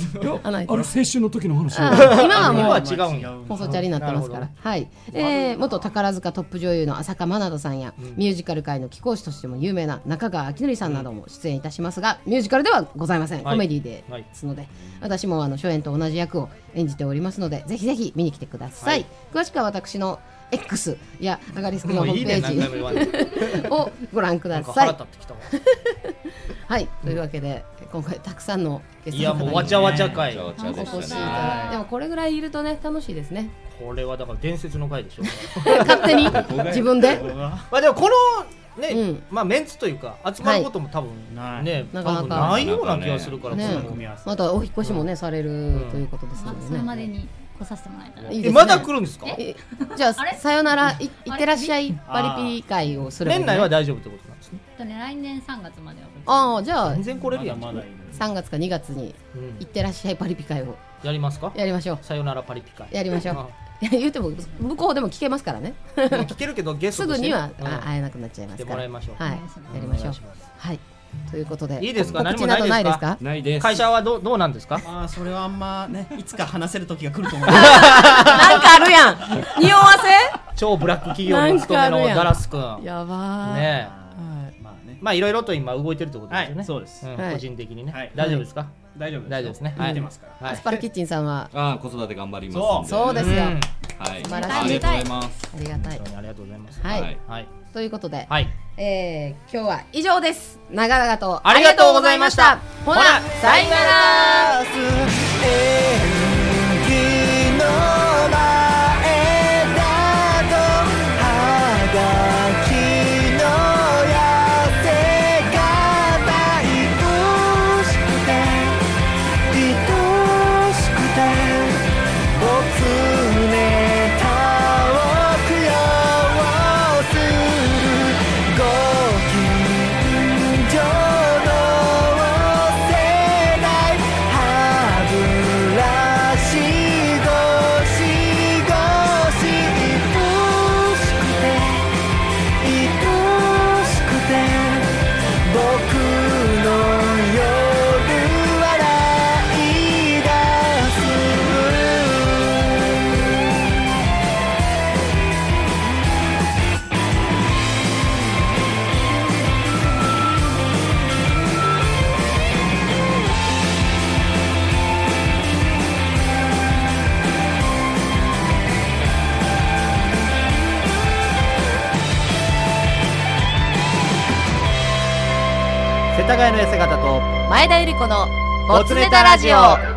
N: あ
B: 穴開
N: れ
B: いて
N: 青
B: る
N: 春の時の話
B: あ今はもう
A: 今は違うんや
B: 細チャリになってますか
A: な
B: ら
A: る、
B: はいえー、元宝塚トップ女優の浅香真奈さんや、ミュージカル界の貴公子としても有名な中川明典さんなども出演いたしますが、ミュージカルではございません、
A: はい
B: コメディでですので、私もあの初演と同じ役を演じておりますのでぜひぜひ見に来てください、詳しくは私の X やアガリスクのホームペ
A: もういいね何回も
B: ージ をご覧くだ
A: なんか
B: さ
A: 腹
B: い
A: 立ってきたわ
B: はいというわけで今回たくさんのゲス
A: い
B: トの
A: や
B: 方に
A: もうわちゃわちゃ会
B: お越しいただいてでもこれぐらいいるとね楽しいですね
A: これはだから伝説の回でしょ
B: 勝手に自分で
A: まあでもこのね、まあメンツというか集まることも多分ね、
B: なか
A: 多
B: なか
A: 分ないような気がするから、
B: ね
A: この組み合わせ
B: またお引っ越しもね、されるということですのでね、
E: それまでに来させてもらえたら
B: いいですね
A: えまだ来るんですか
B: えじゃあさよならいいってらっしゃい
A: あー
B: パリピ会をする
A: 年内は大丈夫ってことなんですね
E: えっとね来年3月までは
B: ああじゃあ
A: 全然来れるやん
B: 3月か2月に
A: うん
B: いってらっしゃいパリピ会を
A: やりますか
B: やりましょう
A: さよならパリピ会
B: やりましょ
A: あ
B: ういや言うても向こうでも聞けますからね
A: 聞けるけどゲスト
B: す
A: と
B: ぐ
A: して
B: には、
A: うん
B: あ会えなくなっちゃいま
A: 来
B: す
A: て
B: から
A: もらいましょう
B: はい
A: うん
B: やりまし
A: お
B: ょ
A: 願
B: う
A: いします
B: はいということで
A: いいですか
B: 告
A: 何
B: 知
A: も
B: な
A: な
B: どない
A: い
B: で
A: ですす
B: か
A: か
F: ないです
A: 会社はどうどうなんですか
I: あーそれはあんまねいつか話せる時が来ると 思う
B: なんかあるやん匂わせ
A: 超ブラック企業にお勤めのガラス君
B: やばー
A: ねえまあいろいろと今動いてるってことですよね
I: そうです
A: ん
B: はい
A: 個人的にね大丈夫ですか
I: 大丈夫
A: 大丈夫ですね
I: 見
A: はい
I: てますから
A: は
B: ア
A: い
B: スパラキッチンさんは
F: ああ子育て頑張り
B: そ
F: ま
B: う
F: す
B: そうですよ
F: んはい
B: 素晴らしい
F: ありがとうございます
B: ありがたい
A: 本当にありがとうございます
B: はい
A: はい
B: ということで、
A: はい
B: えー今日は以上です長々と
A: ありがとうございました
B: ありがとうございましたほなさよなら
G: 「演技の前だとはがきの痩せ方愛しくて愛しくておつねたを供養するご近所の世代歯ブラシゴシゴシ愛しくて愛しくて僕の夜笑い出す
A: 世田谷の痩せ方と
B: 前田ゆり子の
A: もつれたラジオ